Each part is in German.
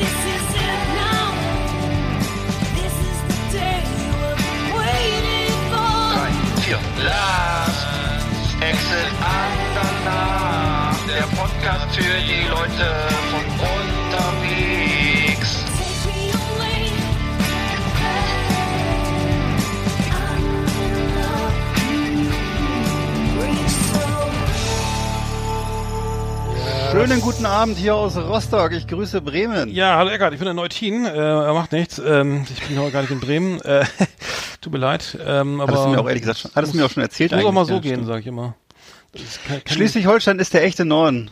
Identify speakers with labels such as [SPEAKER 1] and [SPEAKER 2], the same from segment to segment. [SPEAKER 1] This is it now. This is the day we've been waiting for.
[SPEAKER 2] Hier, Last Exit an danach. Der Podcast für die Leute von unterwegs.
[SPEAKER 1] Take me away. I'm in love. Reach so
[SPEAKER 3] Schönen guten Abend hier aus Rostock. Ich grüße Bremen.
[SPEAKER 4] Ja, hallo Eckart, ich bin der Neutin, äh, er macht nichts, ähm, ich bin heute gar nicht in Bremen, äh, tut mir leid, ähm, aber
[SPEAKER 3] hattest du mir auch ehrlich gesagt schon, hattest du mir auch schon erzählt
[SPEAKER 4] muss auch mal so
[SPEAKER 3] Ja,
[SPEAKER 4] gehen,
[SPEAKER 3] stimmt.
[SPEAKER 4] sag ich immer. Das ist kein- kein-
[SPEAKER 3] Schleswig-Holstein ist der echte Norden.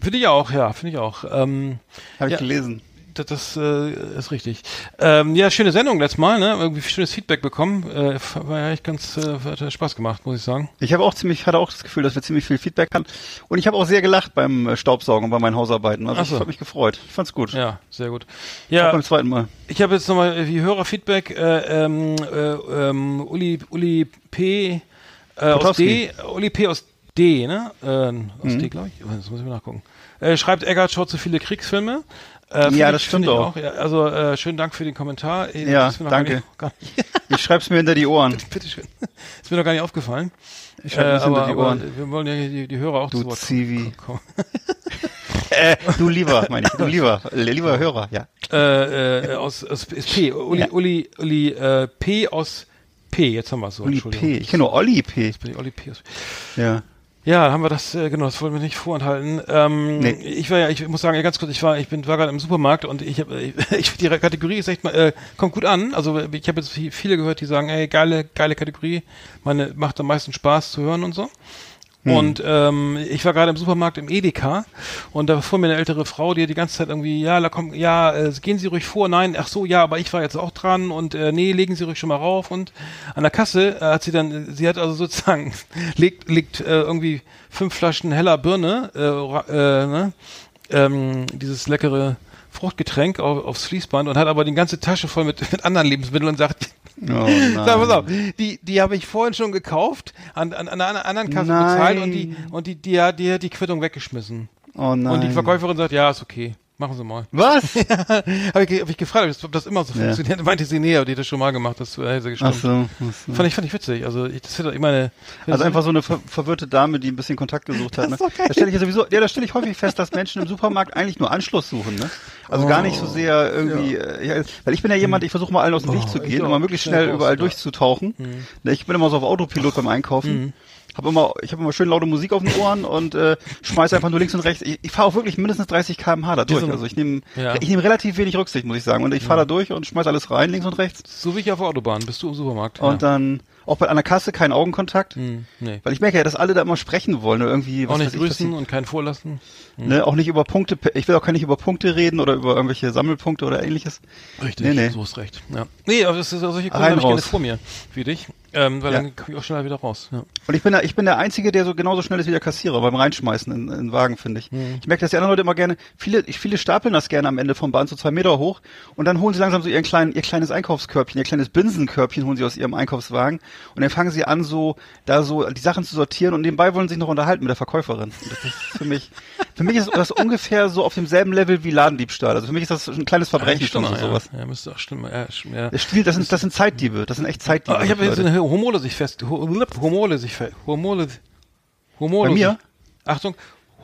[SPEAKER 4] Finde ich auch, ja, finde ich auch. Ähm,
[SPEAKER 3] Habe ich
[SPEAKER 4] Ja.
[SPEAKER 3] gelesen.
[SPEAKER 4] das das äh, ist richtig. Ähm, ja, schöne Sendung letztes Mal, ne? Irgendwie schönes Feedback bekommen. Äh, war ja echt ganz, äh, hat Spaß gemacht, muss ich sagen.
[SPEAKER 3] Ich habe auch ziemlich, hatte auch das Gefühl, dass wir ziemlich viel Feedback hatten. Und ich habe auch sehr gelacht beim äh, Staubsaugen und bei meinen Hausarbeiten. Also
[SPEAKER 4] Ach so.
[SPEAKER 3] ich habe mich gefreut. Ich fand's gut.
[SPEAKER 4] Ja, sehr gut.
[SPEAKER 3] Auch
[SPEAKER 4] Ja,
[SPEAKER 3] beim zweiten Mal.
[SPEAKER 4] Ich habe jetzt nochmal äh, die Hörerfeedback. Äh, ähm, äh, ähm, Uli, Uli P. Äh, aus D.
[SPEAKER 3] Potowski. Mhm.
[SPEAKER 4] Uli P. aus D, ne? Äh, aus D, glaube ich. Das muss ich mal nachgucken. Äh, schreibt Eggert, schaut zu viele Kriegsfilme. Äh, find
[SPEAKER 3] Ja,
[SPEAKER 4] ich-
[SPEAKER 3] das stimmt
[SPEAKER 4] find ich
[SPEAKER 3] auch.
[SPEAKER 4] Ja, also äh, schönen Dank für den Kommentar. Äh,
[SPEAKER 3] Ja,
[SPEAKER 4] ist mir noch
[SPEAKER 3] danke.
[SPEAKER 4] Gar nicht, gar nicht,
[SPEAKER 3] Ich schreib's mir hinter die Ohren.
[SPEAKER 4] bitteschön. Ist mir noch gar nicht aufgefallen.
[SPEAKER 3] Ich
[SPEAKER 4] Äh,
[SPEAKER 3] schreib's mir hinter
[SPEAKER 4] aber,
[SPEAKER 3] die
[SPEAKER 4] aber
[SPEAKER 3] Ohren.
[SPEAKER 4] wir wollen ja die, die Hörer auch
[SPEAKER 3] Du
[SPEAKER 4] zu Wort
[SPEAKER 3] Zivi.
[SPEAKER 4] kommen.
[SPEAKER 3] Äh, du lieber, meine ich. Du lieber, lieber Hörer, ja.
[SPEAKER 4] Äh, äh, aus, aus ist P. Uli,
[SPEAKER 3] Ja.
[SPEAKER 4] Uli, Uli äh, P. aus P. Jetzt haben wir es so.
[SPEAKER 3] Uli
[SPEAKER 4] Entschuldigung.
[SPEAKER 3] P. Ich kenne nur Olli P.
[SPEAKER 4] Bin ich Olli P. aus P.
[SPEAKER 3] Ja.
[SPEAKER 4] Ja, haben wir das, äh, genau, das wollen wir nicht vorenthalten. Ähm,
[SPEAKER 3] Nee.
[SPEAKER 4] Ich war ja, ich muss sagen, ganz kurz, ich war, ich bin, war gerade im Supermarkt und ich habe, ich, ich, die Kategorie ist echt mal, äh, kommt gut an. Also ich habe jetzt viel- viele gehört, die sagen, ey, geile, geile Kategorie, meine, macht am meisten Spaß zu hören und so. Und ähm, ich war gerade im Supermarkt im Edeka und da war vor mir eine ältere Frau, die die ganze Zeit irgendwie, ja, da kommt, ja, äh, gehen Sie ruhig vor, nein, ach so, ja, aber ich war jetzt auch dran und äh, nee, legen Sie ruhig schon mal rauf und an der Kasse äh, hat sie dann, sie hat also sozusagen, legt, legt äh, irgendwie fünf Flaschen heller Birne, äh, ora- äh, ne? ähm, dieses leckere Fruchtgetränk auf, aufs Fließband und hat aber die ganze Tasche voll mit, mit anderen Lebensmitteln und sagt,
[SPEAKER 3] Oh, nein.
[SPEAKER 4] Sag, pass auf,
[SPEAKER 3] Ähm.
[SPEAKER 4] die, die habe ich vorhin schon gekauft, an, an, an einer anderen Kasse
[SPEAKER 3] Nein.
[SPEAKER 4] bezahlt und die, und die, die, hat- die hat die Quittung weggeschmissen.
[SPEAKER 3] Oh nein.
[SPEAKER 4] Und die Verkäuferin sagt, ja, ist okay, machen Sie mal.
[SPEAKER 3] Was?
[SPEAKER 4] habe ich, ge- hab ich gefragt, ob das, ob das immer so funktioniert. Meinte sie, nee, aber die hat das schon mal gemacht, das hätte
[SPEAKER 3] Ach
[SPEAKER 4] gestimmt.
[SPEAKER 3] so. Ach so.
[SPEAKER 4] Fand ich, fand ich witzig. Also ich, das hätte, ich meine,
[SPEAKER 3] Also einfach so eine ver verwirrte Dame, die ein bisschen Kontakt gesucht hat. Ne? Da stelle ich ja sowieso, ja, da stelle ich häufig fest, dass Menschen im Supermarkt eigentlich nur Anschluss suchen. Ne? Also gar
[SPEAKER 4] Oh,
[SPEAKER 3] nicht so sehr irgendwie, äh, ja, weil ich bin ja jemand, ich versuche mal allen aus dem Weg zu
[SPEAKER 4] Hm. ich
[SPEAKER 3] gehen,
[SPEAKER 4] auch.
[SPEAKER 3] immer möglichst
[SPEAKER 4] Ja,
[SPEAKER 3] schnell
[SPEAKER 4] auch,
[SPEAKER 3] überall
[SPEAKER 4] ja. Hm.
[SPEAKER 3] durchzutauchen. Ne, Ich bin immer so auf Autopilot beim Einkaufen. Hab immer, ich habe immer schön laute Musik auf den Ohren und äh, schmeiße einfach nur links und rechts. Ich, ich fahre auch wirklich mindestens 30 km/h da durch.
[SPEAKER 4] sind-
[SPEAKER 3] Also ich nehme,
[SPEAKER 4] Ja.
[SPEAKER 3] ich nehme relativ wenig Rücksicht, muss ich sagen. Und ich fahre da durch und schmeiße alles rein, links und rechts.
[SPEAKER 4] so wie ich auf der Autobahn, bist du im Supermarkt.
[SPEAKER 3] Und
[SPEAKER 4] ja.
[SPEAKER 3] dann auch bei einer Kasse kein Augenkontakt.
[SPEAKER 4] Hm, nee.
[SPEAKER 3] Weil ich merke ja, dass alle da immer sprechen wollen oder irgendwie
[SPEAKER 4] Auch
[SPEAKER 3] was
[SPEAKER 4] nicht
[SPEAKER 3] weiß ich,
[SPEAKER 4] grüßen Mhm.
[SPEAKER 3] was
[SPEAKER 4] und kein Vorlassen.
[SPEAKER 3] sie- ne, auch nicht über Punkte. Ich will auch gar nicht über Punkte reden oder über irgendwelche Sammelpunkte oder ähnliches.
[SPEAKER 4] Richtig,
[SPEAKER 3] Nee, nee.
[SPEAKER 4] so ist recht. Ja. Nee, aber das ist, solche Kunden
[SPEAKER 3] Rein,
[SPEAKER 4] habe ich gerne
[SPEAKER 3] raus.
[SPEAKER 4] vor mir, wie dich. Ähm, weil
[SPEAKER 3] Ja.
[SPEAKER 4] dann komme ich auch schneller wieder raus. Ja.
[SPEAKER 3] Und ich bin der, ich bin der Einzige, der so genauso schnell ist wie der Kassierer beim Reinschmeißen in, in den Wagen, finde ich. Ich merke, dass die anderen Leute immer gerne, viele, viele stapeln das gerne am Ende vom Bahn so zwei Meter hoch und dann holen sie langsam so ihren kleinen, ihr kleines Einkaufskörbchen, ihr kleines Binsenkörbchen holen sie aus ihrem Einkaufswagen und dann fangen sie an, so, da so die Sachen zu sortieren und nebenbei wollen sie sich noch unterhalten mit der Verkäuferin. Und Das ist für mich, für mich ist das ungefähr so auf demselben Level wie Ladendiebstahl. Also für mich ist das ein kleines Verbrechen schon so
[SPEAKER 4] Stimmer,
[SPEAKER 3] sowas.
[SPEAKER 4] Ja, ja müsste auch stimmen. Ja, stimmt, ja.
[SPEAKER 3] Das Spiel, das sind, das sind Zeitdiebe, das sind echt Zeitdiebe.
[SPEAKER 4] Ah, ich habe jetzt
[SPEAKER 3] Leute.
[SPEAKER 4] eine Homole sich fest. Ho- Homole sich fest. Homole. Homole.
[SPEAKER 3] Bei mir?
[SPEAKER 4] Achtung.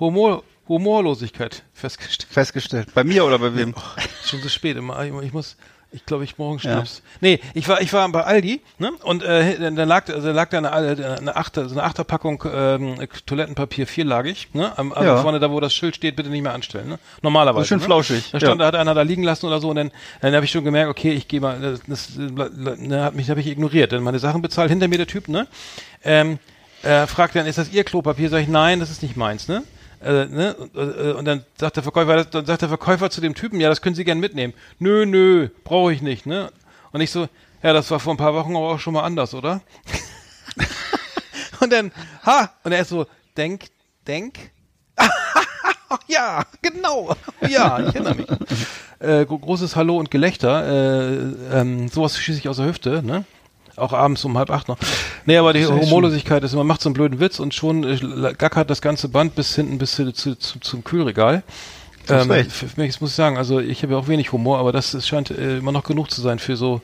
[SPEAKER 4] Humor, Humorlosigkeit festgestellt.
[SPEAKER 3] festgestellt. Bei mir oder bei wem?
[SPEAKER 4] oh. Schon so spät immer. Ah, Ich ich muss. Ich glaube, ich morgen schnaps. Nee, ich war, ich war bei Aldi, ne? Und äh, dann dann lag, also lag da eine, eine Achter, so eine Achterpackung ähm, Toilettenpapier vierlagig, ne? Am, also
[SPEAKER 3] Ja.
[SPEAKER 4] vorne da, wo das Schild steht, bitte nicht mehr anstellen, ne? Normalerweise.
[SPEAKER 3] Schön
[SPEAKER 4] ne?
[SPEAKER 3] flauschig,
[SPEAKER 4] Da stand,
[SPEAKER 3] ja.
[SPEAKER 4] da hat einer da liegen lassen oder so und dann, dann habe ich schon gemerkt, okay, ich gehe mal, das, das ne, hat mich, habe ich ignoriert. Dann meine Sachen bezahlt, hinter mir der Typ, ne? Ähm, äh, fragt dann, ist das Ihr Klopapier? Sag ich, nein, das ist nicht meins, ne? äh, ne? und, äh, und dann sagt der Verkäufer, das- dann sagt der Verkäufer zu dem Typen, ja, das können Sie gern mitnehmen. Nö, nö, brauche ich nicht, ne? Und ich so, ja, das war vor ein paar Wochen aber auch schon mal anders, oder? und dann, ha, und er ist so, denk, denk. ja, genau. Ja, ich erinnere mich. Äh, gro- großes Hallo und Gelächter. Äh, ähm, sowas schieße ich aus der Hüfte, ne? Auch abends um halb acht noch. Nee, aber die Humorlosigkeit ist, man macht so einen blöden Witz und schon äh, la- gackert das ganze Band bis hinten bis zu, zu, zu, zum Kühlregal.
[SPEAKER 3] hast
[SPEAKER 4] Ähm,
[SPEAKER 3] recht.
[SPEAKER 4] für mich das muss ich sagen, also ich habe ja auch wenig Humor, aber das ist, scheint äh, immer noch genug zu sein für so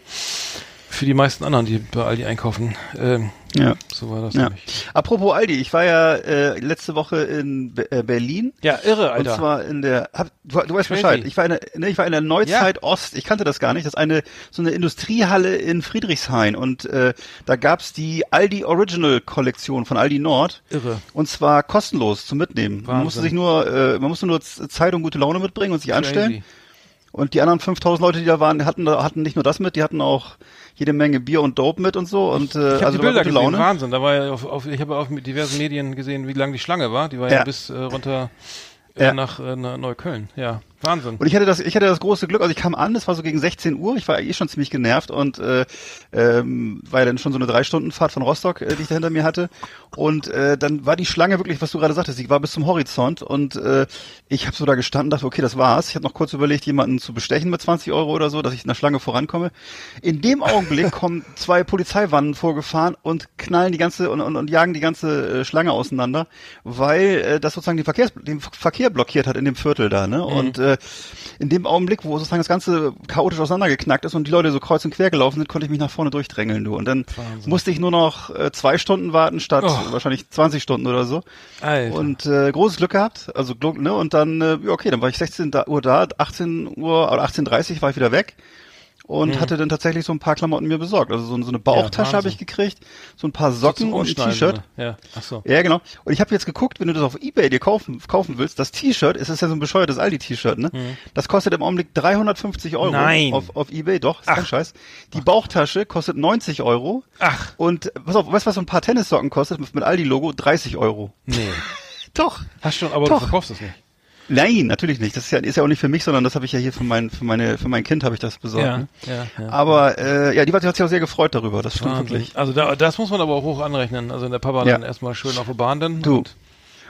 [SPEAKER 4] für die meisten anderen, die bei Aldi einkaufen. Ähm,
[SPEAKER 3] Ja.
[SPEAKER 4] So war das
[SPEAKER 3] Ja.
[SPEAKER 4] nämlich.
[SPEAKER 3] Apropos Aldi, ich war ja äh, letzte Woche in Be äh, Berlin.
[SPEAKER 4] Ja, irre, Alter.
[SPEAKER 3] Und zwar in der, hab, du, du weißt
[SPEAKER 4] Crazy.
[SPEAKER 3] Bescheid, ich war, in der, ne, ich war in der Neuzeit Ost, ich kannte das gar nicht, das ist eine, so eine Industriehalle in Friedrichshain und äh, da gab's die Aldi Original Kollektion von Aldi Nord.
[SPEAKER 4] Irre.
[SPEAKER 3] Und zwar kostenlos zum Mitnehmen. Man musste
[SPEAKER 4] Wahnsinn.
[SPEAKER 3] sich nur, äh, man musste nur Z- Zeit und gute Laune mitbringen und sich anstellen.
[SPEAKER 4] Crazy.
[SPEAKER 3] Und die anderen 5000 Leute, die da waren, hatten, da- hatten nicht nur das mit, die hatten auch jede Menge Bier und Dope mit und so und äh,
[SPEAKER 4] Ich habe
[SPEAKER 3] also
[SPEAKER 4] die
[SPEAKER 3] da war
[SPEAKER 4] Bilder
[SPEAKER 3] gute
[SPEAKER 4] gesehen,
[SPEAKER 3] Laune.
[SPEAKER 4] Wahnsinn. Da war ja auf, auf, ich habe auf diversen Medien gesehen, wie lang die Schlange war. Die war ja,
[SPEAKER 3] Ja.
[SPEAKER 4] bis äh, runter äh,
[SPEAKER 3] Ja.
[SPEAKER 4] nach äh, nach Neukölln. Ja, Wahnsinn.
[SPEAKER 3] Und ich hatte das, ich hatte das große Glück, also ich kam an, es war so gegen 16 Uhr, ich war eh schon ziemlich genervt und äh, ähm, war ja dann schon so eine Drei-Stunden-Fahrt von Rostock, äh, die ich da hinter mir hatte. Und äh, dann war die Schlange wirklich, was du gerade sagtest, die war bis zum Horizont und äh, ich habe so da gestanden dachte, okay, das war's. Ich habe noch kurz überlegt, jemanden zu bestechen mit 20 Euro oder so, dass ich in der Schlange vorankomme. In dem Augenblick kommen zwei Polizeiwannen vorgefahren und knallen die ganze und, und, und jagen die ganze äh, Schlange auseinander, weil äh, das sozusagen den, Verkehrs, den Verkehr blockiert hat in dem Viertel da. Ne? Und äh, in dem Augenblick, wo sozusagen das Ganze chaotisch auseinandergeknackt ist und die Leute so kreuz und quer gelaufen sind, konnte ich mich nach vorne durchdrängeln. Du. Und dann musste ich nur noch äh, zwei Stunden warten, statt
[SPEAKER 4] Oh.
[SPEAKER 3] wahrscheinlich 20 Stunden oder so.
[SPEAKER 4] Alter.
[SPEAKER 3] Und äh, großes Glück gehabt, also Glück, ne? Und dann, äh, ja, okay, dann war ich 16 da- Uhr da, 18 Uhr oder 18.30 war ich wieder weg und hatte dann tatsächlich so ein paar Klamotten mir besorgt. Also so, so eine Bauchtasche
[SPEAKER 4] Mhm. Wahnsinn.
[SPEAKER 3] habe ich gekriegt, so ein paar
[SPEAKER 4] So
[SPEAKER 3] Socken
[SPEAKER 4] zum
[SPEAKER 3] und ein
[SPEAKER 4] Umschneiden, ne?
[SPEAKER 3] T-Shirt.
[SPEAKER 4] oder? Ja, ach so.
[SPEAKER 3] Ja, genau. Und ich habe jetzt geguckt, wenn du das auf Ebay dir kaufen, kaufen willst, das T-Shirt, es ist ja so ein bescheuertes Aldi-T-Shirt, ne? Das kostet im Augenblick 350 Euro
[SPEAKER 4] Mhm. Nein.
[SPEAKER 3] Auf, auf Ebay, doch, ist kein Scheiß. Die Bauchtasche kostet 90 Euro.
[SPEAKER 4] Ach.
[SPEAKER 3] Und äh, pass auf, weißt du, was so ein paar Tennissocken kostet mit, mit Aldi-Logo? 30 Euro.
[SPEAKER 4] Nee.
[SPEAKER 3] Doch.
[SPEAKER 4] Hast schon, aber du
[SPEAKER 3] Doch.
[SPEAKER 4] verkaufst es nicht.
[SPEAKER 3] Nein, natürlich nicht. Das ist ja, ist ja auch nicht für mich, sondern das habe ich ja hier für mein, für meine, für mein Kind habe ich das besorgt.
[SPEAKER 4] Ja,
[SPEAKER 3] ne?
[SPEAKER 4] ja, ja.
[SPEAKER 3] Aber äh, ja, die hat sich auch sehr gefreut darüber. Das stimmt wirklich.
[SPEAKER 4] Also da, das muss man aber auch hoch anrechnen. Also der Papa
[SPEAKER 3] Ja.
[SPEAKER 4] dann erstmal schön auf der Bahn dann.
[SPEAKER 3] Du.
[SPEAKER 4] Und,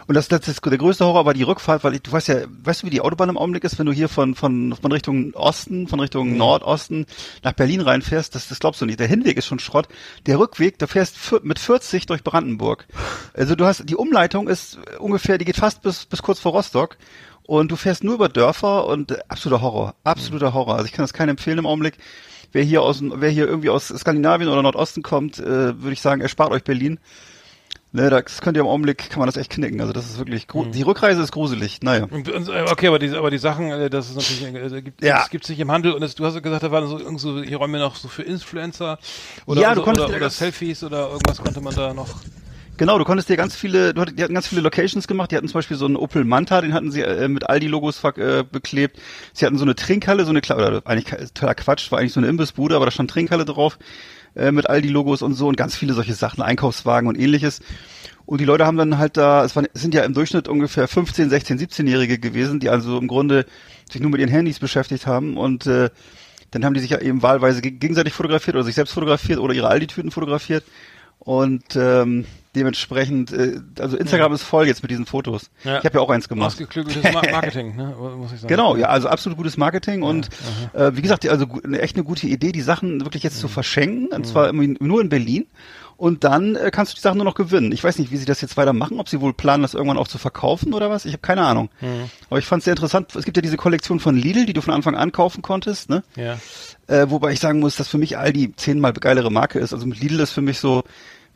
[SPEAKER 3] Und das, das ist der größte Horror war die Rückfahrt, weil ich, du weißt ja, weißt du, wie die Autobahn im Augenblick ist, wenn du hier von, von, von Richtung Osten, von Richtung Nordosten nach Berlin reinfährst, das, das glaubst du nicht. Der Hinweg ist schon Schrott. Der Rückweg, da fährst vier- mit 40 durch Brandenburg. Also du hast, die Umleitung ist ungefähr, die geht fast bis, bis kurz vor Rostock. Und du fährst nur über Dörfer und äh, absoluter Horror, absoluter Horror. Also ich kann das keinem empfehlen im Augenblick. Wer hier aus, dem- wer hier irgendwie aus Skandinavien oder Nordosten kommt, äh, würde ich sagen, erspart euch Berlin. Ne, das könnt ihr im Augenblick, kann man das echt knicken. Also das ist wirklich, gru- die Rückreise ist gruselig. Naja.
[SPEAKER 4] und, und, äh, okay, aber die, aber die Sachen, äh, das ist natürlich, äh, da gibt,
[SPEAKER 3] Ja.
[SPEAKER 4] das gibt's nicht im Handel. Und das, du hast ja gesagt, da waren so, irgend so hier räumen wir noch so für Influencer oder,
[SPEAKER 3] Ja,
[SPEAKER 4] oder,
[SPEAKER 3] du konntest
[SPEAKER 4] oder,
[SPEAKER 3] dir
[SPEAKER 4] oder
[SPEAKER 3] das-
[SPEAKER 4] Selfies oder irgendwas konnte man da noch.
[SPEAKER 3] Genau, du konntest dir ganz viele, du hattest, die hatten ganz viele Locations gemacht. Die hatten zum Beispiel so einen Opel Manta, den hatten sie äh, mit Aldi-Logos verk- äh, beklebt. Sie hatten so eine Trinkhalle, so eine, Kle- oder eigentlich ke- totaler Quatsch, war eigentlich so eine Imbissbude, aber da stand Trinkhalle drauf äh, mit Aldi-Logos und so und ganz viele solche Sachen, Einkaufswagen und ähnliches. Und die Leute haben dann halt da, es waren, es sind ja im Durchschnitt ungefähr 15, 16, 17-Jährige gewesen, die also im Grunde sich nur mit ihren Handys beschäftigt haben und äh, dann haben die sich ja eben wahlweise geg- gegenseitig fotografiert oder sich selbst fotografiert oder ihre Aldi-Tüten fotografiert. Und ähm, dementsprechend, äh, also Instagram ist voll jetzt mit diesen Fotos.
[SPEAKER 4] Ja.
[SPEAKER 3] Ich habe ja auch eins gemacht.
[SPEAKER 4] Ausgeklügeltes Ma- Marketing, ne? Muss ich sagen.
[SPEAKER 3] Genau, ja, also absolut gutes Marketing und äh, wie gesagt, die- also gu- eine- echt eine gute Idee, die Sachen wirklich jetzt zu verschenken, und zwar irgendwie nur in Berlin. Und dann äh, kannst du die Sachen nur noch gewinnen. Ich weiß nicht, wie sie das jetzt weitermachen, ob sie wohl planen, das irgendwann auch zu verkaufen oder was. Ich habe keine Ahnung. Aber ich fand es sehr interessant. Es gibt ja diese Kollektion von Lidl, die du von Anfang an kaufen konntest. Ne?
[SPEAKER 4] Ja.
[SPEAKER 3] Äh, wobei ich sagen muss, dass für mich Aldi zehnmal geilere Marke ist. Also mit Lidl ist für mich so,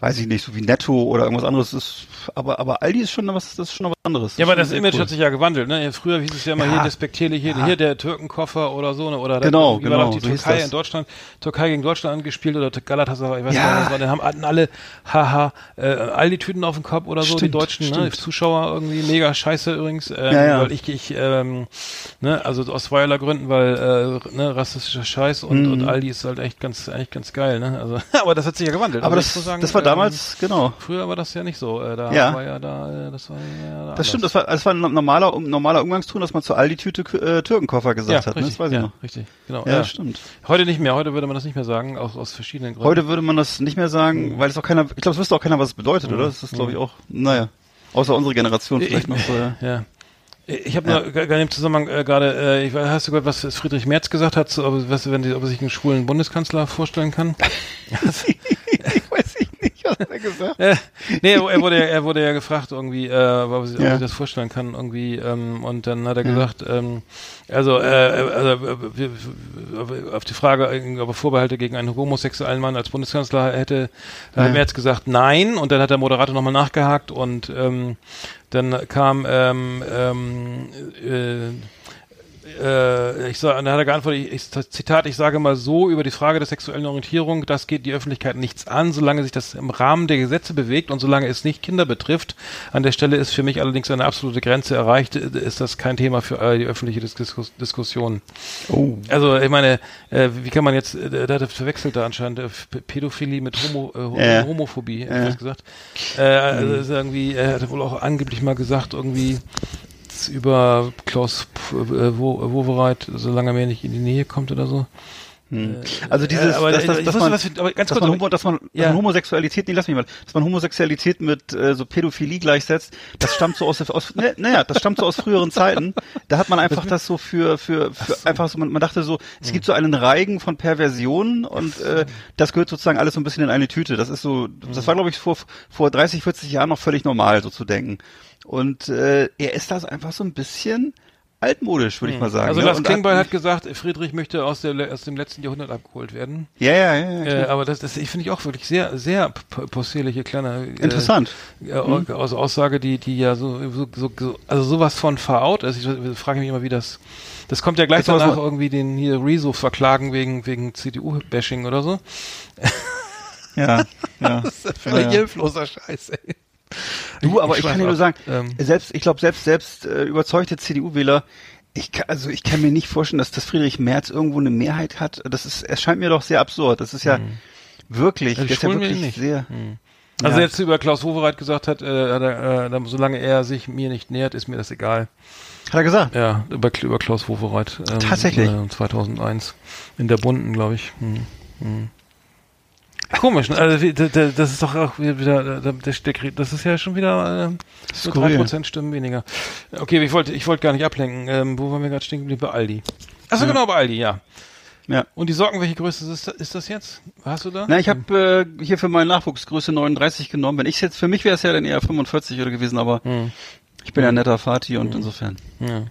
[SPEAKER 3] weiß ich nicht, so wie Netto oder irgendwas anderes. Ist, aber, aber Aldi ist schon was, das ist schon was anderes.
[SPEAKER 4] Ja, aber das
[SPEAKER 3] Sehr
[SPEAKER 4] Image
[SPEAKER 3] cool.
[SPEAKER 4] hat sich ja gewandelt, ne? Früher hieß es ja immer
[SPEAKER 3] Ja.
[SPEAKER 4] hier despektierlich, hier, hier der Türkenkoffer oder so, ne? Oder
[SPEAKER 3] Genau,
[SPEAKER 4] da, wie war
[SPEAKER 3] genau,
[SPEAKER 4] doch die
[SPEAKER 3] so hieß
[SPEAKER 4] Türkei
[SPEAKER 3] das.
[SPEAKER 4] in Deutschland, Türkei gegen Deutschland angespielt oder T- Galatasaray, ich weiß
[SPEAKER 3] Ja.
[SPEAKER 4] gar nicht, was war, dann haben hatten alle, haha, äh, all die Tüten auf dem Kopf oder so, die
[SPEAKER 3] Stimmt,
[SPEAKER 4] Deutschen, ne?
[SPEAKER 3] stimmt.
[SPEAKER 4] Zuschauer irgendwie, mega scheiße übrigens, ähm,
[SPEAKER 3] Ja, ja.
[SPEAKER 4] weil ich, ich, ähm, ne? Also aus zweierlei Gründen, weil, äh, ne, rassistischer Scheiß und, und
[SPEAKER 3] Mhm.
[SPEAKER 4] Aldi ist halt echt ganz, eigentlich ganz geil, ne? Also, aber das hat sich ja gewandelt.
[SPEAKER 3] Aber
[SPEAKER 4] Also ich
[SPEAKER 3] das,
[SPEAKER 4] muss sagen,
[SPEAKER 3] das war
[SPEAKER 4] ähm,
[SPEAKER 3] damals, genau.
[SPEAKER 4] Früher war das ja nicht so. Äh, da
[SPEAKER 3] Ja.
[SPEAKER 4] war ja da, äh, das war ja da
[SPEAKER 3] Das stimmt, das war, das war ein normaler, um- normaler Umgangston, dass man zur Aldi-Tüte äh, Türkenkoffer gesagt hat. Ne? Das weiß ich
[SPEAKER 4] ja,
[SPEAKER 3] noch.
[SPEAKER 4] richtig, genau.
[SPEAKER 3] Ja, stimmt.
[SPEAKER 4] Heute nicht mehr, heute würde man das nicht mehr sagen, aus, aus verschiedenen Gründen.
[SPEAKER 3] Heute würde man das nicht mehr sagen,
[SPEAKER 4] Mhm.
[SPEAKER 3] weil es auch keiner, ich glaube, es wüsste auch keiner, was es bedeutet, oder? Das ist, glaube ich, auch, naja. Außer unsere Generation vielleicht noch so. Ja.
[SPEAKER 4] Ja. Ich habe ja. gerade im Zusammenhang äh, gerade, äh, ich weiß- hast du gehört, was Friedrich Merz gesagt hat, so, ob, was, wenn, die- ob er sich einen schwulen Bundeskanzler vorstellen kann?
[SPEAKER 3] ich weiß nicht, was er gesagt hat.
[SPEAKER 4] Äh, nee, er, er wurde, ja- er wurde ja gefragt irgendwie, äh, ob er sich ob
[SPEAKER 3] Ja.
[SPEAKER 4] er sich das vorstellen kann irgendwie ähm, und dann hat er gesagt, ähm, also, äh, also äh, wir- wir- auf die Frage, äh, ob er Vorbehalte gegen einen homosexuellen Mann als Bundeskanzler hätte, da hat Merz gesagt nein und dann hat der Moderator nochmal nachgehakt und ähm, dann kam ähm, ähm, äh, äh, ich sag, dann hat er geantwortet, ich, ich, Zitat, ich sage mal so, über die Frage der sexuellen Orientierung, das geht die Öffentlichkeit nichts an, solange sich das im Rahmen der Gesetze bewegt und solange es nicht Kinder betrifft. An der Stelle ist für mich allerdings eine absolute Grenze erreicht, äh, ist das kein Thema für äh, die öffentliche Diskus Diskussion. Also ich meine, äh, wie kann man jetzt, äh, da hat er verwechselt da anscheinend äh, P- Pädophilie mit Homo, äh, Ho-
[SPEAKER 3] Ja. Mhm.
[SPEAKER 4] Homophobie, hätte ich fast gesagt. Äh, also ist irgendwie, er hat wohl auch angeblich mal gesagt, irgendwie nichts über Klaus P- äh, Wo- Wowereit, solange er mir nicht in die Nähe kommt oder so.
[SPEAKER 3] Also dieses,
[SPEAKER 4] Äh, aber
[SPEAKER 3] dass,
[SPEAKER 4] äh,
[SPEAKER 3] dass,
[SPEAKER 4] ich
[SPEAKER 3] dass
[SPEAKER 4] wusste,
[SPEAKER 3] man,
[SPEAKER 4] was wir- aber ganz
[SPEAKER 3] dass
[SPEAKER 4] kurz,
[SPEAKER 3] man,
[SPEAKER 4] aber-
[SPEAKER 3] Homo, dass man, dass
[SPEAKER 4] Ja.
[SPEAKER 3] man Homosexualität, nee, lass mich mal, dass man Homosexualität mit äh, so Pädophilie gleichsetzt, das stammt so aus, der- aus ne, naja, das stammt so aus früheren Zeiten. Da hat man einfach das so für, für, für einfach so, man, man dachte so, es
[SPEAKER 4] Hm.
[SPEAKER 3] gibt so einen Reigen von Perversionen und äh, das gehört sozusagen alles so ein bisschen in eine Tüte. Das ist
[SPEAKER 4] Hm.
[SPEAKER 3] so, das war glaube ich vor vor 30, 40 Jahren noch völlig normal, so zu denken. Und äh, er ist das einfach so ein bisschen altmodisch, würde ich mal sagen.
[SPEAKER 4] Also
[SPEAKER 3] ne?
[SPEAKER 4] Lars
[SPEAKER 3] Und
[SPEAKER 4] Klingbeil hat gesagt, Friedrich möchte aus, der, le- aus dem letzten Jahrhundert abgeholt werden.
[SPEAKER 3] ja, ja, ja, ja.
[SPEAKER 4] Äh, aber das, das finde ich auch wirklich sehr, sehr p- possierliche kleine äh,
[SPEAKER 3] Interessant. Mhm.
[SPEAKER 4] äh, au- aus Aussage, die, die ja so, so, so, so also sowas von veraut. Also ich frage mich immer, wie das. Das kommt ja gleich
[SPEAKER 3] Das war
[SPEAKER 4] danach
[SPEAKER 3] so-
[SPEAKER 4] irgendwie den hier Rezo verklagen wegen wegen CDU-Bashing oder so.
[SPEAKER 3] Ja, ja.
[SPEAKER 4] Völlig
[SPEAKER 3] Ja, ja.
[SPEAKER 4] hilfloser Scheiß. Ey.
[SPEAKER 3] Du, aber ich, kann
[SPEAKER 4] schweife
[SPEAKER 3] dir nur
[SPEAKER 4] ab.
[SPEAKER 3] sagen,
[SPEAKER 4] Ähm.
[SPEAKER 3] selbst, ich glaube, selbst, selbst äh, überzeugte CDU-Wähler, ich kann, also ich kann mir nicht vorstellen, dass das Friedrich Merz irgendwo eine Mehrheit hat. Das ist, es scheint mir doch sehr absurd. Das ist ja wirklich,
[SPEAKER 4] Mhm. Also
[SPEAKER 3] das ist ja
[SPEAKER 4] schwulen will
[SPEAKER 3] wirklich
[SPEAKER 4] ich nicht.
[SPEAKER 3] sehr.
[SPEAKER 4] Also
[SPEAKER 3] Ja.
[SPEAKER 4] jetzt über Klaus Wowereit gesagt hat, äh, hat er, äh, dann, solange er sich mir nicht nähert, ist mir das egal.
[SPEAKER 3] Hat er gesagt?
[SPEAKER 4] Ja, über, Kl- über Klaus Wowereit. Ähm,
[SPEAKER 3] Tatsächlich?
[SPEAKER 4] Äh, 2001. In der Bunden, glaube ich. Hm. Hm. Komisch, ne? also, wie- da- da- das ist doch auch wieder, wieder da- der, der, Krieg- das ist ja schon wieder äh, nur
[SPEAKER 3] Skurril.
[SPEAKER 4] 3% Stimmen weniger. Okay, ich wollte ich wollte gar nicht ablenken. Ähm, wo waren wir gerade stehen geblieben? Bei Aldi. Achso, genau, bei Aldi, ja.
[SPEAKER 3] Ja.
[SPEAKER 4] Und die Socken, welche Größe ist, ist das jetzt? Hast du da?
[SPEAKER 3] Na, ich habe äh, hier für meinen Nachwuchs Größe 39 genommen. Wenn ich jetzt, für mich wäre es ja dann eher 45 oder gewesen, aber ich bin ja ein netter Fati und insofern
[SPEAKER 4] Mhm. Ja.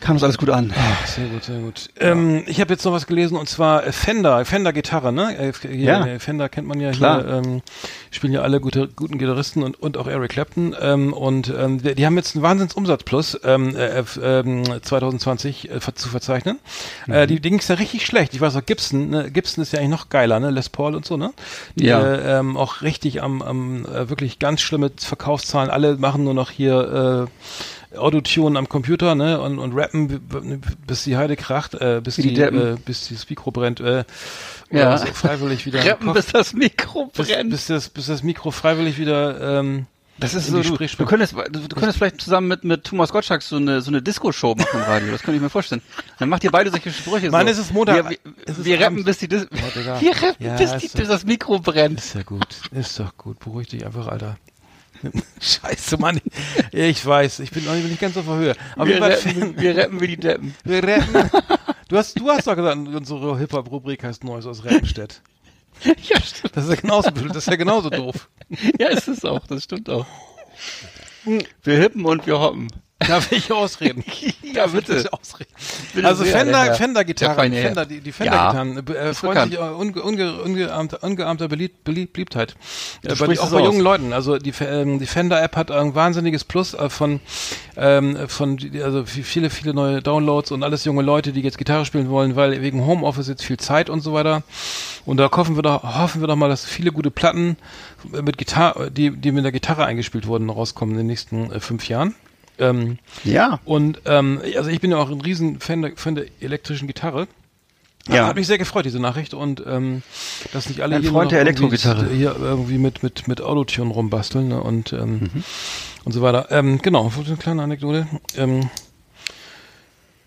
[SPEAKER 3] kam es alles gut an.
[SPEAKER 4] Sehr gut, sehr gut. Ähm, ich habe jetzt noch was gelesen und zwar äh, Fender, Fender Gitarre, ne? Äh, f- hier,
[SPEAKER 3] Ja.
[SPEAKER 4] äh, Fender kennt man ja
[SPEAKER 3] Klar.
[SPEAKER 4] hier, ähm, spielen ja alle gute, guten Gitarristen und, und auch Eric Clapton. Ähm, und ähm, die, die haben jetzt einen Wahnsinnsumsatzplus ähm, äh, f- ähm, 2020 äh, ver- zu verzeichnen.
[SPEAKER 3] Mhm.
[SPEAKER 4] Äh, die die ging's ja richtig schlecht. Ich weiß auch, Gibson, ne? Gibson ist ja eigentlich noch geiler, ne? Les Paul und so, ne? Die,
[SPEAKER 3] Ja.
[SPEAKER 4] Äh, ähm, auch richtig am, am äh, wirklich ganz schlimme Verkaufszahlen. Alle machen nur noch hier äh, Autotune am Computer ne, und, und rappen, b- b- bis die Heide kracht, äh, bis,
[SPEAKER 3] Wie die
[SPEAKER 4] die,
[SPEAKER 3] Deppen.
[SPEAKER 4] äh, bis das Mikro brennt. Äh,
[SPEAKER 3] Ja.
[SPEAKER 4] oder So freiwillig wieder. im
[SPEAKER 3] Rappen,
[SPEAKER 4] Kopf-
[SPEAKER 3] bis das Mikro
[SPEAKER 4] bis,
[SPEAKER 3] brennt.
[SPEAKER 4] bis, das, bis das Mikro freiwillig wieder. Ähm,
[SPEAKER 3] Das ist
[SPEAKER 4] in
[SPEAKER 3] so,
[SPEAKER 4] die
[SPEAKER 3] Also du,
[SPEAKER 4] Sprich-
[SPEAKER 3] du, könntest, du, du könntest vielleicht zusammen mit, mit Thomas Gottschalk so eine, so eine Disco-Show machen im Radio. Das könnte ich mir vorstellen. Dann macht ihr beide solche Sprüche.
[SPEAKER 4] Mann,
[SPEAKER 3] so.
[SPEAKER 4] es ist Montag.
[SPEAKER 3] Wir,
[SPEAKER 4] Es ist
[SPEAKER 3] wir, wir rappen,
[SPEAKER 4] Abend. Oh,
[SPEAKER 3] bis, die Dis
[SPEAKER 4] Digga.
[SPEAKER 3] wir rappen,
[SPEAKER 4] Ja,
[SPEAKER 3] bis,
[SPEAKER 4] ist
[SPEAKER 3] die,
[SPEAKER 4] so.
[SPEAKER 3] bis das Mikro brennt.
[SPEAKER 4] ist ja gut, ist doch gut. Beruhig dich einfach, Alter. Scheiße, Mann. Ich weiß, ich bin noch nicht, bin nicht ganz auf der Höhe. Aber
[SPEAKER 3] Wir
[SPEAKER 4] jedenfalls-
[SPEAKER 3] rappen, wir rappen wie die Deppen.
[SPEAKER 4] Wir rappen. Du hast, du hast doch gesagt, unsere Hip-Hop-Rubrik heißt Neues aus Rappenstedt.
[SPEAKER 3] Ja, stimmt.
[SPEAKER 4] Das ist ja genauso, das ist ja genauso doof.
[SPEAKER 3] Ja, ist es auch. Das stimmt auch. Wir hippen und wir hoppen.
[SPEAKER 4] Darf ich ausreden?
[SPEAKER 3] Ja, bitte.
[SPEAKER 4] Bitte ausreden.
[SPEAKER 3] Bitte
[SPEAKER 4] also
[SPEAKER 3] sehr,
[SPEAKER 4] Fender,
[SPEAKER 3] Herr-
[SPEAKER 4] Fender
[SPEAKER 3] Herr feine
[SPEAKER 4] Gitarren,
[SPEAKER 3] Herr.
[SPEAKER 4] Fender, die, die Fender Gitarren äh,
[SPEAKER 3] ist
[SPEAKER 4] freuen
[SPEAKER 3] bekannt.
[SPEAKER 4] sich äh, unge, unge, ungeahmter, ungeahmter Belieb, Beliebtheit. Äh, bei,
[SPEAKER 3] sprichst
[SPEAKER 4] auch
[SPEAKER 3] es
[SPEAKER 4] bei
[SPEAKER 3] aus.
[SPEAKER 4] jungen Leuten. Also die, Fe- ähm, die Fender App hat ein wahnsinniges Plus äh, von, ähm, von die- also vi- viele, viele neue Downloads und alles junge Leute, die jetzt Gitarre spielen wollen, weil wegen Homeoffice jetzt viel Zeit und so weiter. Und da hoffen wir doch, hoffen wir doch mal, dass viele gute Platten äh, mit Gitarre, die, die mit der Gitarre eingespielt wurden, rauskommen in den nächsten äh, fünf Jahren. Ähm,
[SPEAKER 3] Ja.
[SPEAKER 4] und ähm, also ich bin ja auch ein riesen Fan der, Fan der elektrischen Gitarre.
[SPEAKER 3] Ja.
[SPEAKER 4] Hat mich sehr gefreut, diese Nachricht. Und ähm, dass nicht alle
[SPEAKER 3] Ein
[SPEAKER 4] hier,
[SPEAKER 3] Freund
[SPEAKER 4] noch
[SPEAKER 3] der
[SPEAKER 4] irgendwie-
[SPEAKER 3] Elektrogitarre.
[SPEAKER 4] hier irgendwie mit, mit, mit Autotune rumbasteln ne? und, ähm,
[SPEAKER 3] Mhm.
[SPEAKER 4] und so weiter. Ähm, genau, so eine kleine Anekdote. Ähm,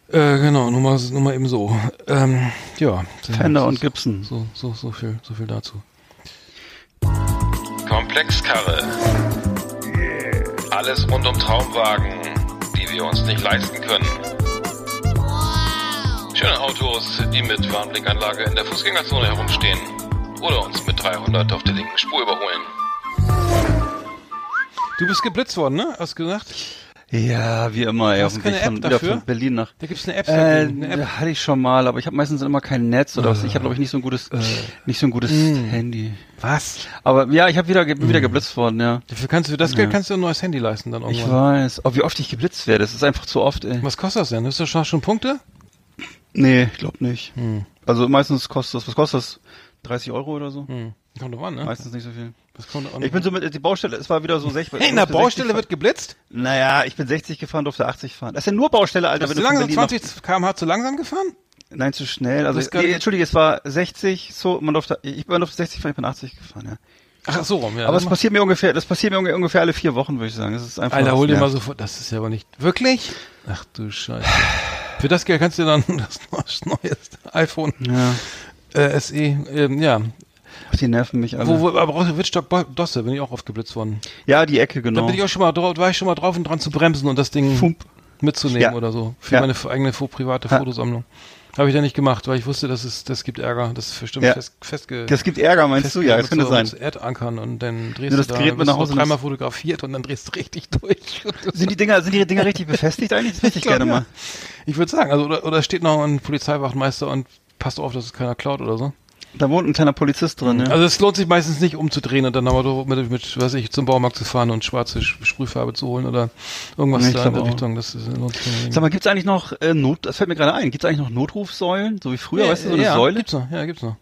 [SPEAKER 4] äh, genau, nur mal, nur mal eben so. Ähm, ja.
[SPEAKER 3] Fender und Gibson.
[SPEAKER 4] So, so, so viel, so viel dazu.
[SPEAKER 2] Komplexkarre. Alles rund um Traumwagen, die wir uns nicht leisten können. Schöne Autos, die mit Warnblinkanlage in der Fußgängerzone herumstehen. Oder uns mit 300 auf der linken Spur überholen.
[SPEAKER 4] Du bist geblitzt worden, ne? Hast du gesagt?
[SPEAKER 3] Ja, wie immer, ey,
[SPEAKER 4] Du
[SPEAKER 3] auf
[SPEAKER 4] hast
[SPEAKER 3] dem Weg
[SPEAKER 4] keine App
[SPEAKER 3] von, wieder
[SPEAKER 4] dafür?
[SPEAKER 3] von Berlin nach.
[SPEAKER 4] Da gibt's eine App,
[SPEAKER 3] Äh,
[SPEAKER 4] eine App.
[SPEAKER 3] hatte ich schon mal, aber ich habe meistens immer kein Netz oder was. Ich habe glaube ich nicht so ein gutes,
[SPEAKER 4] Äh,
[SPEAKER 3] nicht so ein gutes
[SPEAKER 4] mm.
[SPEAKER 3] Handy.
[SPEAKER 4] Was?
[SPEAKER 3] Aber ja, ich habe wieder, ge- bin
[SPEAKER 4] Mm.
[SPEAKER 3] wieder geblitzt worden, ja.
[SPEAKER 4] Dafür kannst du das Geld kannst du dir ein neues Handy leisten dann
[SPEAKER 3] Ich
[SPEAKER 4] irgendwann.
[SPEAKER 3] weiß. Oh, wie oft ich geblitzt werde, das ist einfach zu oft, ey.
[SPEAKER 4] Was kostet das denn? Ist das schon- schon Punkte?
[SPEAKER 3] Nee, ich glaube nicht.
[SPEAKER 4] Mm.
[SPEAKER 3] Also meistens kostet das, was kostet das? 30 Euro oder
[SPEAKER 4] Mhm.
[SPEAKER 3] so?
[SPEAKER 4] Kommt doch an, ne?
[SPEAKER 3] Meistens nicht so viel.
[SPEAKER 4] Das kommt drauf an.
[SPEAKER 3] Ich bin so mit, die Baustelle, es war wieder so 60.
[SPEAKER 4] Hey, in der Baustelle wird geblitzt?
[SPEAKER 3] Naja, ich bin 60 gefahren, durfte 80 fahren. Das ist ja nur Baustelle, Alter. wenn
[SPEAKER 4] Bist du
[SPEAKER 3] du von
[SPEAKER 4] langsam
[SPEAKER 3] Berlin nach-
[SPEAKER 4] 20 km/h zu langsam gefahren?
[SPEAKER 3] Nein, zu schnell. Also,
[SPEAKER 4] Das kann-
[SPEAKER 3] nee, entschuldige, es war 60, so, man durfte, ich man durfte 60 fahren, ich bin 80 gefahren, ja.
[SPEAKER 4] Ach so rum, ja.
[SPEAKER 3] Aber
[SPEAKER 4] das
[SPEAKER 3] es
[SPEAKER 4] macht-
[SPEAKER 3] passiert mir ungefähr, das passiert mir unge- ungefähr alle vier Wochen, würde ich sagen. Das ist einfach.
[SPEAKER 4] Alter, hol dir
[SPEAKER 3] ja.
[SPEAKER 4] mal sofort. Das ist ja aber nicht wirklich. Ach du Scheiße. Für das Geld kannst du dir dann das neue iPhone
[SPEAKER 3] Ja.
[SPEAKER 4] äh, SE, ähm, ja.
[SPEAKER 3] Ach, die nerven mich alle.
[SPEAKER 4] Wo, wo, aber auch in Wittstock Bo- Dosse bin ich auch oft geblitzt worden.
[SPEAKER 3] ja, die Ecke, genau.
[SPEAKER 4] Da bin ich auch schon mal drauf, war ich schon mal drauf und dran zu bremsen und das Ding
[SPEAKER 3] Fump.
[SPEAKER 4] mitzunehmen
[SPEAKER 3] Ja.
[SPEAKER 4] oder so. Für
[SPEAKER 3] Ja.
[SPEAKER 4] meine f- eigene fo- private
[SPEAKER 3] Ja.
[SPEAKER 4] Fotosammlung. Habe ich ja nicht gemacht, weil ich wusste, das ist, das gibt Ärger. Das ist bestimmt
[SPEAKER 3] Ja.
[SPEAKER 4] fest, festge
[SPEAKER 3] das gibt Ärger, meinst du? Ja, das könnte sein.
[SPEAKER 4] Mit Erdankern und dann drehst
[SPEAKER 3] Nur das
[SPEAKER 4] du da,
[SPEAKER 3] Gerät mit
[SPEAKER 4] wirst
[SPEAKER 3] nach
[SPEAKER 4] du
[SPEAKER 3] Hause
[SPEAKER 4] noch dreimal
[SPEAKER 3] nimmst.
[SPEAKER 4] fotografiert und dann drehst du richtig durch.
[SPEAKER 3] Sind die Dinger, sind die Dinger richtig befestigt eigentlich? Das möchte ich
[SPEAKER 4] glaub,
[SPEAKER 3] gerne
[SPEAKER 4] ja.
[SPEAKER 3] mal.
[SPEAKER 4] Ich würde sagen, also oder, oder steht noch ein Polizeiwachtmeister und passt auf, dass es keiner klaut oder so.
[SPEAKER 3] Da wohnt ein kleiner Polizist drin, ja.
[SPEAKER 4] Also es lohnt sich meistens nicht umzudrehen und dann aber doch mit, mit weiß ich, zum Baumarkt zu fahren und schwarze Sch- Sprühfarbe zu holen oder irgendwas
[SPEAKER 3] Nee, ich
[SPEAKER 4] da in
[SPEAKER 3] glaub
[SPEAKER 4] der
[SPEAKER 3] auch.
[SPEAKER 4] Richtung. Das ist, lohnt sich nicht.
[SPEAKER 3] Sag mal, gibt's eigentlich noch äh, Not, das fällt mir gerade ein, gibt's eigentlich noch Notrufsäulen, so wie früher, weißt du, so eine
[SPEAKER 4] ja,
[SPEAKER 3] Säule?
[SPEAKER 4] Gibt's noch, ja, gibt's noch.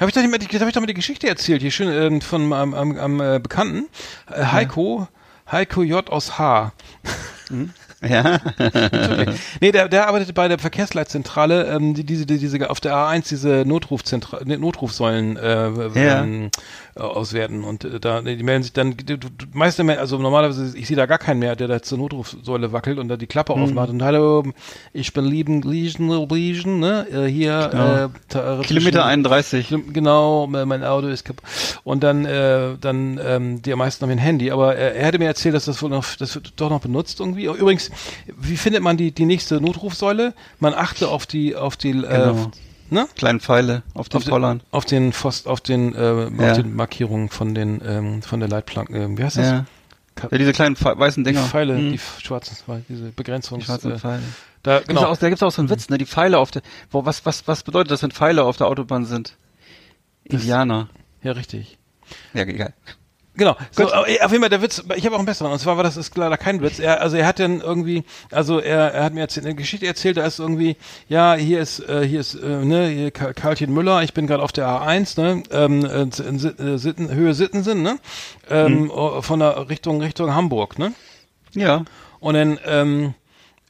[SPEAKER 4] Habe ich, doch nicht mal die- hab ich doch mal die Geschichte erzählt, hier schön ähm, von am, am, am äh, Bekannten, äh, Heiko, Heiko J. aus H.
[SPEAKER 3] Ja.
[SPEAKER 4] Natürlich. nee, der, der arbeitete bei der Verkehrsleitzentrale, ähm, die, diese, die, diese, auf der A1 diese Notrufzentra ne, Notrufsäulen äh,
[SPEAKER 3] Ja.
[SPEAKER 4] ähm, äh, auswerten und äh, da die melden sich dann, du, du, meiste, mel- also normalerweise, ich sehe da gar keinen mehr, der da zur Notrufsäule wackelt und da die Klappe
[SPEAKER 3] Hm.
[SPEAKER 4] aufmacht und hallo, ich bin lieben Liegen, Liegen, ne, äh, hier,
[SPEAKER 3] Genau.
[SPEAKER 4] äh, ta-
[SPEAKER 3] Kilometer
[SPEAKER 4] zwischen-
[SPEAKER 3] 31.
[SPEAKER 4] Schlimm, Genau, mein Auto ist kaputt. Und dann, äh, dann ähm, die am meisten haben ein Handy. Aber er, er hätte mir erzählt, dass das wohl noch, das wird doch noch benutzt irgendwie. Oh, Übrigens, wie findet man die, die nächste Notrufsäule? Man achte auf die, auf die, äh,
[SPEAKER 3] Genau.
[SPEAKER 4] ne?
[SPEAKER 3] Kleinen Pfeile auf den
[SPEAKER 4] Auf den,
[SPEAKER 3] Pollern.
[SPEAKER 4] auf den Pfost, auf den, äh,
[SPEAKER 3] Ja.
[SPEAKER 4] auf den Markierungen von den, ähm, von der Leitplanken. Ähm, wie heißt das?
[SPEAKER 3] Ja. ja, diese kleinen Pfe weißen
[SPEAKER 4] Die
[SPEAKER 3] Dinger.
[SPEAKER 4] Pfeile,
[SPEAKER 3] Hm.
[SPEAKER 4] die f- schwarzen, Pfeile, diese Begrenzungs.
[SPEAKER 3] Die schwarzen
[SPEAKER 4] äh,
[SPEAKER 3] Pfeile.
[SPEAKER 4] Da,
[SPEAKER 3] Gibt's
[SPEAKER 4] genau.
[SPEAKER 3] auch, da gibt's auch so einen Witz, ne? Die Pfeile auf der. Wo, was, was, was bedeutet das, wenn Pfeile auf der Autobahn sind? Indianer.
[SPEAKER 4] Ja, richtig.
[SPEAKER 3] Ja, egal.
[SPEAKER 4] Genau. So, aber, äh, auf jeden Fall der Witz, ich habe auch einen besseren. Und zwar war das ist leider kein Witz. Er, also er hat dann irgendwie, also er, er hat mir erzählt, eine Geschichte erzählt, da ist irgendwie, ja, hier ist, äh, hier ist, äh, ne, hier Ka- Karlchen Müller, ich bin gerade auf der A1, ne, ähm, äh, in Sit- äh, Sitten, Höhe Sittensen, ne? Ähm, o- Von der Richtung Richtung Hamburg, ne?
[SPEAKER 3] Ja.
[SPEAKER 4] Und dann, ähm,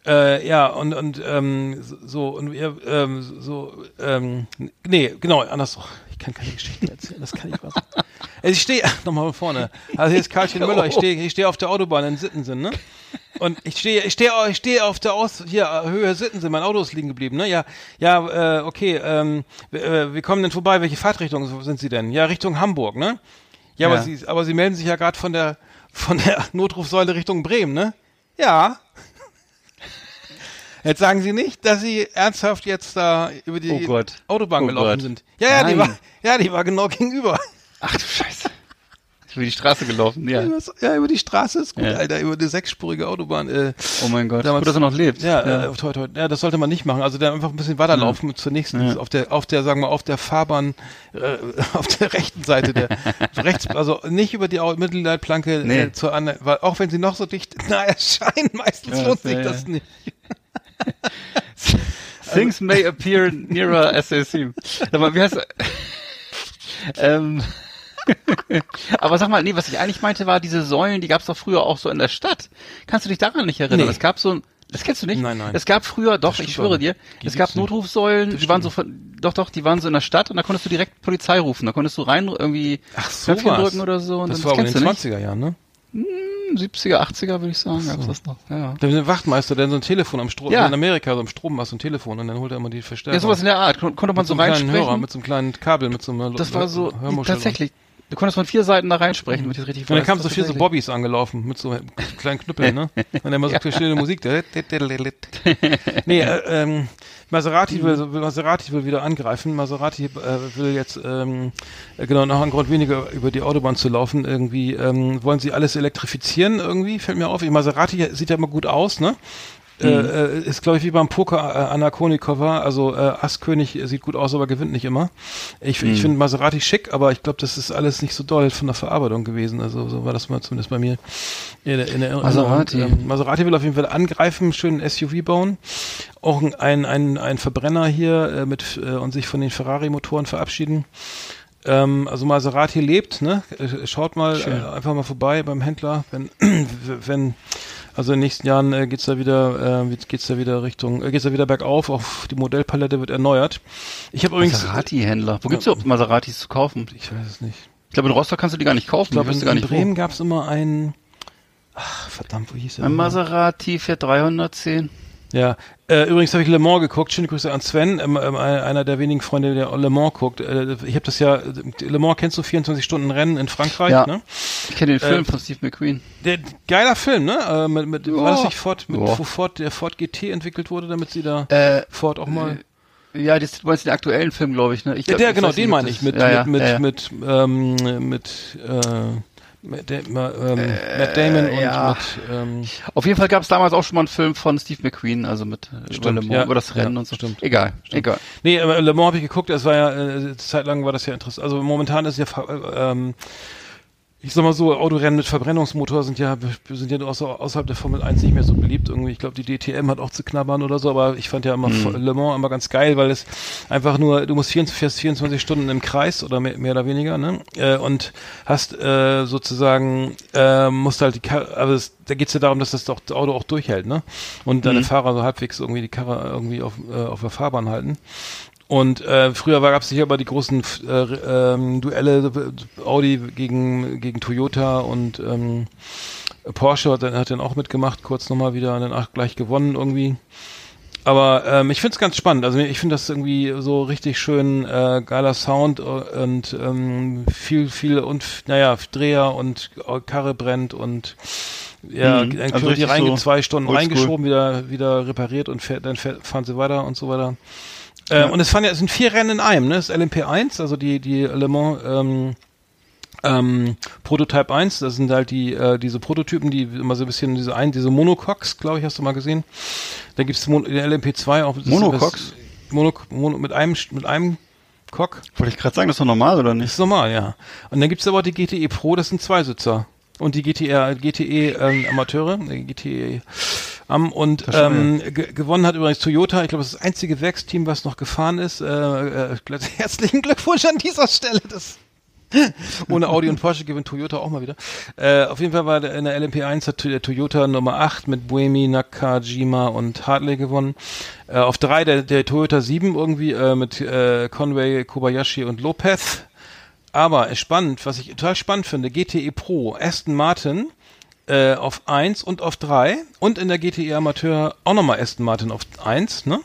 [SPEAKER 4] äh, ja, und, und ähm, so, und wir, ähm, so, ähm, nee, genau, anders. Oh, ich kann keine Geschichte erzählen, das kann ich was. Also ich stehe, nochmal von vorne. Also hier ist Karlchen Müller, ich stehe ich steh auf der Autobahn in Sittensen, ne? Und ich stehe, ich stehe, ich stehe auf der Aus, hier, Höhe Sittensen, mein Auto ist liegen geblieben, ne? Ja, ja, äh, okay, ähm, wir, äh, wir kommen denn vorbei, welche Fahrtrichtung sind Sie denn? Ja, Richtung Hamburg, ne?
[SPEAKER 3] Ja.
[SPEAKER 4] Ja, aber sie, aber sie melden sich ja gerade von der, von der Notrufsäule Richtung Bremen, ne? Ja. Jetzt sagen Sie nicht, dass Sie ernsthaft jetzt da über die
[SPEAKER 3] Oh Gott.
[SPEAKER 4] Autobahn
[SPEAKER 3] Oh
[SPEAKER 4] gelaufen
[SPEAKER 3] Gott.
[SPEAKER 4] sind. Ja, ja, die
[SPEAKER 3] Nein.
[SPEAKER 4] war, ja, die war genau gegenüber.
[SPEAKER 3] Ach du Scheiße. Ich bin die Straße gelaufen, ja.
[SPEAKER 4] Ja, über die Straße ist gut,
[SPEAKER 3] Ja.
[SPEAKER 4] Alter, über eine sechsspurige Autobahn. Äh,
[SPEAKER 3] Oh mein Gott.
[SPEAKER 4] Damals-
[SPEAKER 3] Gut, dass er noch lebt.
[SPEAKER 4] ja, Äh, toi, toi, ja, das sollte man nicht machen. Also dann einfach ein bisschen weiterlaufen zur nächsten, auf der, auf der, sagen wir, auf der Fahrbahn, äh, auf der rechten Seite der rechts, also nicht über die Au- Mittelleitplanke
[SPEAKER 3] Nee.
[SPEAKER 4] äh, zur anderen, weil auch wenn sie noch so dicht nah erscheinen, meistens
[SPEAKER 3] Ja,
[SPEAKER 4] lohnt
[SPEAKER 3] ja,
[SPEAKER 4] sich
[SPEAKER 3] ja.
[SPEAKER 4] das nicht.
[SPEAKER 3] Things may appear nearer as they seem. Aber wie heißt ähm, aber sag mal, nee, was ich eigentlich meinte, war diese Säulen, die gab's doch früher auch so in der Stadt. Kannst du dich daran nicht erinnern?
[SPEAKER 4] Nee.
[SPEAKER 3] Es gab so ein Das kennst du nicht?
[SPEAKER 4] Nein, nein.
[SPEAKER 3] Es gab früher, doch, ich
[SPEAKER 4] stimmt
[SPEAKER 3] schwöre
[SPEAKER 4] aber.
[SPEAKER 3] dir,
[SPEAKER 4] Die
[SPEAKER 3] es gab
[SPEAKER 4] gibt's nicht.
[SPEAKER 3] Notrufsäulen, die waren so von, doch, doch, die waren so in der Stadt und da konntest du direkt Polizei rufen. Da konntest du rein irgendwie Knöpfchen
[SPEAKER 4] was.
[SPEAKER 3] drücken oder so. Und
[SPEAKER 4] das
[SPEAKER 3] dann,
[SPEAKER 4] war aber in
[SPEAKER 3] kennst
[SPEAKER 4] den
[SPEAKER 3] du nicht?
[SPEAKER 4] 20er Jahren, ne?
[SPEAKER 3] 70er, 80er würde ich sagen, gab's das noch. Ja, ja.
[SPEAKER 4] Da haben sie einen Wachtmeister, der so ein Telefon am Strom,
[SPEAKER 3] Ja.
[SPEAKER 4] in Amerika, so am Strom hast du ein Telefon und dann holt er immer die Verstärker.
[SPEAKER 3] ja, sowas in der Art. Kon konnte man
[SPEAKER 4] mit
[SPEAKER 3] so
[SPEAKER 4] so einem kleinen Hörer,
[SPEAKER 3] reinsprechen.
[SPEAKER 4] mit so einem kleinen Kabel, mit so einem
[SPEAKER 3] Das war so,
[SPEAKER 4] Hörmuschel.
[SPEAKER 3] tatsächlich. Du konntest von vier Seiten da reinsprechen, wenn ich das richtig
[SPEAKER 4] Und dann
[SPEAKER 3] weiß.
[SPEAKER 4] kamen so vier so
[SPEAKER 3] Tatsächlich.
[SPEAKER 4] Bobbys angelaufen mit so kleinen Knüppeln, ne? Und dann immer so verschiedene Musik. nee, äh, ähm, Maserati
[SPEAKER 3] Mhm.
[SPEAKER 4] will, will Maserati will wieder angreifen. Maserati äh, will jetzt ähm, äh, genau noch einen Grund weniger über die Autobahn zu laufen. Irgendwie ähm, wollen sie alles elektrifizieren. Irgendwie fällt mir auf. Ihr Maserati sieht ja immer gut aus, ne? Äh, äh, ist, glaube ich, wie beim Poker äh, Anakonikova. Also äh, Asskönig äh, sieht gut aus, aber gewinnt nicht immer. Ich, ich finde Maserati schick, aber ich glaube, das ist alles nicht so doll von der Verarbeitung gewesen. Also so war das mal zumindest bei mir in der, in der
[SPEAKER 3] Maserati.
[SPEAKER 4] Und, ähm, Maserati will auf jeden Fall angreifen, schönen SUV bauen. Auch ein, ein, ein Verbrenner hier äh, mit äh, und sich von den Ferrari-Motoren verabschieden. Ähm, also Maserati lebt, ne? Äh, Schaut mal äh, einfach mal vorbei beim Händler, wenn, wenn also in den nächsten Jahren äh, geht's da wieder, äh, geht's da wieder Richtung, äh, geht's da wieder bergauf, auch die Modellpalette wird erneuert. Ich habe übrigens
[SPEAKER 3] Maserati-Händler. Wo gibt's überhaupt Maseratis zu kaufen?
[SPEAKER 4] ich weiß es nicht.
[SPEAKER 3] Ich glaube, in Rostock kannst du die gar nicht kaufen.
[SPEAKER 4] Ich glaube,
[SPEAKER 3] die
[SPEAKER 4] in,
[SPEAKER 3] wirst du gar
[SPEAKER 4] in
[SPEAKER 3] nicht
[SPEAKER 4] Bremen gab's immer einen. Ach, verdammt, wo hieß der?
[SPEAKER 3] Ein
[SPEAKER 4] nochmal?
[SPEAKER 3] Maserati fährt 310.
[SPEAKER 4] Ja, äh, übrigens habe ich Le Mans geguckt. Schöne Grüße an Sven, ähm, ähm, einer der wenigen Freunde, der Le Mans guckt. Äh, ich habe das ja, Le Mans kennst du 24 Stunden Rennen in Frankreich,
[SPEAKER 3] Ja.
[SPEAKER 4] ne?
[SPEAKER 3] Ich kenne den Film
[SPEAKER 4] Äh,
[SPEAKER 3] von Steve McQueen.
[SPEAKER 4] Der, geiler Film, ne? Äh, mit, mit, war das nicht Ford, mit,
[SPEAKER 3] Ja.
[SPEAKER 4] wo Ford, der Ford GT entwickelt wurde, damit sie da
[SPEAKER 3] Äh,
[SPEAKER 4] Ford auch mal.
[SPEAKER 3] Ja, das meinst du den aktuellen Film, glaube ich. Ne? Ich glaub,
[SPEAKER 4] der,
[SPEAKER 3] ich
[SPEAKER 4] genau,
[SPEAKER 3] weiß
[SPEAKER 4] den
[SPEAKER 3] nicht, ob
[SPEAKER 4] meine ich.
[SPEAKER 3] das-
[SPEAKER 4] Mit,
[SPEAKER 3] ja, ja,
[SPEAKER 4] mit,
[SPEAKER 3] ja, ja.
[SPEAKER 4] mit, ähm, mit, äh, mit, der- ma- ähm, Matt Damon und
[SPEAKER 3] Äh, ja.
[SPEAKER 4] mit, ähm,
[SPEAKER 3] Auf jeden Fall gab es damals auch schon mal einen Film von Steve McQueen, also mit äh, über, Le Mans,
[SPEAKER 4] ja.
[SPEAKER 3] über das Rennen
[SPEAKER 4] Ja,
[SPEAKER 3] und so.
[SPEAKER 4] stimmt.
[SPEAKER 3] Egal, egal.
[SPEAKER 4] Nee, aber Le Mans habe ich geguckt, das war ja, äh, zeitlang war das ja interessant. Also momentan ist ja, ver- äh, ähm, ich sag mal so, Autorennen mit Verbrennungsmotor sind ja, sind ja außer, außerhalb der Formel 1 nicht mehr so beliebt. Irgendwie, ich glaube, die DTM hat auch zu knabbern oder so, aber ich fand ja immer Le Mans immer ganz geil, weil es einfach nur, du musst 24, fährst 24 Stunden im Kreis oder mehr, mehr oder weniger, ne? Äh, und hast äh, sozusagen, äh, musst halt die Karre, also es, da geht's ja darum, dass das doch- das Auto auch durchhält, ne? Und deine Fahrer so halbwegs irgendwie die Karre irgendwie auf, äh, auf der Fahrbahn halten. Und äh, früher gab es sicher immer die großen f- äh, r- ähm, Duelle äh, Audi gegen, gegen Toyota und ähm, Porsche hat dann, hat dann auch mitgemacht, kurz nochmal wieder und dann auch gleich gewonnen irgendwie. Aber ähm, ich find's ganz spannend. Also ich finde das irgendwie so richtig schön, äh, geiler Sound äh, und ähm, viel, viel und f- naja, Dreher und äh, Karre brennt und ja,
[SPEAKER 3] Mhm.
[SPEAKER 4] dann
[SPEAKER 3] Also
[SPEAKER 4] also die
[SPEAKER 3] richtig
[SPEAKER 4] reinge
[SPEAKER 3] so
[SPEAKER 4] zwei Stunden
[SPEAKER 3] oldschool.
[SPEAKER 4] reingeschoben, wieder, wieder repariert und fährt, dann fährt, fahren sie weiter und so weiter. Ähm, Und es, fahren ja, es sind vier Rennen in einem, ne? Das ist LMP1, also die, die Le Mans ähm, ähm, Prototype 1, das sind halt die, äh, diese Prototypen, die immer so ein bisschen diese ein, diese Monocoques, glaube ich, hast du mal gesehen. Da gibt's Mon in der LMP2 auch das ist-
[SPEAKER 3] Monocoques?
[SPEAKER 4] das- Mono, Mono, mit einem mit einem Cock.
[SPEAKER 3] Wollte ich gerade sagen, das ist doch normal, oder
[SPEAKER 4] Das
[SPEAKER 3] nicht?
[SPEAKER 4] ist normal, ja. Und dann gibt's aber auch die GTE Pro, das sind Zweisitzer. Und die GTR, GTE ähm, Amateure, äh, GTE am und ähm, ge gewonnen hat übrigens Toyota. Ich glaube, das ist das einzige Werksteam, was noch gefahren ist. Äh, äh, gl- herzlichen Glückwunsch an dieser Stelle. Das ohne Audi und Porsche gewinnt Toyota auch mal wieder. Äh, auf jeden Fall war der, in der LMP1 hat der Toyota Nummer 8 mit Buemi, Nakajima und Hartley gewonnen. Äh, auf 3 der, der Toyota 7 irgendwie äh, mit äh, Conway, Kobayashi und Lopez. Aber äh, spannend, was ich total spannend finde, GTE Pro, Aston Martin äh, auf 1 und auf 3 und in der GTE Amateur auch nochmal Aston Martin auf 1. Ne?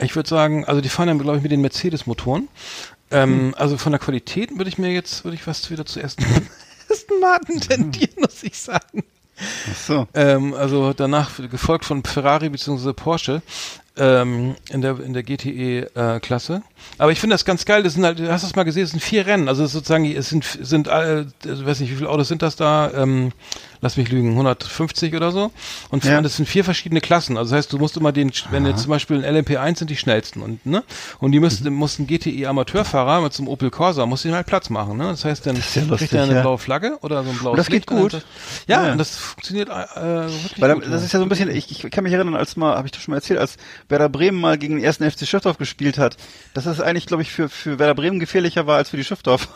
[SPEAKER 4] Ich würde sagen, also die fahren dann, glaube ich, mit den Mercedes-Motoren. Ähm, Also von der Qualität würde ich mir jetzt, würde ich was wieder zu Aston, Aston Martin tendieren, muss ich sagen.
[SPEAKER 3] Ach so.
[SPEAKER 4] Ähm, also danach gefolgt von Ferrari bzw. Porsche ähm, in der in der GTE-Klasse. äh, Aber ich finde das ganz geil. Das sind halt, hast du das mal gesehen? Es sind vier Rennen. Also es ist sozusagen, es sind sind äh, ich weiß nicht, wie viele Autos sind das da? Ähm, lass mich lügen, 150 oder so. Und
[SPEAKER 3] Ja.
[SPEAKER 4] und es sind vier verschiedene Klassen. Also das heißt, du musst immer den, wenn jetzt zum Beispiel ein LMP1 sind die schnellsten und ne und die müssen
[SPEAKER 3] Mhm.
[SPEAKER 4] mussten GTE-Amateurfahrer mit so einem Opel Corsa muss ihnen halt Platz machen. Ne? Das heißt, dann
[SPEAKER 3] ist ja lustig,
[SPEAKER 4] kriegt er eine
[SPEAKER 3] ja.
[SPEAKER 4] blaue Flagge oder so ein blaues.
[SPEAKER 3] Und das geht
[SPEAKER 4] Licht und
[SPEAKER 3] gut.
[SPEAKER 4] dann- Ja,
[SPEAKER 3] Ja.
[SPEAKER 4] und das funktioniert äh, äh, wirklich
[SPEAKER 3] Weil da-
[SPEAKER 4] gut.
[SPEAKER 3] das ist ja so ein bisschen, ich, ich kann mich erinnern, als mal, habe ich das schon mal erzählt, als Werder Bremen mal gegen den ersten FC Schiffdorf gespielt hat, dass das eigentlich, glaube ich, für, für Werder Bremen gefährlicher war als für die Schiffdorf.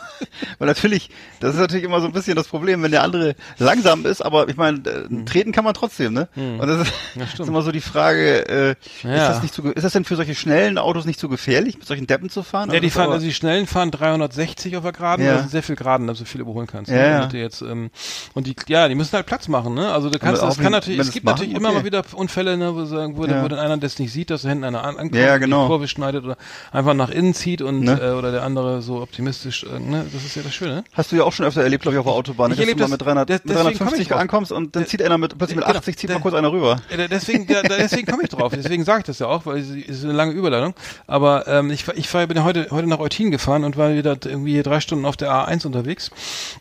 [SPEAKER 3] Weil natürlich, das ist natürlich immer so ein bisschen das Problem, wenn der andere langsam ist, ist, aber ich meine, äh,
[SPEAKER 4] Hm.
[SPEAKER 3] treten kann man trotzdem, ne? Und das ist, ist immer so die Frage, äh, ist,
[SPEAKER 4] Ja.
[SPEAKER 3] das nicht zu, ge- ist das denn für solche schnellen Autos nicht zu gefährlich, mit solchen Deppen zu fahren?
[SPEAKER 4] Ja, die
[SPEAKER 3] Also,
[SPEAKER 4] fahren,
[SPEAKER 3] aber-
[SPEAKER 4] also die Schnellen fahren 360 auf der Geraden,
[SPEAKER 3] Ja.
[SPEAKER 4] das sind sehr viel Geraden, dass du viel überholen kannst.
[SPEAKER 3] Ja, ja.
[SPEAKER 4] Und, jetzt, ähm, und die, ja, die müssen halt Platz machen, ne? Also du kannst,
[SPEAKER 3] Aber
[SPEAKER 4] das
[SPEAKER 3] auch
[SPEAKER 4] kann
[SPEAKER 3] wenn-
[SPEAKER 4] natürlich,
[SPEAKER 3] wenn
[SPEAKER 4] es
[SPEAKER 3] es
[SPEAKER 4] gibt
[SPEAKER 3] machen,
[SPEAKER 4] natürlich immer
[SPEAKER 3] okay.
[SPEAKER 4] mal wieder Unfälle, ne, wo, sagen, wo,
[SPEAKER 3] Ja.
[SPEAKER 4] wo dann einer das nicht sieht, dass hinten einer an, ankommt,
[SPEAKER 3] Ja,
[SPEAKER 4] die
[SPEAKER 3] genau.
[SPEAKER 4] Kurve schneidet oder einfach nach innen zieht und,
[SPEAKER 3] Ne?
[SPEAKER 4] äh, oder der andere so optimistisch, äh, ne? Das ist ja das Schöne.
[SPEAKER 3] Hast du ja auch schon öfter erlebt, glaube ich, auf der Autobahn, dass
[SPEAKER 4] Ich
[SPEAKER 3] du
[SPEAKER 4] erlebe
[SPEAKER 3] mal
[SPEAKER 4] das-
[SPEAKER 3] mit 300,
[SPEAKER 4] das-
[SPEAKER 3] mit
[SPEAKER 4] deswegen komm ich
[SPEAKER 3] 350
[SPEAKER 4] drauf.
[SPEAKER 3] ankommst und dann zieht einer mit, plötzlich mit
[SPEAKER 4] Genau,
[SPEAKER 3] 80, zieht
[SPEAKER 4] der-
[SPEAKER 3] mal kurz einer rüber.
[SPEAKER 4] Ja, da- Deswegen, da, da- deswegen komme ich drauf. Deswegen sage ich das ja auch, weil es ist eine lange Überleitung. Aber ähm, ich, fahr- ich fahr, bin ja heute, heute nach Eutin gefahren und war wieder irgendwie hier drei Stunden auf der A1 unterwegs.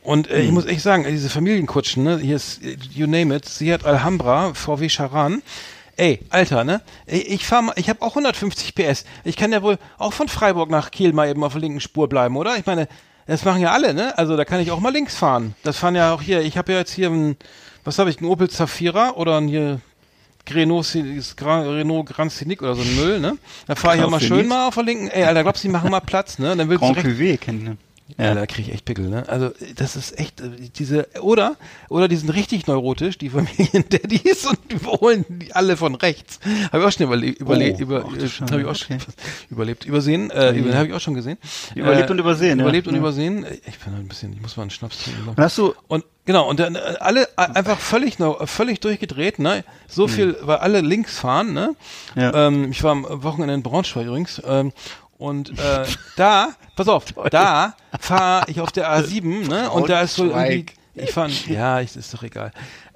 [SPEAKER 4] Und äh, ich muss echt sagen, diese Familienkutschen, ne, hier ist, äh, you name it, Seat Alhambra, VW Charan. Ey, Alter, ne? Ey, Ich fahr mal, ich habe auch 150 PS. Ich kann ja wohl auch von Freiburg nach Kiel mal eben auf der linken Spur bleiben, oder? Ich meine, das machen ja alle, ne? Also da kann ich auch mal links fahren. Das fahren ja auch hier. Ich habe ja jetzt hier einen, was habe ich, einen Opel Zafira oder einen hier Renault, Scenic- das Gran, Renault Grand Scenic oder so ein Müll, ne? Da fahre ich
[SPEAKER 3] Grand
[SPEAKER 4] auch mal
[SPEAKER 3] Scenic?
[SPEAKER 4] schön mal auf der linken. Ey, Alter, glaubst du, die machen mal Platz, ne? Dann willst du
[SPEAKER 3] Grand
[SPEAKER 4] recht,
[SPEAKER 3] Cuvée kennen.
[SPEAKER 4] ja, da kriege ich echt Pickel, ne? Also das ist echt äh, diese oder oder die sind richtig neurotisch, die Familien-Daddies und die holen die alle von rechts. Habe ich auch schon überle überle
[SPEAKER 3] Oh,
[SPEAKER 4] über
[SPEAKER 3] ach du
[SPEAKER 4] äh,
[SPEAKER 3] Schande,
[SPEAKER 4] habe ich auch schon
[SPEAKER 3] okay.
[SPEAKER 4] überlebt, übersehen, äh, über, habe ich auch schon gesehen. Äh,
[SPEAKER 3] Überlebt und übersehen, ja.
[SPEAKER 4] Überlebt und
[SPEAKER 3] Ja.
[SPEAKER 4] übersehen. Äh, Ich bin halt ein bisschen, ich muss mal einen Schnaps trinken. glaub ich.
[SPEAKER 3] Und hast du-
[SPEAKER 4] Und genau, und dann äh, alle äh, einfach völlig neu- völlig durchgedreht, ne? So viel, weil alle links fahren, ne?
[SPEAKER 3] Ja.
[SPEAKER 4] Ähm, ich war am Wochenende in Braunschweig übrigens. Ähm, und äh, da, pass auf, da fahre ich auf der A7, ne? Und da ist so irgendwie. Ich fahre, ja, ich, ist doch egal.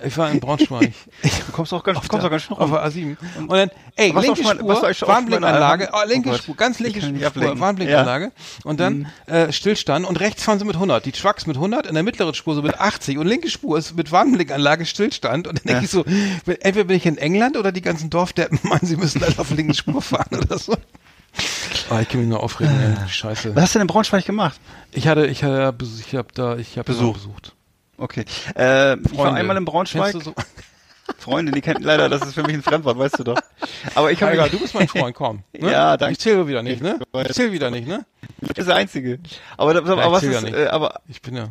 [SPEAKER 4] Ich fahre in Braunschweig. Ich
[SPEAKER 3] Du kommst auch ganz, Oh. kommst auch ganz schnell
[SPEAKER 4] auf
[SPEAKER 3] rum.
[SPEAKER 4] der A7. Und dann, ey,
[SPEAKER 3] Warst du auch
[SPEAKER 4] linke
[SPEAKER 3] schon mal- warst du eigentlich
[SPEAKER 4] Spur,
[SPEAKER 3] auch schon mal in einer
[SPEAKER 4] Warnblinkanlage,
[SPEAKER 3] Hand?
[SPEAKER 4] oh, linke
[SPEAKER 3] Oh Gott,
[SPEAKER 4] Spur, ganz linke
[SPEAKER 3] ich kann nicht
[SPEAKER 4] Spur,
[SPEAKER 3] ablenken.
[SPEAKER 4] Warnblinkanlage. Und dann äh, Stillstand und rechts fahren sie mit 100, die Trucks mit 100, in der mittleren Spur so mit 80 und linke Spur ist mit Warnblinkanlage Stillstand. Und dann denke ich so, wenn- entweder bin ich in England oder die ganzen Dorfdeppen meinen, sie müssen alle auf der linken Spur fahren oder so. Ah, ich kann mich nur aufregen, ey. Scheiße.
[SPEAKER 3] Was hast du denn in Braunschweig gemacht?
[SPEAKER 4] Ich hatte, ich hatte, Bes- ich hab da, ich hab
[SPEAKER 3] Besuch.
[SPEAKER 4] besucht.
[SPEAKER 3] Okay. Äh, ich war
[SPEAKER 4] Freunde.
[SPEAKER 3] einmal in Braunschweig.
[SPEAKER 4] Kennst du so-
[SPEAKER 3] Freunde, die kennen leider, das ist für mich ein Fremdwort, weißt du doch. Aber ich habe
[SPEAKER 4] Egal, du bist mein Freund, komm. Ne?
[SPEAKER 3] Ja, danke.
[SPEAKER 4] Ich zähle wieder nicht, ne? Ich zähle wieder nicht, ne?
[SPEAKER 3] Das ist der einzige. Aber, aber, aber was
[SPEAKER 4] zähl ja
[SPEAKER 3] ist,
[SPEAKER 4] nicht.
[SPEAKER 3] äh, aber
[SPEAKER 4] Ich bin ja.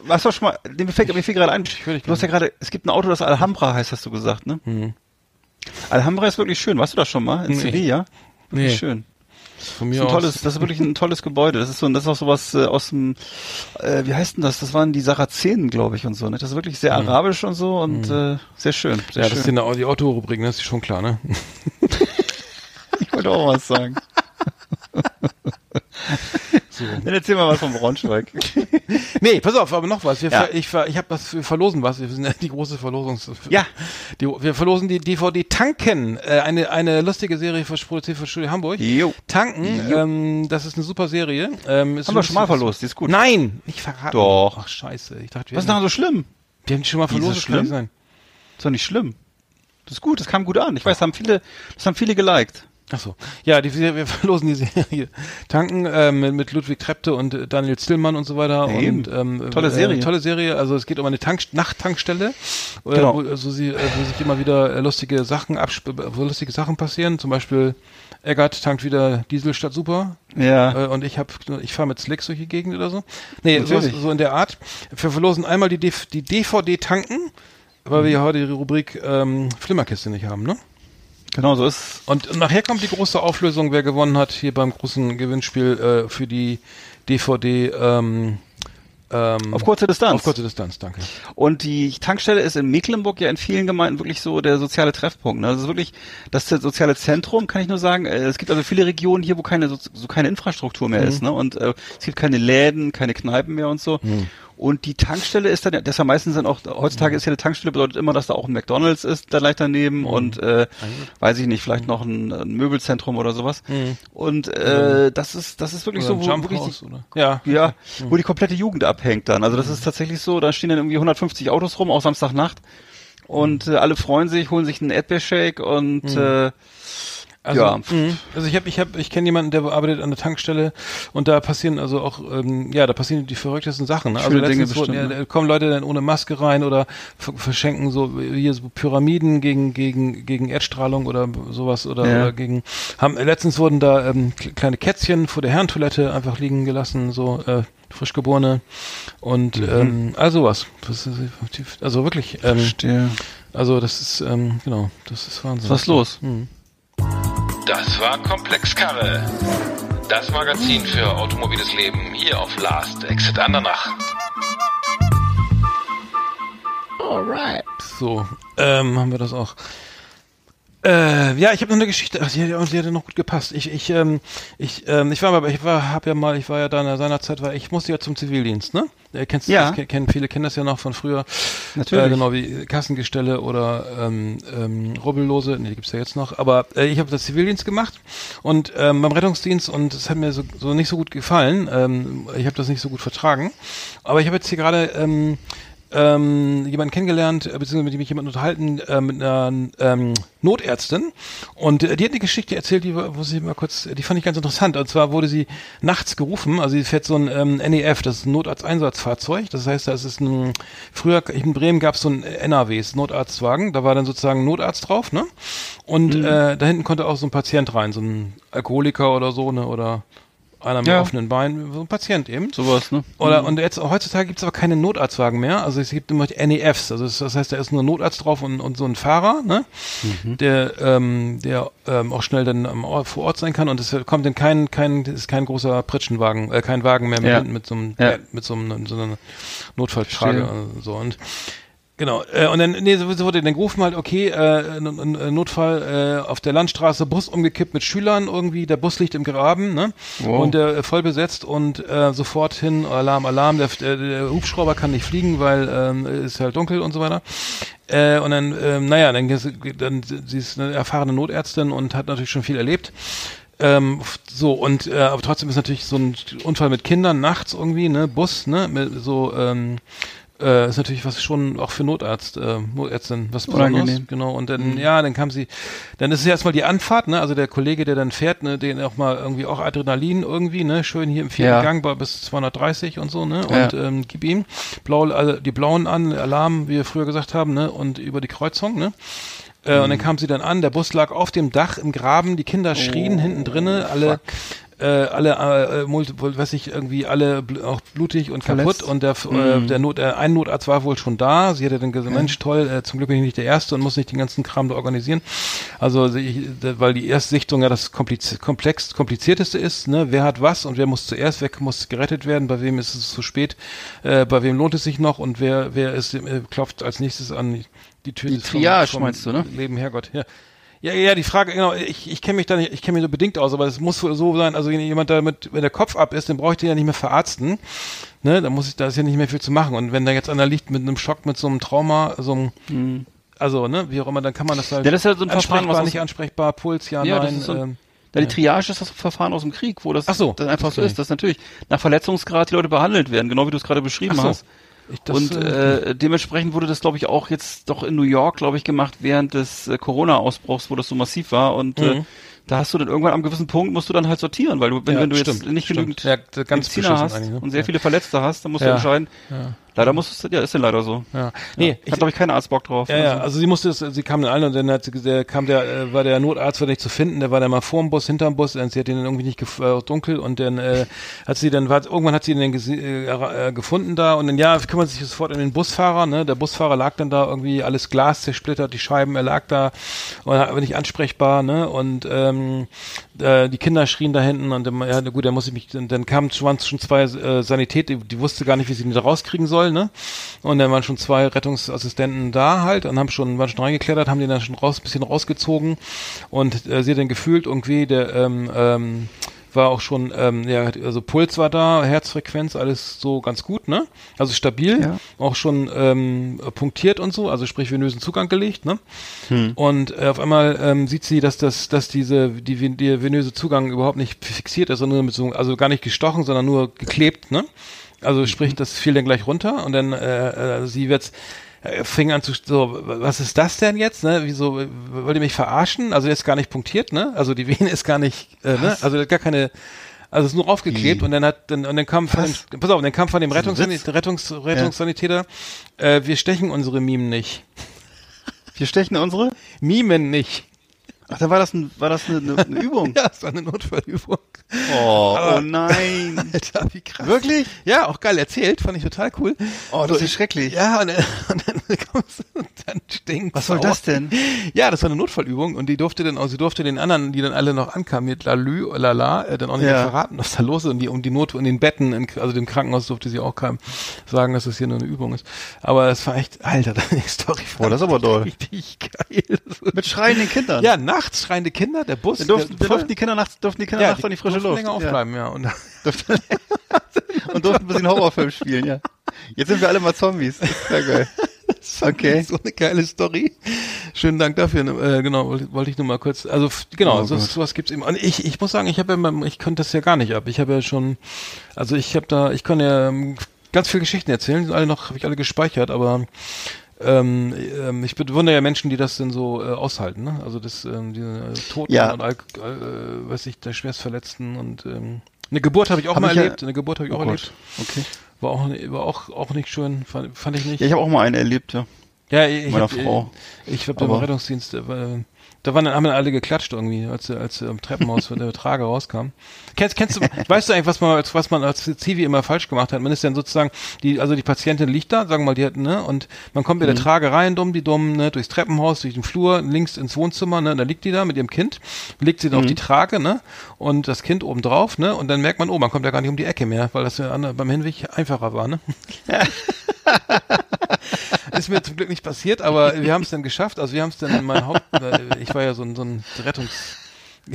[SPEAKER 3] was war schon mal, nee, mir fällt, mir fällt gerade ein,
[SPEAKER 4] höre dich
[SPEAKER 3] du hast ja gerade, es gibt ein Auto, das Alhambra heißt, hast du gesagt, ne? Alhambra ist wirklich schön, warst du da schon mal? In
[SPEAKER 4] Nee.
[SPEAKER 3] Sevilla? Wirklich
[SPEAKER 4] Nee.
[SPEAKER 3] schön.
[SPEAKER 4] Von
[SPEAKER 3] Das
[SPEAKER 4] mir
[SPEAKER 3] ist, ein
[SPEAKER 4] aus.
[SPEAKER 3] tolles, das ist wirklich ein tolles Gebäude. Das ist so, ein- das ist auch sowas äh, aus dem, äh, wie heißt denn das? Das waren die Sarazenen, glaube ich, und so. Ne? Das ist wirklich sehr arabisch und so und äh, sehr schön.
[SPEAKER 4] Mhm. ja,
[SPEAKER 3] Sehr
[SPEAKER 4] das ist
[SPEAKER 3] schön.
[SPEAKER 4] in der die Autorubrik, ne? Das ist schon klar, ne?
[SPEAKER 3] Ich wollte auch was sagen. Dann erzähl mal was von Braunschweig.
[SPEAKER 4] nee, pass auf, aber noch was. Wir
[SPEAKER 3] Ja.
[SPEAKER 4] ver, ich ver, ich habe was, wir verlosen was. Wir sind ja die große Verlosungs.
[SPEAKER 3] Ja.
[SPEAKER 4] Die, wir verlosen die DVD Tanken, äh, eine, eine lustige Serie von, produziert von Studio Hamburg.
[SPEAKER 3] Jo.
[SPEAKER 4] Tanken,
[SPEAKER 3] Jo.
[SPEAKER 4] ähm, das ist eine super Serie. Ähm, ist
[SPEAKER 3] Haben wir schon mal verlost, die ist gut.
[SPEAKER 4] Nein, nicht verraten.
[SPEAKER 3] Doch.
[SPEAKER 4] Ach, scheiße. Ich dachte, wir,
[SPEAKER 3] Was ist
[SPEAKER 4] hätten,
[SPEAKER 3] daran so schlimm?
[SPEAKER 4] wir haben die schon mal
[SPEAKER 3] ist
[SPEAKER 4] verlost.
[SPEAKER 3] schlimm?
[SPEAKER 4] kann nicht sein.
[SPEAKER 3] Ist doch nicht schlimm. Das ist gut, das kam gut an. Ich weiß, das haben viele, das haben viele geliked.
[SPEAKER 4] Ach so. Ja, die, wir wir verlosen die Serie Tanken äh, mit, mit Ludwig Trepte und äh, Daniel Stillmann und so weiter.
[SPEAKER 3] Ja, eben.
[SPEAKER 4] und, ähm,
[SPEAKER 3] Tolle
[SPEAKER 4] äh,
[SPEAKER 3] Serie.
[SPEAKER 4] tolle Serie. Also es geht um eine Tank Nachttankstelle, äh,
[SPEAKER 3] Genau.
[SPEAKER 4] wo, äh, so sie, äh, wo sich immer wieder äh, lustige Sachen absp wo lustige Sachen passieren. Zum Beispiel Eggert tankt wieder Diesel statt Super.
[SPEAKER 3] Ja.
[SPEAKER 4] Äh, und ich habe, ich fahre mit Slicks durch die Gegend oder so. Nee, sowas,
[SPEAKER 3] Natürlich.
[SPEAKER 4] so in der Art. Wir verlosen einmal die, DV die DVD tanken, weil
[SPEAKER 3] Mhm.
[SPEAKER 4] wir ja heute die Rubrik ähm, Flimmerkiste nicht haben, ne?
[SPEAKER 3] Genau, so ist
[SPEAKER 4] Und nachher kommt die große Auflösung, wer gewonnen hat hier beim großen Gewinnspiel äh, für die DVD ähm, ähm,
[SPEAKER 3] Auf kurze Distanz.
[SPEAKER 4] auf kurze Distanz, danke.
[SPEAKER 3] Und die Tankstelle ist in Mecklenburg ja in vielen Gemeinden wirklich so der soziale Treffpunkt. Ne? Das ist wirklich das soziale Zentrum, kann ich nur sagen. Äh, Es gibt also viele Regionen hier, wo keine so, so keine Infrastruktur
[SPEAKER 4] Mhm.
[SPEAKER 3] mehr ist. Ne? Und äh, es gibt keine Läden, keine Kneipen mehr und so.
[SPEAKER 4] Mhm.
[SPEAKER 3] Und die Tankstelle ist dann, ja- das ist ja meistens dann auch, heutzutage ist ja eine Tankstelle, bedeutet immer, dass da auch ein McDonalds ist, da gleich daneben
[SPEAKER 4] Mhm.
[SPEAKER 3] und
[SPEAKER 4] Ah,
[SPEAKER 3] äh, weiß ich nicht, vielleicht noch ein, ein Möbelzentrum oder sowas. Und äh, das ist, das ist wirklich
[SPEAKER 4] Mhm. Oder
[SPEAKER 3] so,
[SPEAKER 4] ein
[SPEAKER 3] wo wirklich die,
[SPEAKER 4] Jumphouse, oder? Ja.
[SPEAKER 3] ja,
[SPEAKER 4] Hm.
[SPEAKER 3] wo die komplette Jugend abhängt dann. Also das ist tatsächlich so, da stehen dann irgendwie 150 Autos rum, auch
[SPEAKER 4] Hm.
[SPEAKER 3] Samstagnacht. Und äh, alle freuen sich, holen sich einen Erdbeershake und äh,
[SPEAKER 4] Also,
[SPEAKER 3] Ja.
[SPEAKER 4] mhm. also ich habe, ich habe, ich kenne jemanden, der arbeitet an der Tankstelle und da passieren also auch, ähm, ja, da passieren die verrücktesten Sachen. Ne? Also
[SPEAKER 3] Schöne Dinge
[SPEAKER 4] letztens wurden,
[SPEAKER 3] bestimmt,
[SPEAKER 4] ja,
[SPEAKER 3] ne?
[SPEAKER 4] da kommen Leute dann ohne Maske rein oder ver- verschenken so hier so Pyramiden gegen gegen gegen Erdstrahlung oder sowas oder,
[SPEAKER 3] Ja.
[SPEAKER 4] oder gegen. Haben letztens wurden da ähm, kle- kleine Kätzchen vor der Herrentoilette einfach liegen gelassen, so äh, frischgeborene und
[SPEAKER 3] Mhm.
[SPEAKER 4] ähm, all sowas. Das ist, also wirklich, ähm,
[SPEAKER 3] Verstehe.
[SPEAKER 4] also das ist ähm, genau, das ist Wahnsinn. Mhm.
[SPEAKER 3] Was ist los?
[SPEAKER 2] Das war Komplexkarre. Das Magazin für automobiles Leben hier auf Last Exit Andernach.
[SPEAKER 4] So, ähm, haben wir das auch. Äh, ja, ich habe noch eine Geschichte. Ach, die, hätte- die hätte noch gut gepasst. Ich, ich, ähm, ich, ähm, ich war aber, ich war, hab ja mal, ich war ja da seinerzeit, war ich musste ja zum Zivildienst, ne? Äh, kennst du
[SPEAKER 3] Ja.
[SPEAKER 4] das? Kennen viele kennen das ja noch von früher.
[SPEAKER 3] Natürlich.
[SPEAKER 4] Äh, genau wie Kassengestelle oder ähm, ähm, Rubbellose. Ne, die gibt's ja jetzt noch. Aber äh, ich habe das Zivildienst gemacht und ähm, beim Rettungsdienst und es hat mir so, so nicht so gut gefallen. Ähm, ich habe das nicht so gut vertragen. Aber ich habe jetzt hier gerade ähm, ähm, jemanden kennengelernt, äh, beziehungsweise mit dem ich jemanden unterhalten, äh, mit einer ähm, Notärztin. Und äh, die hat eine Geschichte erzählt, die war- muss ich mal kurz, äh, die fand ich ganz interessant. Und zwar wurde sie nachts gerufen, also sie fährt so ein ähm, NEF, das ist ein Notarzteinsatzfahrzeug. Das heißt, das ist ein, früher, in Bremen gab es so ein äh, NAWs, Notarztwagen, da war dann sozusagen ein Notarzt drauf, ne? Und äh, da hinten konnte auch so ein Patient rein, so ein Alkoholiker oder so, ne? Oder einer mit
[SPEAKER 3] Ja.
[SPEAKER 4] offenen Beinen, so ein Patient eben.
[SPEAKER 3] Sowas, ne?
[SPEAKER 4] Oder und jetzt heutzutage gibt es aber keine Notarztwagen mehr. Also es gibt immer die NEFs. Also es- das heißt, da ist nur ein Notarzt drauf und, und so ein Fahrer, ne?
[SPEAKER 3] Mhm.
[SPEAKER 4] Der, ähm, der ähm, auch schnell dann am Ort, vor Ort sein kann. Und es kommt dann kein, kein, es ist kein großer Pritschenwagen, äh, kein Wagen mehr mit,
[SPEAKER 3] Ja.
[SPEAKER 4] hinten mit so einem,
[SPEAKER 3] Ja.
[SPEAKER 4] mit so einem so einer Notfalltrage
[SPEAKER 3] Verstehe.
[SPEAKER 4] und so und Genau, äh, und dann, nee, so so wurde dann gerufen halt, okay, äh, n- n- n- Notfall äh, auf der Landstraße, Bus umgekippt mit Schülern irgendwie, der Bus liegt im Graben, ne?
[SPEAKER 3] Wow.
[SPEAKER 4] Und äh, voll besetzt und äh, sofort hin, Alarm, Alarm, der, der, der Hubschrauber kann nicht fliegen, weil ähm, ist halt dunkel und so weiter. Äh, und dann, ähm, naja, dann, dann, sie ist eine erfahrene Notärztin und hat natürlich schon viel erlebt. Ähm, so, und äh, aber trotzdem ist natürlich so ein Unfall mit Kindern nachts irgendwie, ne, Bus, ne, mit so, ähm, äh, ist natürlich was schon auch für Notarzt, äh, Notärztin, was Besonderes.
[SPEAKER 3] Unangenehm. Mhm.
[SPEAKER 4] Genau, und dann, ja, dann kam sie, dann ist es ja erstmal die Anfahrt, ne, also der Kollege, der dann fährt, ne, den auch mal irgendwie auch Adrenalin irgendwie, ne, schön hier im vierten
[SPEAKER 3] Ja.
[SPEAKER 4] Gang bei bis 230 und so, ne,
[SPEAKER 3] Ja.
[SPEAKER 4] und ähm, gib ihm blau, also die blauen an, Alarm, wie wir früher gesagt haben, ne, und über die Kreuzung, ne, äh,
[SPEAKER 3] Mhm.
[SPEAKER 4] Und dann kam sie dann an, der Bus lag auf dem Dach im Graben, die
[SPEAKER 3] Oh,
[SPEAKER 4] Kinder schrien hinten drinne, alle, äh, alle, äh, äh, multi- wohl, weiß ich, irgendwie alle bl auch blutig und
[SPEAKER 3] Verletzt. Mhm.
[SPEAKER 4] kaputt und der, F- äh, der Not, äh, ein Notarzt war wohl schon da. Sie hatte dann gesagt, Mensch, toll, äh, zum Glück bin ich nicht der Erste und muss nicht den ganzen Kram da organisieren. Also, sie- ich- da- weil die Erstsichtung ja das kompliz komplex, komplizierteste ist, ne? Wer hat was und wer muss zuerst, wer muss gerettet werden, bei wem ist es zu spät, äh, bei wem lohnt es sich noch und wer, wer ist, äh, klopft als nächstes an die Tür
[SPEAKER 3] Die
[SPEAKER 4] des-
[SPEAKER 3] Triage meinst du, ne?
[SPEAKER 4] Leben, Herrgott, ja. Ja, ja, die Frage, genau, ich, ich kenne mich da nicht, ich kenne mich so bedingt aus, aber es muss wohl so sein, also wenn jemand damit, wenn der Kopf ab ist, dann brauche ich den ja nicht mehr verarzten, ne, da muss ich, da ist ja nicht mehr viel zu machen und wenn da jetzt einer liegt mit einem Schock, mit so einem Trauma, so einem, also, ne, wie auch immer, dann kann man das halt,
[SPEAKER 3] Mhm. Ja, das ist halt so ein Verfahren,
[SPEAKER 4] ansprechbar,
[SPEAKER 3] was aus-
[SPEAKER 4] nicht ansprechbar, Puls, ja,
[SPEAKER 3] Ja, das
[SPEAKER 4] nein,
[SPEAKER 3] ist so ein-
[SPEAKER 4] ähm,
[SPEAKER 3] Da die Triage ist das Verfahren aus dem Krieg, wo das
[SPEAKER 4] Ach so.
[SPEAKER 3] dann einfach so
[SPEAKER 4] Okay.
[SPEAKER 3] ist, dass natürlich nach Verletzungsgrad die Leute behandelt werden, genau wie du es gerade beschrieben
[SPEAKER 4] Ach so.
[SPEAKER 3] hast.
[SPEAKER 4] ich, das,
[SPEAKER 3] und äh, dementsprechend wurde das, glaube ich, auch jetzt doch in New York, glaube ich, gemacht während des äh, Corona-Ausbruchs, wo das so massiv war. Und äh, da hast du dann irgendwann am gewissen Punkt musst du dann halt sortieren, weil du, wenn,
[SPEAKER 4] Mhm. Ja,
[SPEAKER 3] wenn du
[SPEAKER 4] stimmt,
[SPEAKER 3] jetzt nicht
[SPEAKER 4] stimmt.
[SPEAKER 3] genügend
[SPEAKER 4] Ja, ganz beschissen
[SPEAKER 3] Mediziner hast
[SPEAKER 4] eigentlich, ne?
[SPEAKER 3] und sehr
[SPEAKER 4] Ja.
[SPEAKER 3] viele Verletzte hast, dann musst du
[SPEAKER 4] Ja.
[SPEAKER 3] entscheiden. Leider musst du, ja, ist denn leider so.
[SPEAKER 4] ja, nee,
[SPEAKER 3] Hat, glaube ich, keinen Arzt Bock drauf. ne?
[SPEAKER 4] Ja, ja, also sie musste das, sie kam dann an und dann hat sie, der kam der, äh, war der Notarzt war nicht zu finden, der war dann mal vorm Bus, hinterm Bus, dann sie hat ihn dann irgendwie nicht gef äh, dunkel und dann äh, hat sie dann, war, irgendwann hat sie ihn dann gese- äh, erra- äh, gefunden da und dann, ja, kümmert sich sofort um den Busfahrer, ne, der Busfahrer lag dann da irgendwie, alles Glas zersplittert, die Scheiben, er lag da und war nicht ansprechbar, ne, und ähm, äh, die Kinder schrien da hinten und dann, ja, gut, dann muss ich mich, dann, dann kamen schon, schon zwei äh, Sanität, die, die wusste gar nicht, wie sie ihn da rauskriegen soll, ne, und dann waren schon zwei Rettungsassistenten da halt und haben schon, waren schon reingeklettert, haben den dann schon raus, bisschen rausgezogen und äh, sie hat dann gefühlt irgendwie, der ähm, ähm, war auch schon, ähm, ja, also Puls war da, Herzfrequenz, alles so ganz gut, ne? Also stabil,
[SPEAKER 3] Ja.
[SPEAKER 4] auch schon ähm, punktiert und so, also sprich venösen Zugang gelegt, ne? Und äh, auf einmal ähm, sieht sie, dass das, dass diese die, ven- der venöse Zugang überhaupt nicht fixiert ist, sondern nur mit so, also gar nicht gestochen, sondern Mhm. nur geklebt, ne? Also sprich, das fiel dann gleich runter und dann äh, äh, sie wird's äh, fing an zu, so, was ist das denn jetzt, ne? Wieso, äh, wollt ihr mich verarschen? Also der ist gar nicht punktiert, ne? Also die Vene ist gar nicht, äh, ne? Also der hat gar keine, also es ist nur aufgeklebt und dann hat, dann, und dann kam von dem, pass auf, dann kam von dem Rettungs
[SPEAKER 3] Witz?
[SPEAKER 4] Rettungs Rettungssanitäter, äh, wir stechen unsere Mimen nicht.
[SPEAKER 3] Wir stechen unsere?
[SPEAKER 4] Mimen nicht.
[SPEAKER 3] Ach, da war das, ein, war das eine, eine, eine Übung.
[SPEAKER 4] Ja, ist eine Notfallübung.
[SPEAKER 3] Oh, oh nein.
[SPEAKER 4] Alter, wie krass.
[SPEAKER 3] Wirklich?
[SPEAKER 4] Ja, auch geil erzählt, fand ich total cool.
[SPEAKER 3] Oh, das
[SPEAKER 4] So,
[SPEAKER 3] ist schrecklich.
[SPEAKER 4] Ja, und, äh, und dann kommst du und dann stinkt.
[SPEAKER 3] Was soll das denn?
[SPEAKER 4] Ja, das war eine Notfallübung und die durfte dann, also sie durfte den anderen, die dann alle noch ankamen, mit Lalü, Lala, äh, dann auch nicht
[SPEAKER 3] Ja.
[SPEAKER 4] mehr verraten, was da los ist und die um die Not in den Betten, in, also dem Krankenhaus durfte sie auch keinem sagen, dass das hier nur eine Übung ist. Aber das war echt, Alter, die Story
[SPEAKER 3] Boah, Oh, das ist aber doll.
[SPEAKER 4] richtig geil.
[SPEAKER 3] Mit schreienden Kindern.
[SPEAKER 4] Ja, nachts schreiende Kinder, der Bus.
[SPEAKER 3] Dann durften,
[SPEAKER 4] der,
[SPEAKER 3] durften die Kinder nachts, durften die Kinder
[SPEAKER 4] ja,
[SPEAKER 3] nachts
[SPEAKER 4] die
[SPEAKER 3] an die frische
[SPEAKER 4] durften
[SPEAKER 3] Luft.
[SPEAKER 4] länger
[SPEAKER 3] ja.
[SPEAKER 4] aufbleiben, ja. Und
[SPEAKER 3] Durften- Und durften ein bisschen Horrorfilm spielen, ja. Jetzt sind wir alle mal Zombies. Das ist ja geil. Okay.
[SPEAKER 4] So eine geile Story. Schönen Dank dafür. Äh, genau, wollte wollte ich nur mal kurz. Also f- genau,
[SPEAKER 3] Oh
[SPEAKER 4] so,
[SPEAKER 3] Gott.
[SPEAKER 4] sowas gibt's eben. Und ich, ich muss sagen, ich habe ja, mal- ich könnte das ja gar nicht ab. Ich habe ja schon, also ich habe da, ich kann ja ähm, ganz viele Geschichten erzählen. Die Sind alle noch, habe ich alle gespeichert, aber ähm, ähm, ich bewundere ja Menschen, die das denn so äh, aushalten. Ne? Also das ähm, diese äh, Toten
[SPEAKER 3] Ja.
[SPEAKER 4] und Alk äh, weiß ich, der schwerstverletzten und ähm, eine Geburt habe ich auch
[SPEAKER 3] Hab
[SPEAKER 4] mal
[SPEAKER 3] ich ja-
[SPEAKER 4] erlebt. Eine Geburt habe ich auch
[SPEAKER 3] Oh
[SPEAKER 4] erlebt.
[SPEAKER 3] Gott. Okay.
[SPEAKER 4] War auch, war auch, auch nicht schön. Fand, fand ich nicht.
[SPEAKER 3] Ja, ich habe auch mal einen erlebt, ja.
[SPEAKER 4] Ja, ich,
[SPEAKER 3] Meiner
[SPEAKER 4] hab, äh,
[SPEAKER 3] Frau.
[SPEAKER 4] Ich hab da im
[SPEAKER 3] Aber-
[SPEAKER 4] Rettungsdienst, äh, war- da waren, dann- haben dann alle geklatscht irgendwie, als, äh, als äh, im Treppenhaus wenn der Trager rauskam. Kennst, kennst du, weißt du eigentlich, was man als, was man als Zivi immer falsch gemacht hat? Man ist dann sozusagen, die, also die Patientin liegt da, sagen wir mal, die hat, ne, und man kommt mit
[SPEAKER 3] Mhm.
[SPEAKER 4] der Trage rein, dumm, die dumm, ne, durchs Treppenhaus, durch den Flur, links ins Wohnzimmer, ne, und da liegt die da mit ihrem Kind, legt sie dann
[SPEAKER 3] Mhm.
[SPEAKER 4] auf die Trage, ne, und das Kind oben drauf, ne, und dann merkt man, oh, man kommt ja gar nicht um die Ecke mehr, weil das ja an- beim Hinweg einfacher war, ne. Ist mir zum Glück nicht passiert, aber wir haben es dann geschafft. Also wir haben es dann in meinem Haupt, äh, ich war ja so ein, so ein Rettungs,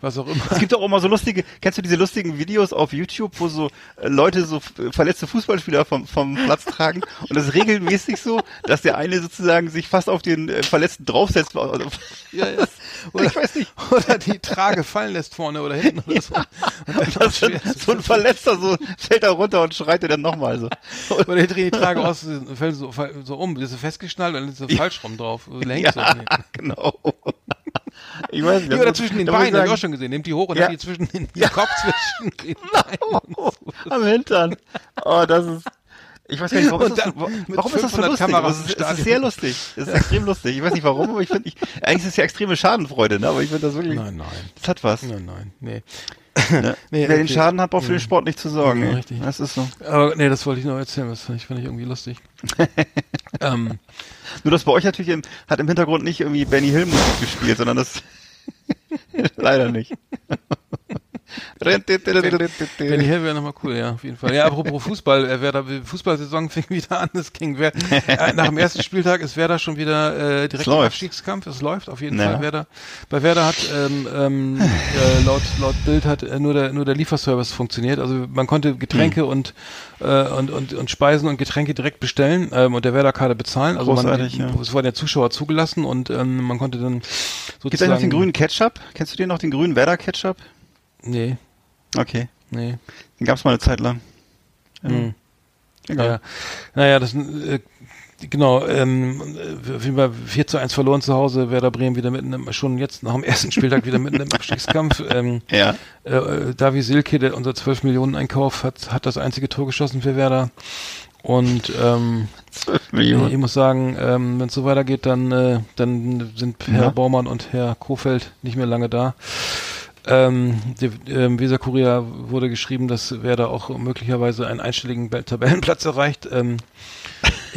[SPEAKER 4] was auch immer.
[SPEAKER 3] Es gibt auch immer so lustige, kennst du diese lustigen Videos auf YouTube, wo so äh, Leute so f- verletzte Fußballspieler vom, vom Platz tragen und das ist regelmäßig so, dass der eine sozusagen sich fast auf den äh, Verletzten draufsetzt. Also,
[SPEAKER 4] Ja, ja. Oder,
[SPEAKER 3] ich weiß nicht.
[SPEAKER 4] Oder die Trage fallen lässt vorne oder hinten oder so. Und dann
[SPEAKER 3] dass dann so ein Verletzter so fällt da runter und schreit dir dann nochmal so.
[SPEAKER 4] oder die drehen die Trage aus und fällt so, fall- so um, ist so festgeschnallt und dann ist so falsch rum drauf. Lenkt so.
[SPEAKER 3] Ja,
[SPEAKER 4] Nee.
[SPEAKER 3] genau. Ich weiß nicht.
[SPEAKER 4] Die
[SPEAKER 3] das
[SPEAKER 4] oder
[SPEAKER 3] muss-
[SPEAKER 4] zwischen den
[SPEAKER 3] da muss
[SPEAKER 4] Beinen, habe ich auch
[SPEAKER 3] sagen,
[SPEAKER 4] schon gesehen. Nehmt die hoch und
[SPEAKER 3] Ja.
[SPEAKER 4] hat die zwischen den den Kopf zwischen den Beinen.
[SPEAKER 3] Am Hintern. Oh, das ist. Ich weiß gar nicht, warum
[SPEAKER 4] Und
[SPEAKER 3] ist das,
[SPEAKER 4] dann
[SPEAKER 3] so- wa-
[SPEAKER 4] mit
[SPEAKER 3] warum ist das so
[SPEAKER 4] 500
[SPEAKER 3] lustig?
[SPEAKER 4] Kameras
[SPEAKER 3] es,
[SPEAKER 4] im
[SPEAKER 3] ist, es
[SPEAKER 4] Stadion.
[SPEAKER 3] ist sehr lustig. Es ist extrem lustig. Ich weiß nicht warum, aber ich finde, ich, eigentlich ist es ja extreme Schadenfreude, ne? aber ich finde das wirklich,
[SPEAKER 4] Nein, nein.
[SPEAKER 3] das hat was.
[SPEAKER 4] Nein, nein, nee.
[SPEAKER 3] Ne?
[SPEAKER 4] Nee,
[SPEAKER 3] Wer den
[SPEAKER 4] okay. Mhm.
[SPEAKER 3] Schaden hat, braucht für den Sport nicht zu sorgen.
[SPEAKER 4] Ja,
[SPEAKER 3] ey.
[SPEAKER 4] richtig.
[SPEAKER 3] Das ist so.
[SPEAKER 4] Aber nee, das wollte ich noch erzählen, das fand ich, fand ich irgendwie lustig. ähm,
[SPEAKER 3] Nur, dass bei euch natürlich im, hat im Hintergrund nicht irgendwie Benny Hill Musik gespielt, sondern das, leider nicht.
[SPEAKER 4] Benny Hill wäre nochmal cool, ja, auf jeden Fall. Ja, apropos Fußball, äh, Werder, Fußballsaison fing wieder an, es ging wer, äh, nach dem ersten Spieltag ist Werder schon wieder äh, direkt im
[SPEAKER 3] läuft.
[SPEAKER 4] Abstiegskampf, es läuft auf jeden
[SPEAKER 3] Ja.
[SPEAKER 4] Fall Werder. Bei Werder hat ähm, ähm, äh, laut, laut Bild hat äh, nur der nur der Lieferservice funktioniert, also man konnte Getränke
[SPEAKER 3] Hm.
[SPEAKER 4] und, äh, und und und Speisen und Getränke direkt bestellen ähm, und der Werder-Karte bezahlen, also man,
[SPEAKER 3] Großartig, ja.
[SPEAKER 4] es wurden ja Zuschauer zugelassen und ähm, man konnte dann sozusagen
[SPEAKER 3] Gibt es noch den grünen Ketchup? Kennst du den noch, den grünen Werder Ketchup?
[SPEAKER 4] Nee,
[SPEAKER 3] Okay.
[SPEAKER 4] nee.
[SPEAKER 3] Den gab es mal eine Zeit lang.
[SPEAKER 4] Hm.
[SPEAKER 3] Egal.
[SPEAKER 4] Naja, naja das, äh, genau, ähm, äh, auf jeden Fall 4 zu 1 verloren zu Hause, Werder Bremen wieder mitten im, schon jetzt nach dem ersten Spieltag wieder mitten im Abstiegskampf. Ähm,
[SPEAKER 3] Ja.
[SPEAKER 4] äh, äh, Davi Silke, der, unser 12-Millionen-Einkauf, hat, hat das einzige Tor geschossen für Werder. Und ähm,
[SPEAKER 3] 12
[SPEAKER 4] ich muss sagen, ähm, wenn es so weitergeht, dann, äh, dann sind Herr
[SPEAKER 3] Ja.
[SPEAKER 4] Baumann und Herr Kofeld nicht mehr lange da. Ähm, der ähm, Weser Kurier wurde geschrieben, dass Werder auch möglicherweise einen einstelligen Be- Tabellenplatz erreicht. Ähm,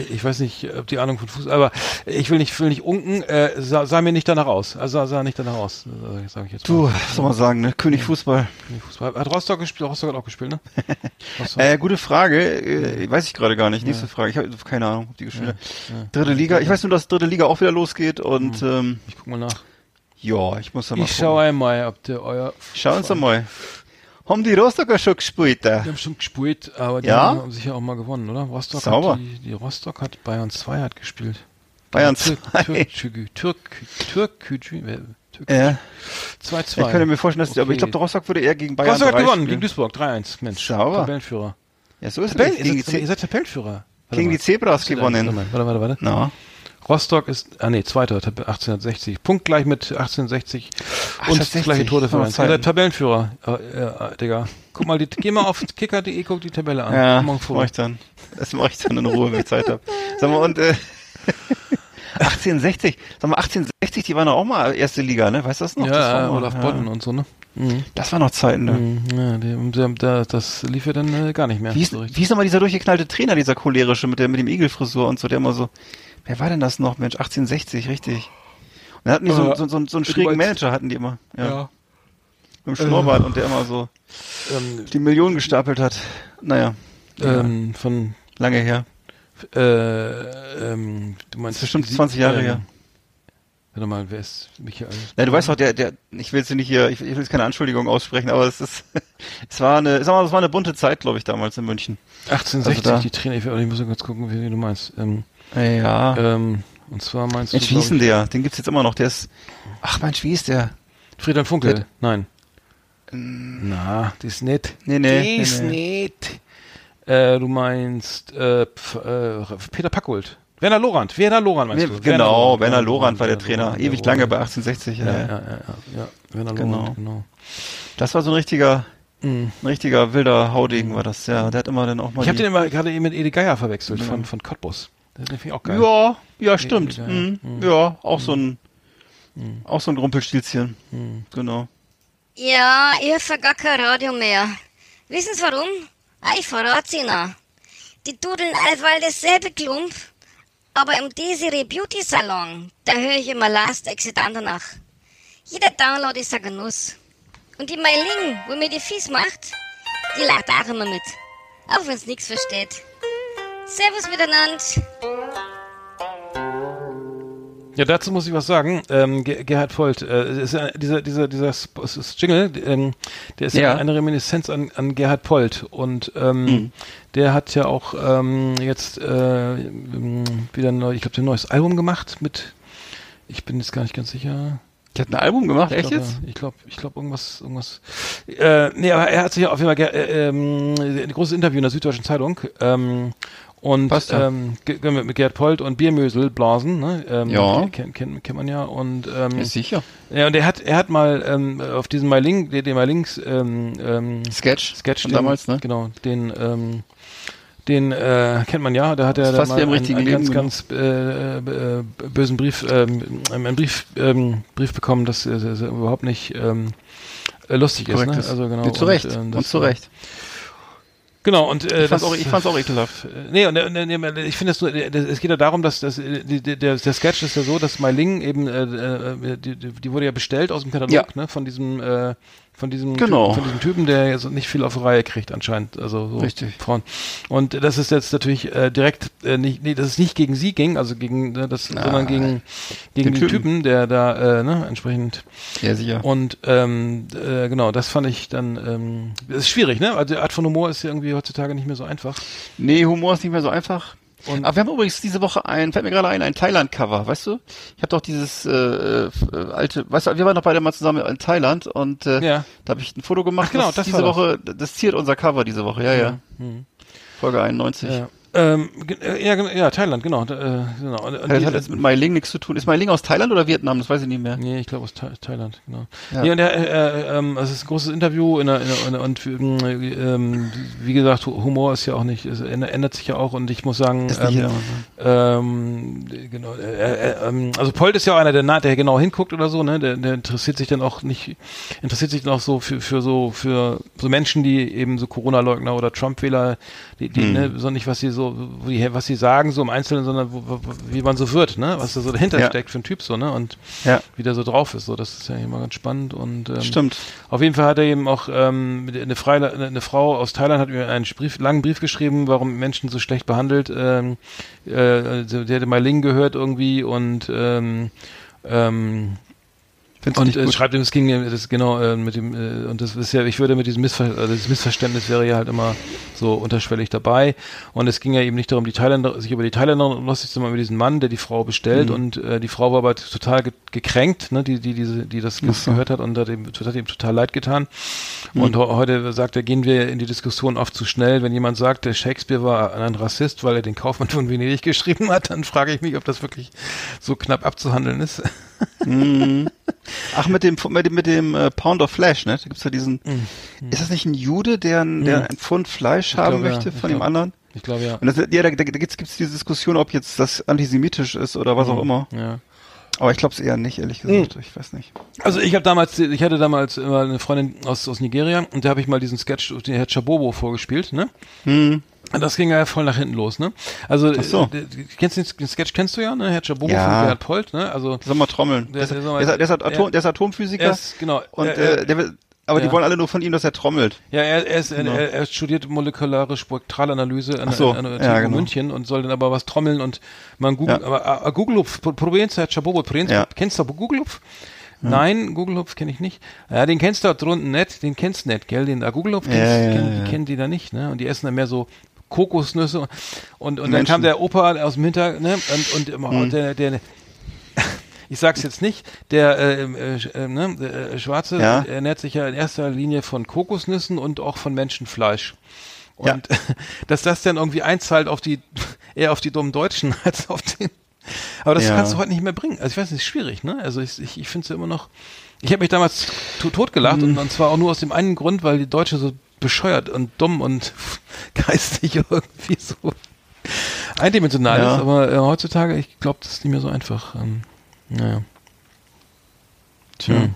[SPEAKER 4] ich weiß nicht, ob die Ahnung von Fußball, aber ich will nicht, will nicht unken, äh, sah, sah mir nicht danach aus. Also sah, sah nicht danach aus, äh, sag ich jetzt
[SPEAKER 3] Du,
[SPEAKER 4] mal.
[SPEAKER 3] was soll man sagen, ne? König Fußball.
[SPEAKER 4] Fußball. Hat Rostock gespielt? Rostock hat auch gespielt, ne? Rostock.
[SPEAKER 3] Äh, gute Frage. Äh, weiß ich gerade gar nicht. Nächste Frage. Ich habe keine Ahnung, ob die gespielt hat. Dritte Liga. Ich weiß nur, dass dritte Liga auch wieder losgeht und ähm,
[SPEAKER 4] ich guck mal nach.
[SPEAKER 3] ja, ich muss da mal
[SPEAKER 4] Hm. Ich schaue einmal, ob der euer...
[SPEAKER 3] Schau uns doch mal. Haben die Rostocker schon gespielt da?
[SPEAKER 4] Die haben schon gespielt, aber die
[SPEAKER 3] Ja?
[SPEAKER 4] haben sicher auch mal gewonnen, oder? Rostock
[SPEAKER 3] Sauber.
[SPEAKER 4] Hat die, die Rostock hat Bayern 2 hat gespielt.
[SPEAKER 3] Bayern
[SPEAKER 4] Türk,
[SPEAKER 3] 2.
[SPEAKER 4] Türk, Türk, Türk, Türk, Türk,
[SPEAKER 3] Ja,
[SPEAKER 4] 2-2.
[SPEAKER 3] Äh, ich könnte mir vorstellen, dass die, aber ich
[SPEAKER 4] Okay.
[SPEAKER 3] glaube, der Rostock würde eher gegen Bayern
[SPEAKER 4] Rostock hat
[SPEAKER 3] 3
[SPEAKER 4] gewonnen
[SPEAKER 3] spielen.
[SPEAKER 4] gegen Duisburg 3-1. Mensch,
[SPEAKER 3] Sauber.
[SPEAKER 4] Tabellenführer.
[SPEAKER 3] Ja, so ist
[SPEAKER 4] Tabellen,
[SPEAKER 3] es.
[SPEAKER 4] ihr, seid,
[SPEAKER 3] Gegen
[SPEAKER 4] ihr seid Tabellenführer.
[SPEAKER 3] Gegen die Zebras
[SPEAKER 4] Warte,
[SPEAKER 3] gewonnen.
[SPEAKER 4] mal, warte, warte. warte.
[SPEAKER 3] Na.
[SPEAKER 4] Rostock ist, ah nee, Zweiter, Tab- 1860. Punktgleich mit 1860 und
[SPEAKER 3] 1860,
[SPEAKER 4] gleiche Tordifferenz.
[SPEAKER 3] haben wir Zeit.
[SPEAKER 4] Ihr seid Tabellenführer, äh, äh, Digga. Guck mal, die, geh mal auf kicker.de, guck die Tabelle an.
[SPEAKER 3] Ja,
[SPEAKER 4] Morgen
[SPEAKER 3] mach
[SPEAKER 4] früh.
[SPEAKER 3] ich dann. Das mache ich dann in Ruhe, wenn ich Zeit habe. Sag mal, und äh, 1860, sag mal, 1860, die waren doch auch mal erste Liga, ne? Weißt du das noch? das
[SPEAKER 4] Ja,
[SPEAKER 3] war
[SPEAKER 4] äh,
[SPEAKER 3] mal-
[SPEAKER 4] Olaf Bodden und so, ne? Mhm.
[SPEAKER 3] Das waren noch Zeiten, ne?
[SPEAKER 4] Ja, die, die, da, das lief ja dann äh, gar nicht mehr.
[SPEAKER 3] Wie ist,
[SPEAKER 4] so richtig.
[SPEAKER 3] wie ist nochmal dieser durchgeknallte Trainer, dieser cholerische mit, der, mit dem Igelfrisur und so, der immer so, wer war denn das noch, Mensch, 1860, richtig. Und dann hatten die so,
[SPEAKER 4] Äh,
[SPEAKER 3] so, so, so einen
[SPEAKER 4] du
[SPEAKER 3] schrägen
[SPEAKER 4] meinst-
[SPEAKER 3] Manager, hatten die immer. Ja. Mit dem Schnurrbart und der immer so
[SPEAKER 4] Ähm,
[SPEAKER 3] die Millionen gestapelt hat. Naja,
[SPEAKER 4] ähm, von,
[SPEAKER 3] lange her.
[SPEAKER 4] äh, ähm, du
[SPEAKER 3] Das
[SPEAKER 4] meinst.
[SPEAKER 3] ist bestimmt
[SPEAKER 4] Sie-
[SPEAKER 3] 20 Jahre her.
[SPEAKER 4] Warte mal, wer ist Michael?
[SPEAKER 3] Na, du weißt doch, der, der, ich will jetzt nicht hier, ich, ich will jetzt keine Anschuldigung aussprechen, aber es ist, es war eine, sag mal, es war eine bunte Zeit, glaube ich, damals in München.
[SPEAKER 4] 1860,
[SPEAKER 3] Also da-
[SPEAKER 4] die Trainer, ich, ich muss mal kurz gucken, wie du meinst. Ähm,
[SPEAKER 3] Ja.
[SPEAKER 4] ähm, und zwar meinst
[SPEAKER 3] Mensch,
[SPEAKER 4] du.
[SPEAKER 3] wie hieß
[SPEAKER 4] glaub
[SPEAKER 3] denn der? Den gibt's jetzt immer noch, der ist, ach Mensch, wie ist der? Ähm.
[SPEAKER 4] ich, Friedhelm Funkel?
[SPEAKER 3] Der-
[SPEAKER 4] Nein. Na, die ist nett.
[SPEAKER 3] Nee, nee, nee,
[SPEAKER 4] Die ist nett. Äh, du meinst äh, Pf- äh, Peter Packold. Werner Lorand. Werner Lorand meinst
[SPEAKER 3] Nee,
[SPEAKER 4] du?
[SPEAKER 3] genau, Werner Lorand war der Trainer,
[SPEAKER 4] Lorand,
[SPEAKER 3] ewig
[SPEAKER 4] Werner
[SPEAKER 3] lange bei
[SPEAKER 4] Lorand.
[SPEAKER 3] 1860.
[SPEAKER 4] Ja,
[SPEAKER 3] Ja,
[SPEAKER 4] ja, ja, ja, ja. Werner
[SPEAKER 3] Genau.
[SPEAKER 4] Lorand, genau.
[SPEAKER 3] Das war so ein richtiger,
[SPEAKER 4] Mhm.
[SPEAKER 3] ein richtiger wilder Haudegen war das, ja. Der hat immer dann auch mal
[SPEAKER 4] Ich habe
[SPEAKER 3] die- Genau.
[SPEAKER 4] den immer gerade eben mit Ede Geier verwechselt von, von Cottbus. Das finde ich auch geil.
[SPEAKER 3] Ja, ja, stimmt.
[SPEAKER 4] ja,
[SPEAKER 3] Mhm. Ja, auch so ein, auch so ein Rumpelstilzchen. Genau.
[SPEAKER 5] Ja, ich höre gar kein Radio mehr. Wissen Sie warum? Ah, Ich verrat's Ihnen. Die dudeln allweil dasselbe Klump, aber im Desiree Beauty Salon, da höre ich immer Last Exit danach. Jeder Download ist ein Genuss. Und die Meiling, wo mir die fies macht, die lacht auch immer mit. Auch wenn's nix versteht. Servus miteinander.
[SPEAKER 4] Ja, dazu muss ich was sagen. Ähm, Ge Gerhard Volt, äh, ist, ja dieser, dieser, dieser Sp es ist Jingle, ähm, der ist ja.
[SPEAKER 3] Ja.
[SPEAKER 4] eine Reminiszenz an, an Gerhard Polt. Und ähm, der hat ja auch ähm, jetzt äh, ähm, wieder ein neues, ich glaube, ein neues Album gemacht mit, ich bin jetzt gar nicht ganz sicher,
[SPEAKER 3] Der hat ein Album gemacht,
[SPEAKER 4] ich glaube, ja. Ich glaube, ich glaub, irgendwas, irgendwas. Äh, nee, aber er hat sich ja auf jeden Fall ge- äh, ähm, ein großes Interview in der Süddeutschen Zeitung. Ähm, und
[SPEAKER 3] Passt ja.
[SPEAKER 4] ähm, ge- ge- mit Gerd Polt und Biermösel Blasen, ne? Ähm,
[SPEAKER 3] Ja.
[SPEAKER 4] Kennt, kennt, kennt man ja. Und ähm,
[SPEAKER 3] Ja, sicher.
[SPEAKER 4] ja, und er hat, er hat mal ähm, auf diesem MyLink, den den MyLinks ähm, ähm,
[SPEAKER 3] Sketch.
[SPEAKER 4] Sketch
[SPEAKER 3] Von
[SPEAKER 4] den,
[SPEAKER 3] damals, ne?
[SPEAKER 4] Genau, den, ähm, den äh, kennt man ja, da hat er
[SPEAKER 3] Ist
[SPEAKER 4] da
[SPEAKER 3] fast
[SPEAKER 4] mal
[SPEAKER 3] wie im
[SPEAKER 4] einen,
[SPEAKER 3] richtigen
[SPEAKER 4] einen ganz,
[SPEAKER 3] Leben, genau.
[SPEAKER 4] ganz äh, äh, bösen Brief, ähm, einen Brief, ähm, Brief bekommen, dass er dass er überhaupt nicht ähm, äh, lustig ist, ne?
[SPEAKER 3] Korrekt.
[SPEAKER 4] Also genau.
[SPEAKER 3] Wie zu Recht.
[SPEAKER 4] ähm,
[SPEAKER 3] Und,
[SPEAKER 4] das-
[SPEAKER 3] zu Recht.
[SPEAKER 4] Genau, und äh,
[SPEAKER 3] Ich fand's,
[SPEAKER 4] das-
[SPEAKER 3] auch, ich fand's auch ekelhaft.
[SPEAKER 4] äh, Nee, und, und, und ich finde das nur, äh, das- es geht ja darum, dass, dass äh, die, die, der, der Sketch ist ja so, dass Meiling eben, äh, äh, die, die die wurde ja bestellt aus dem Katalog,
[SPEAKER 3] Ja.
[SPEAKER 4] ne, von diesem, äh, von diesem,
[SPEAKER 3] Genau.
[SPEAKER 4] Typen, von diesem Typen, der jetzt nicht viel auf die Reihe kriegt anscheinend, also so
[SPEAKER 3] Richtig.
[SPEAKER 4] Frauen. Und das ist jetzt natürlich äh, direkt äh, nicht, nee, dass es nicht gegen sie ging, also gegen äh, das, sondern gegen gegen den
[SPEAKER 3] Den
[SPEAKER 4] Typen,
[SPEAKER 3] Typen.
[SPEAKER 4] der da äh, ne, entsprechend
[SPEAKER 3] Ja, sicher.
[SPEAKER 4] und ähm, äh, genau, das fand ich dann, ähm, das ist schwierig, ne? Also die Art von Humor ist ja irgendwie heutzutage nicht mehr so einfach.
[SPEAKER 3] Nee, Humor ist nicht mehr so einfach.
[SPEAKER 4] Und-
[SPEAKER 3] Aber wir haben übrigens diese Woche ein, fällt mir gerade ein, ein Thailand-Cover, weißt du? Ich habe doch dieses äh, äh, alte, weißt du, wir waren doch beide mal zusammen in Thailand und äh,
[SPEAKER 4] Ja.
[SPEAKER 3] da habe ich ein Foto gemacht.
[SPEAKER 4] Ach genau, das
[SPEAKER 3] diese
[SPEAKER 4] war
[SPEAKER 3] Woche, das ziert unser Cover diese Woche, ja, ja. Folge 91.
[SPEAKER 4] Ja. Ähm, ge- äh, ja, genau, ja, Thailand, genau. da, Äh, genau. Und, und
[SPEAKER 3] Das
[SPEAKER 4] die-
[SPEAKER 3] hat jetzt mit Mai Ling nichts zu tun. Ist Mai Ling aus Thailand oder Vietnam? Das weiß ich nicht mehr.
[SPEAKER 4] Nee, ich glaube aus Tha Thailand, genau.
[SPEAKER 3] ne? Ja.
[SPEAKER 4] Nee, und der, äh, äh, ähm, es ist ein großes Interview in der, in der, in der, und äh, ähm, wie gesagt, Hu- Humor ist ja auch nicht, es änder- ändert sich ja auch und ich muss sagen,
[SPEAKER 3] Ist nicht
[SPEAKER 4] ähm,
[SPEAKER 3] jedermann,
[SPEAKER 4] ähm, genau, äh, äh, ähm, also Polt ist ja auch einer, der, na- der genau hinguckt oder so, ne, der, der interessiert sich dann auch nicht, interessiert sich dann auch so für, für so, für so Menschen, die eben so Corona-Leugner oder Trump-Wähler, die, die ne, so nicht, was sie so, wie, was sie sagen, so im Einzelnen, sondern wo, wo, wie man so wird, ne, was da so dahinter
[SPEAKER 3] Ja.
[SPEAKER 4] steckt für ein Typ so, ne, und
[SPEAKER 3] Ja.
[SPEAKER 4] wie der so drauf ist. So, das ist ja immer ganz spannend. Und ähm,
[SPEAKER 3] Stimmt.
[SPEAKER 4] auf jeden Fall hat er eben auch ähm, mit- eine, Freile eine Frau aus Thailand hat mir einen Brief, langen Brief geschrieben, warum Menschen so schlecht behandelt. Ähm, äh, also der hätte mal Ling gehört irgendwie und ähm, ähm,
[SPEAKER 3] Findest du
[SPEAKER 4] Und
[SPEAKER 3] nicht
[SPEAKER 4] äh,
[SPEAKER 3] gut?
[SPEAKER 4] schreibt ihm, es ging mir das genau äh, mit dem äh, und das ist ja, ich würde mit diesem Missver also das Missverständnis wäre ja halt immer so unterschwellig dabei und es ging ja eben nicht darum, die Thailänder sich über die Thailänderin lustig zu machen, über diesen Mann, der die Frau bestellt und äh, die Frau war aber total ge gekränkt, ne, die die diese die das ge- gehört hat und hat ihm, hat ihm total leid getan und ho- heute sagt er, gehen wir in die Diskussion oft zu schnell, wenn jemand sagt, der Shakespeare war ein Rassist, weil er den Kaufmann von Venedig geschrieben hat, dann frage ich mich, ob das wirklich so knapp abzuhandeln ist.
[SPEAKER 3] Ach, mit dem, mit dem, mit dem äh, Pound of Flesh, ne? Da gibt's ja diesen. Ist das nicht ein Jude, der, ein- der ein Pfund Fleisch haben
[SPEAKER 4] glaube, ja.
[SPEAKER 3] möchte
[SPEAKER 4] Mhm. Ich
[SPEAKER 3] von dem
[SPEAKER 4] glaub-
[SPEAKER 3] anderen?
[SPEAKER 4] Ich glaube ja.
[SPEAKER 3] Und das, ja, da, da, da gibt's, gibt's diese Diskussion, ob jetzt das antisemitisch ist oder was
[SPEAKER 4] Mhm.
[SPEAKER 3] auch immer.
[SPEAKER 4] Ja.
[SPEAKER 3] Aber ich glaube es eher nicht, ehrlich
[SPEAKER 4] Mhm.
[SPEAKER 3] gesagt. Ich weiß nicht.
[SPEAKER 4] Also ich habe damals, ich hatte damals immer eine Freundin aus, aus Nigeria und da habe ich mal diesen Sketch, den Herr Chabobo vorgespielt, ne? Und das ging ja voll nach hinten los, ne? Also
[SPEAKER 3] Mhm. Ach so.
[SPEAKER 4] äh, d- kennst du den, den Sketch kennst du ja, ne? Herr Chabobo
[SPEAKER 3] Ja.
[SPEAKER 4] von Gerhard Polt, ne? Also
[SPEAKER 3] Soll mal trommeln. Der,
[SPEAKER 4] Der-
[SPEAKER 3] der,
[SPEAKER 4] der soll mal-
[SPEAKER 3] ist- der, ist, Atom,
[SPEAKER 4] er-
[SPEAKER 3] der ist Atomphysiker.
[SPEAKER 4] er ist- genau.
[SPEAKER 3] Und,
[SPEAKER 4] Er- er-
[SPEAKER 3] äh, der, will- aber
[SPEAKER 4] ja.
[SPEAKER 3] die wollen alle nur von ihm, dass er trommelt.
[SPEAKER 4] Ja, er, er, ist, er, er studiert molekulare Spektralanalyse an,
[SPEAKER 3] Genau. Ach so,
[SPEAKER 4] an, an,
[SPEAKER 3] ja,
[SPEAKER 4] TU
[SPEAKER 3] genau.
[SPEAKER 4] München und soll dann aber was trommeln und man googelt,
[SPEAKER 3] Ja.
[SPEAKER 4] aber ah, ah, Googlehupf, Pro- probierst du, Herr Chabobo, probierst du,
[SPEAKER 3] Ja.
[SPEAKER 4] kennst du Googlehupf? Nein, Googlehupf kenne ich nicht. Ja, den kennst du da drunten nicht, den kennst du nicht, gell, den ah, Googlehupf,
[SPEAKER 3] Ja,
[SPEAKER 4] kennst,
[SPEAKER 3] ja,
[SPEAKER 4] kenn,
[SPEAKER 3] ja.
[SPEAKER 4] die kennen die da nicht, ne, und die essen dann mehr so Kokosnüsse und, und, und dann
[SPEAKER 3] Menschen. Hm.
[SPEAKER 4] kam der Opa aus dem Hinter, ne, und, und, immer- und der, der, ich sag's jetzt nicht, der, äh, äh, sch- äh, ne, der äh, Schwarze
[SPEAKER 3] Ja.
[SPEAKER 4] ernährt sich ja in erster Linie von Kokosnüssen und auch von Menschenfleisch.
[SPEAKER 3] Ja.
[SPEAKER 4] Und dass das dann irgendwie einzahlt auf die, eher auf die dummen Deutschen als auf den. Aber das
[SPEAKER 3] Ja.
[SPEAKER 4] kannst du heute nicht mehr bringen. Also ich weiß nicht, ist schwierig, ne? Also ich, ich, ich finde es ja immer noch. Ich habe mich damals to totgelacht und, und zwar auch nur aus dem einen Grund, weil die Deutsche so bescheuert und dumm und geistig irgendwie so eindimensional
[SPEAKER 3] Ja.
[SPEAKER 4] ist. Aber äh, heutzutage, ich glaube, das ist nicht mehr so einfach. Ähm, naja.
[SPEAKER 3] Tja.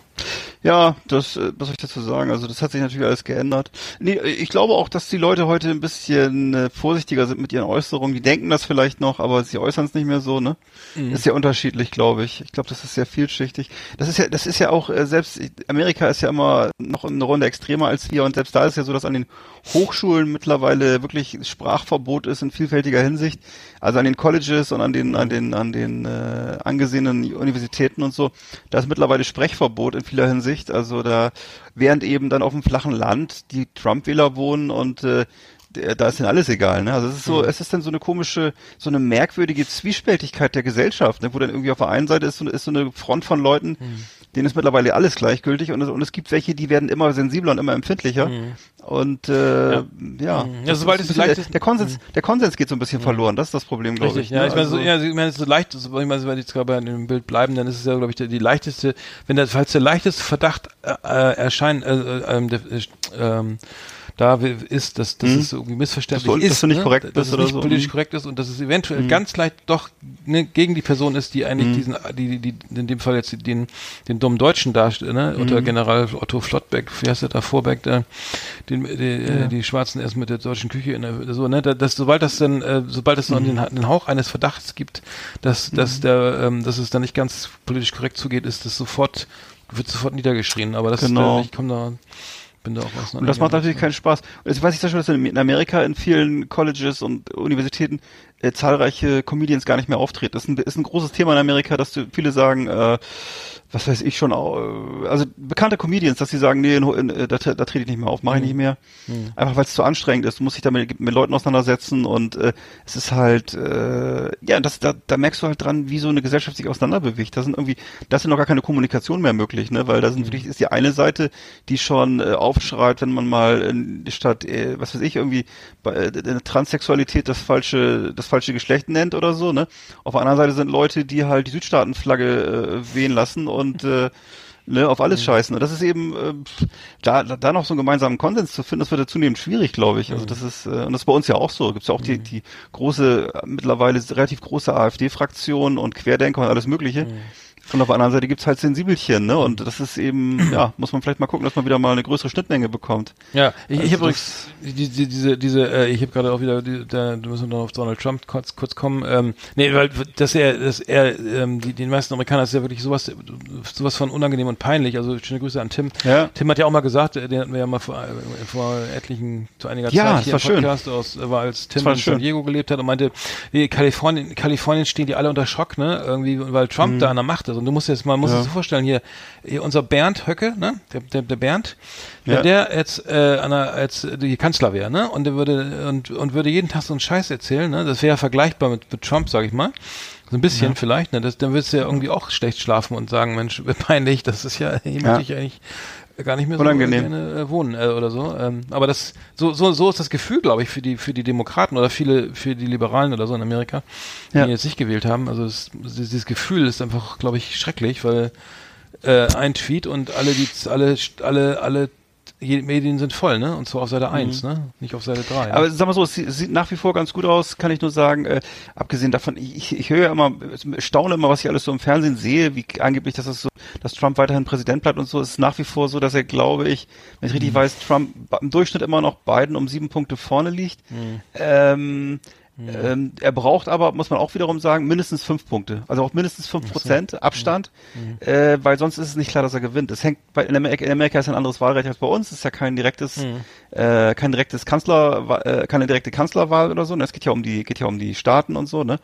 [SPEAKER 3] Ja, das, äh, was soll ich dazu sagen? Also das hat sich natürlich alles geändert. Nee, äh, ich glaube auch, dass die Leute heute ein bisschen äh, vorsichtiger sind mit ihren Äußerungen. Die denken das vielleicht noch, aber sie äußern es nicht mehr so, ne? Ist sehr unterschiedlich, glaube ich. Ich glaube, das ist sehr vielschichtig. Das ist ja, das ist ja auch, äh, selbst Amerika ist ja immer noch eine Runde extremer als wir und selbst da ist ja so, dass an den Hochschulen mittlerweile wirklich Sprachverbot ist in vielfältiger Hinsicht. Also an den Colleges und an den, an den, an den äh, angesehenen Universitäten und so. Da ist mittlerweile Sprechverbot in vieler Hinsicht. Also da, während eben dann auf dem flachen Land die Trump-Wähler wohnen und äh, der- da ist denn alles egal, ne? Also es ist so,
[SPEAKER 4] Mhm.
[SPEAKER 3] es ist dann so eine komische, so eine merkwürdige Zwiespältigkeit der Gesellschaft, ne? wo dann irgendwie auf der einen Seite ist so, ist so eine Front von Leuten,
[SPEAKER 4] Mhm.
[SPEAKER 3] denen ist mittlerweile alles gleichgültig und es, und es gibt welche, die werden immer sensibler und immer empfindlicher und äh, ja,
[SPEAKER 4] Mhm. Ja,
[SPEAKER 3] Das
[SPEAKER 4] sobald
[SPEAKER 3] ist
[SPEAKER 4] es
[SPEAKER 3] ein bisschen,
[SPEAKER 4] leicht ist- Mhm.
[SPEAKER 3] der, der Konsens, der Konsens geht so ein bisschen verloren, das ist das Problem, glaube
[SPEAKER 4] Richtig,
[SPEAKER 3] ich.
[SPEAKER 4] ja.
[SPEAKER 3] ne?
[SPEAKER 4] Ich meine, so,
[SPEAKER 3] Also-
[SPEAKER 4] ja, ich meine, so leicht, so, ich meine, wenn wir jetzt gerade bei dem Bild bleiben, dann ist es ja, glaube ich, die, die leichteste, wenn der, falls der leichteste Verdacht äh, äh, erscheint, äh, äh, ähm, der, äh, ähm, da wi- ist, dass, dass es irgendwie missverständlich
[SPEAKER 3] Mhm. Dass du-
[SPEAKER 4] ist.
[SPEAKER 3] dass du nicht
[SPEAKER 4] ne?
[SPEAKER 3] korrekt
[SPEAKER 4] dass
[SPEAKER 3] bist
[SPEAKER 4] es
[SPEAKER 3] oder
[SPEAKER 4] nicht
[SPEAKER 3] so,
[SPEAKER 4] politisch
[SPEAKER 3] mhm.
[SPEAKER 4] korrekt ist und dass es eventuell ganz leicht doch ne, gegen die Person ist, die
[SPEAKER 3] Mhm.
[SPEAKER 4] eigentlich diesen, die, die, die, in dem Fall jetzt den, den dummen Deutschen darstellt, ne?
[SPEAKER 3] Mhm.
[SPEAKER 4] unter General Otto Flottbeck, wie heißt der da, Vorbeck, der, den, die, äh, die Schwarzen erst mit der deutschen Küche in der, so, ne, Da- dass sobald das dann, äh, sobald es noch
[SPEAKER 3] Mhm.
[SPEAKER 4] den, den Hauch eines Verdachts gibt, dass, dass der, ähm, dass es da nicht ganz politisch korrekt zugeht, ist das sofort, wird sofort niedergeschrien, aber das
[SPEAKER 3] Genau.
[SPEAKER 4] äh, ich komme da, bin da auch auseinander.
[SPEAKER 3] Und das macht natürlich keinen Spaß. Und jetzt weiß ich zum Beispiel, dass in in Amerika in vielen Colleges und Universitäten äh, zahlreiche Comedians gar nicht mehr auftreten. Das ist ein, ist ein großes Thema in Amerika, dass du- viele sagen, äh, was weiß ich schon, äh, also bekannte Comedians, dass sie sagen, nee, in, in, äh, da, tre- da trete ich nicht mehr auf, mache ich nicht mehr. Einfach weil es zu anstrengend ist. Du musst dich damit mit Leuten auseinandersetzen und äh, es ist halt, äh, ja, das, da, da merkst du halt dran, wie so eine Gesellschaft sich auseinanderbewegt. Da sind irgendwie, da ist ja noch gar keine Kommunikation mehr möglich, ne? Weil da sind wirklich, ist die eine Seite, die schon äh, aufschreit, wenn man mal in, statt, äh, was weiß ich, irgendwie bei, äh, der Transsexualität das falsche, das falsche Geschlecht nennt oder so, ne? Auf der anderen Seite sind Leute, die halt die Südstaatenflagge äh, wehen lassen und äh, ne, auf alles scheißen. Und das ist eben, äh, pf, da, da da noch so einen gemeinsamen Konsens zu finden, das wird ja zunehmend schwierig, glaube ich. Also das ist, äh, und das ist bei uns ja auch so. Gibt es ja auch die, die große, äh, mittlerweile relativ große AfD-Fraktion und Querdenker und alles Mögliche. Und auf der anderen Seite gibt's halt Sensibelchen, ne? Und das ist eben, ja, muss man vielleicht mal gucken, dass man wieder mal eine größere Schnittmenge bekommt.
[SPEAKER 4] Ja, ich, ich
[SPEAKER 3] Also
[SPEAKER 4] habe übrigens die, die, diese, diese, äh, ich habe gerade auch wieder, die, da da müssen wir dann auf Donald Trump kurz, kurz kommen. Ähm, nee, weil dass er, dass er, ähm, die, den meisten Amerikanern ist ja wirklich sowas, sowas von unangenehm und peinlich. Also schöne Grüße an Tim.
[SPEAKER 3] Ja.
[SPEAKER 4] Tim hat ja auch mal gesagt, äh, den hatten wir ja mal vor, äh, vor etlichen, zu einiger
[SPEAKER 3] Ja,
[SPEAKER 4] Zeit
[SPEAKER 3] das war schön.
[SPEAKER 4] Podcast aus, äh, war als Tim
[SPEAKER 3] war
[SPEAKER 4] in San
[SPEAKER 3] schön.
[SPEAKER 4] Diego gelebt hat und meinte, nee, Kalifornien, Kalifornien stehen die alle unter Schock, ne? Irgendwie, weil Trump da an der Macht ist. Also du musst jetzt mal, musst
[SPEAKER 3] Mhm. Ja.
[SPEAKER 4] dir so vorstellen, hier, hier unser Bernd Höcke, ne? Der, der, der Bernd, wenn
[SPEAKER 3] Ja.
[SPEAKER 4] der jetzt äh, einer, als äh, die Kanzler wäre, ne? Und der würde und, und würde jeden Tag so einen Scheiß erzählen, ne? Das wäre ja vergleichbar mit, mit Trump, sag ich mal. So ein bisschen vielleicht, ne? Das, dann würdest du ja irgendwie auch schlecht schlafen und sagen, Mensch, peinlich, das ist ja, hier möchte ich eigentlich gar nicht mehr so
[SPEAKER 3] Unangenehm.
[SPEAKER 4] gerne äh, wohnen äh, oder so. Ähm, aber das so, so, so ist das Gefühl, glaube ich, für die für die Demokraten oder viele für die Liberalen oder so in Amerika, die
[SPEAKER 3] Ja.
[SPEAKER 4] jetzt nicht gewählt haben. Also es, dieses Gefühl ist einfach, glaube ich, schrecklich, weil äh, ein Tweet und alle die alle alle alle je- Medien sind voll, ne? Und zwar auf Seite 1, ne? Nicht auf Seite 3.
[SPEAKER 3] Mhm. Aber
[SPEAKER 4] ne?
[SPEAKER 3] sag mal so, es sie- sieht nach wie vor ganz gut aus, kann ich nur sagen. Äh, abgesehen davon, ich, ich höre ja immer, staune immer, was ich alles so im Fernsehen sehe, wie angeblich, dass es so, dass Trump weiterhin Präsident bleibt und so, Es ist nach wie vor so, dass er, glaube ich, wenn ich richtig weiß, Trump ba- im Durchschnitt immer noch Biden um sieben Punkte vorne liegt. Ähm, ähm, er braucht aber, muss man auch wiederum sagen, mindestens fünf Punkte. Also auch mindestens fünf Prozent Abstand, äh, weil sonst ist es nicht klar, dass er gewinnt. Es hängt bei, in, Amerika, in Amerika ist ein anderes Wahlrecht als bei uns. Es ist ja kein direktes, äh, kein direktes Kanzler, äh, keine direkte Kanzlerwahl oder so. Ne? Es geht ja um die, geht ja um die Staaten und so. Ne?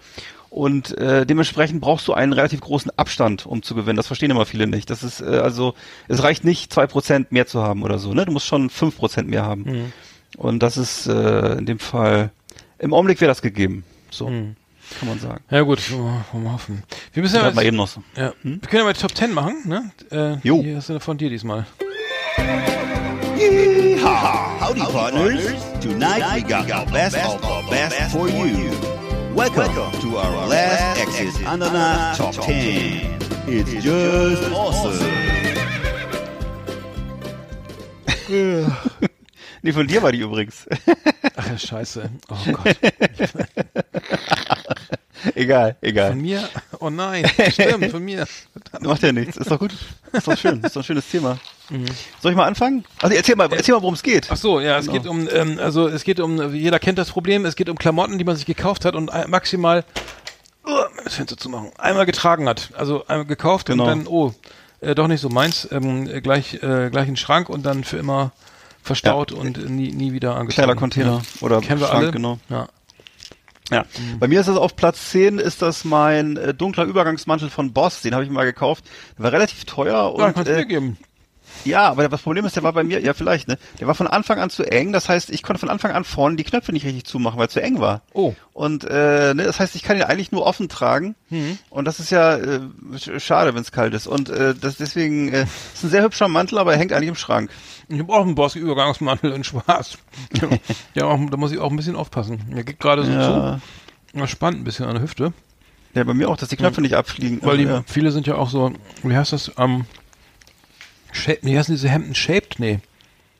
[SPEAKER 3] Und äh, dementsprechend brauchst du einen relativ großen Abstand, um zu gewinnen. Das verstehen immer viele nicht. Das ist äh, also, es reicht nicht zwei Prozent mehr zu haben oder so. Ne? Du musst schon fünf Prozent mehr haben. Und das ist äh, in dem Fall im Augenblick wäre das gegeben. So kann man sagen.
[SPEAKER 4] ja gut, wollen wir mal hoffen. Wir müssen
[SPEAKER 3] Das
[SPEAKER 4] Hm. ja,
[SPEAKER 3] hat
[SPEAKER 4] jetzt,
[SPEAKER 3] man eben noch so.
[SPEAKER 4] ja wir können ja mal die Top 10 machen, ne? Äh,
[SPEAKER 3] Jo.
[SPEAKER 4] Hier ist eine von dir diesmal.
[SPEAKER 6] Howdy, partners. Tonight we got the best of the best for you. Welcome, to our last Exit Ananas Top 10. It's, just awesome.
[SPEAKER 3] Nee, von dir war die übrigens.
[SPEAKER 4] Ach ja, scheiße. Oh Gott.
[SPEAKER 3] egal, egal.
[SPEAKER 4] Von mir? Oh nein, stimmt, von mir.
[SPEAKER 3] Macht ja nichts. Ist doch gut. Ist doch schön. Ist doch ein schönes Thema. Soll ich mal anfangen? Also erzähl mal, erzähl mal, worum es geht.
[SPEAKER 4] Mhm. Ach so, ja, es
[SPEAKER 3] Genau.
[SPEAKER 4] geht um, ähm, also es geht um, jeder kennt das Problem, es geht um Klamotten, die man sich gekauft hat und ein- maximal, uh, das Fenster zu machen, einmal getragen hat. Also einmal gekauft
[SPEAKER 3] Genau.
[SPEAKER 4] und dann, oh, äh, doch nicht so meins, ähm, äh, gleich, äh, gleich in den Schrank und dann für immer verstaut und äh, nie, nie wieder angezogen.
[SPEAKER 3] Kleiner Container oder
[SPEAKER 4] Kennen wir
[SPEAKER 3] Schrank,
[SPEAKER 4] alle?
[SPEAKER 3] genau.
[SPEAKER 4] Ja.
[SPEAKER 3] Ja.
[SPEAKER 4] Mhm.
[SPEAKER 3] Bei mir ist das auf Platz 10 ist das mein äh, dunkler Übergangsmantel von Boss, den habe ich mir mal gekauft. Der war relativ teuer
[SPEAKER 4] Und, ja,
[SPEAKER 3] und
[SPEAKER 4] kannst du mir
[SPEAKER 3] äh,
[SPEAKER 4] geben.
[SPEAKER 3] Ja, aber das Problem ist, der war bei mir, ja vielleicht, ne? Der war von Anfang an zu eng. Das heißt, ich konnte von Anfang an vorne die Knöpfe nicht richtig zumachen, weil er zu eng war.
[SPEAKER 4] Oh.
[SPEAKER 3] Und äh, ne, das heißt, ich kann ihn eigentlich nur offen tragen.
[SPEAKER 4] Hm.
[SPEAKER 3] Und das ist ja äh, sch- schade, wenn es kalt ist. Und äh, das deswegen äh, ist ein sehr hübscher Mantel, aber er hängt eigentlich im Schrank.
[SPEAKER 4] Ich habe auch einen Boss-Übergangsmantel in schwarz. ja, auch, da muss ich auch ein bisschen aufpassen. Mir geht gerade so
[SPEAKER 3] Ja.
[SPEAKER 4] zu. Das spannt ein bisschen an der Hüfte.
[SPEAKER 3] Ja, bei mir auch, dass die Knöpfe nicht abfliegen.
[SPEAKER 4] Hm. Weil die,
[SPEAKER 3] ja.
[SPEAKER 4] viele sind ja auch so, wie heißt das, ähm, shape, wie heißen diese Hemden? Shaped? Nee.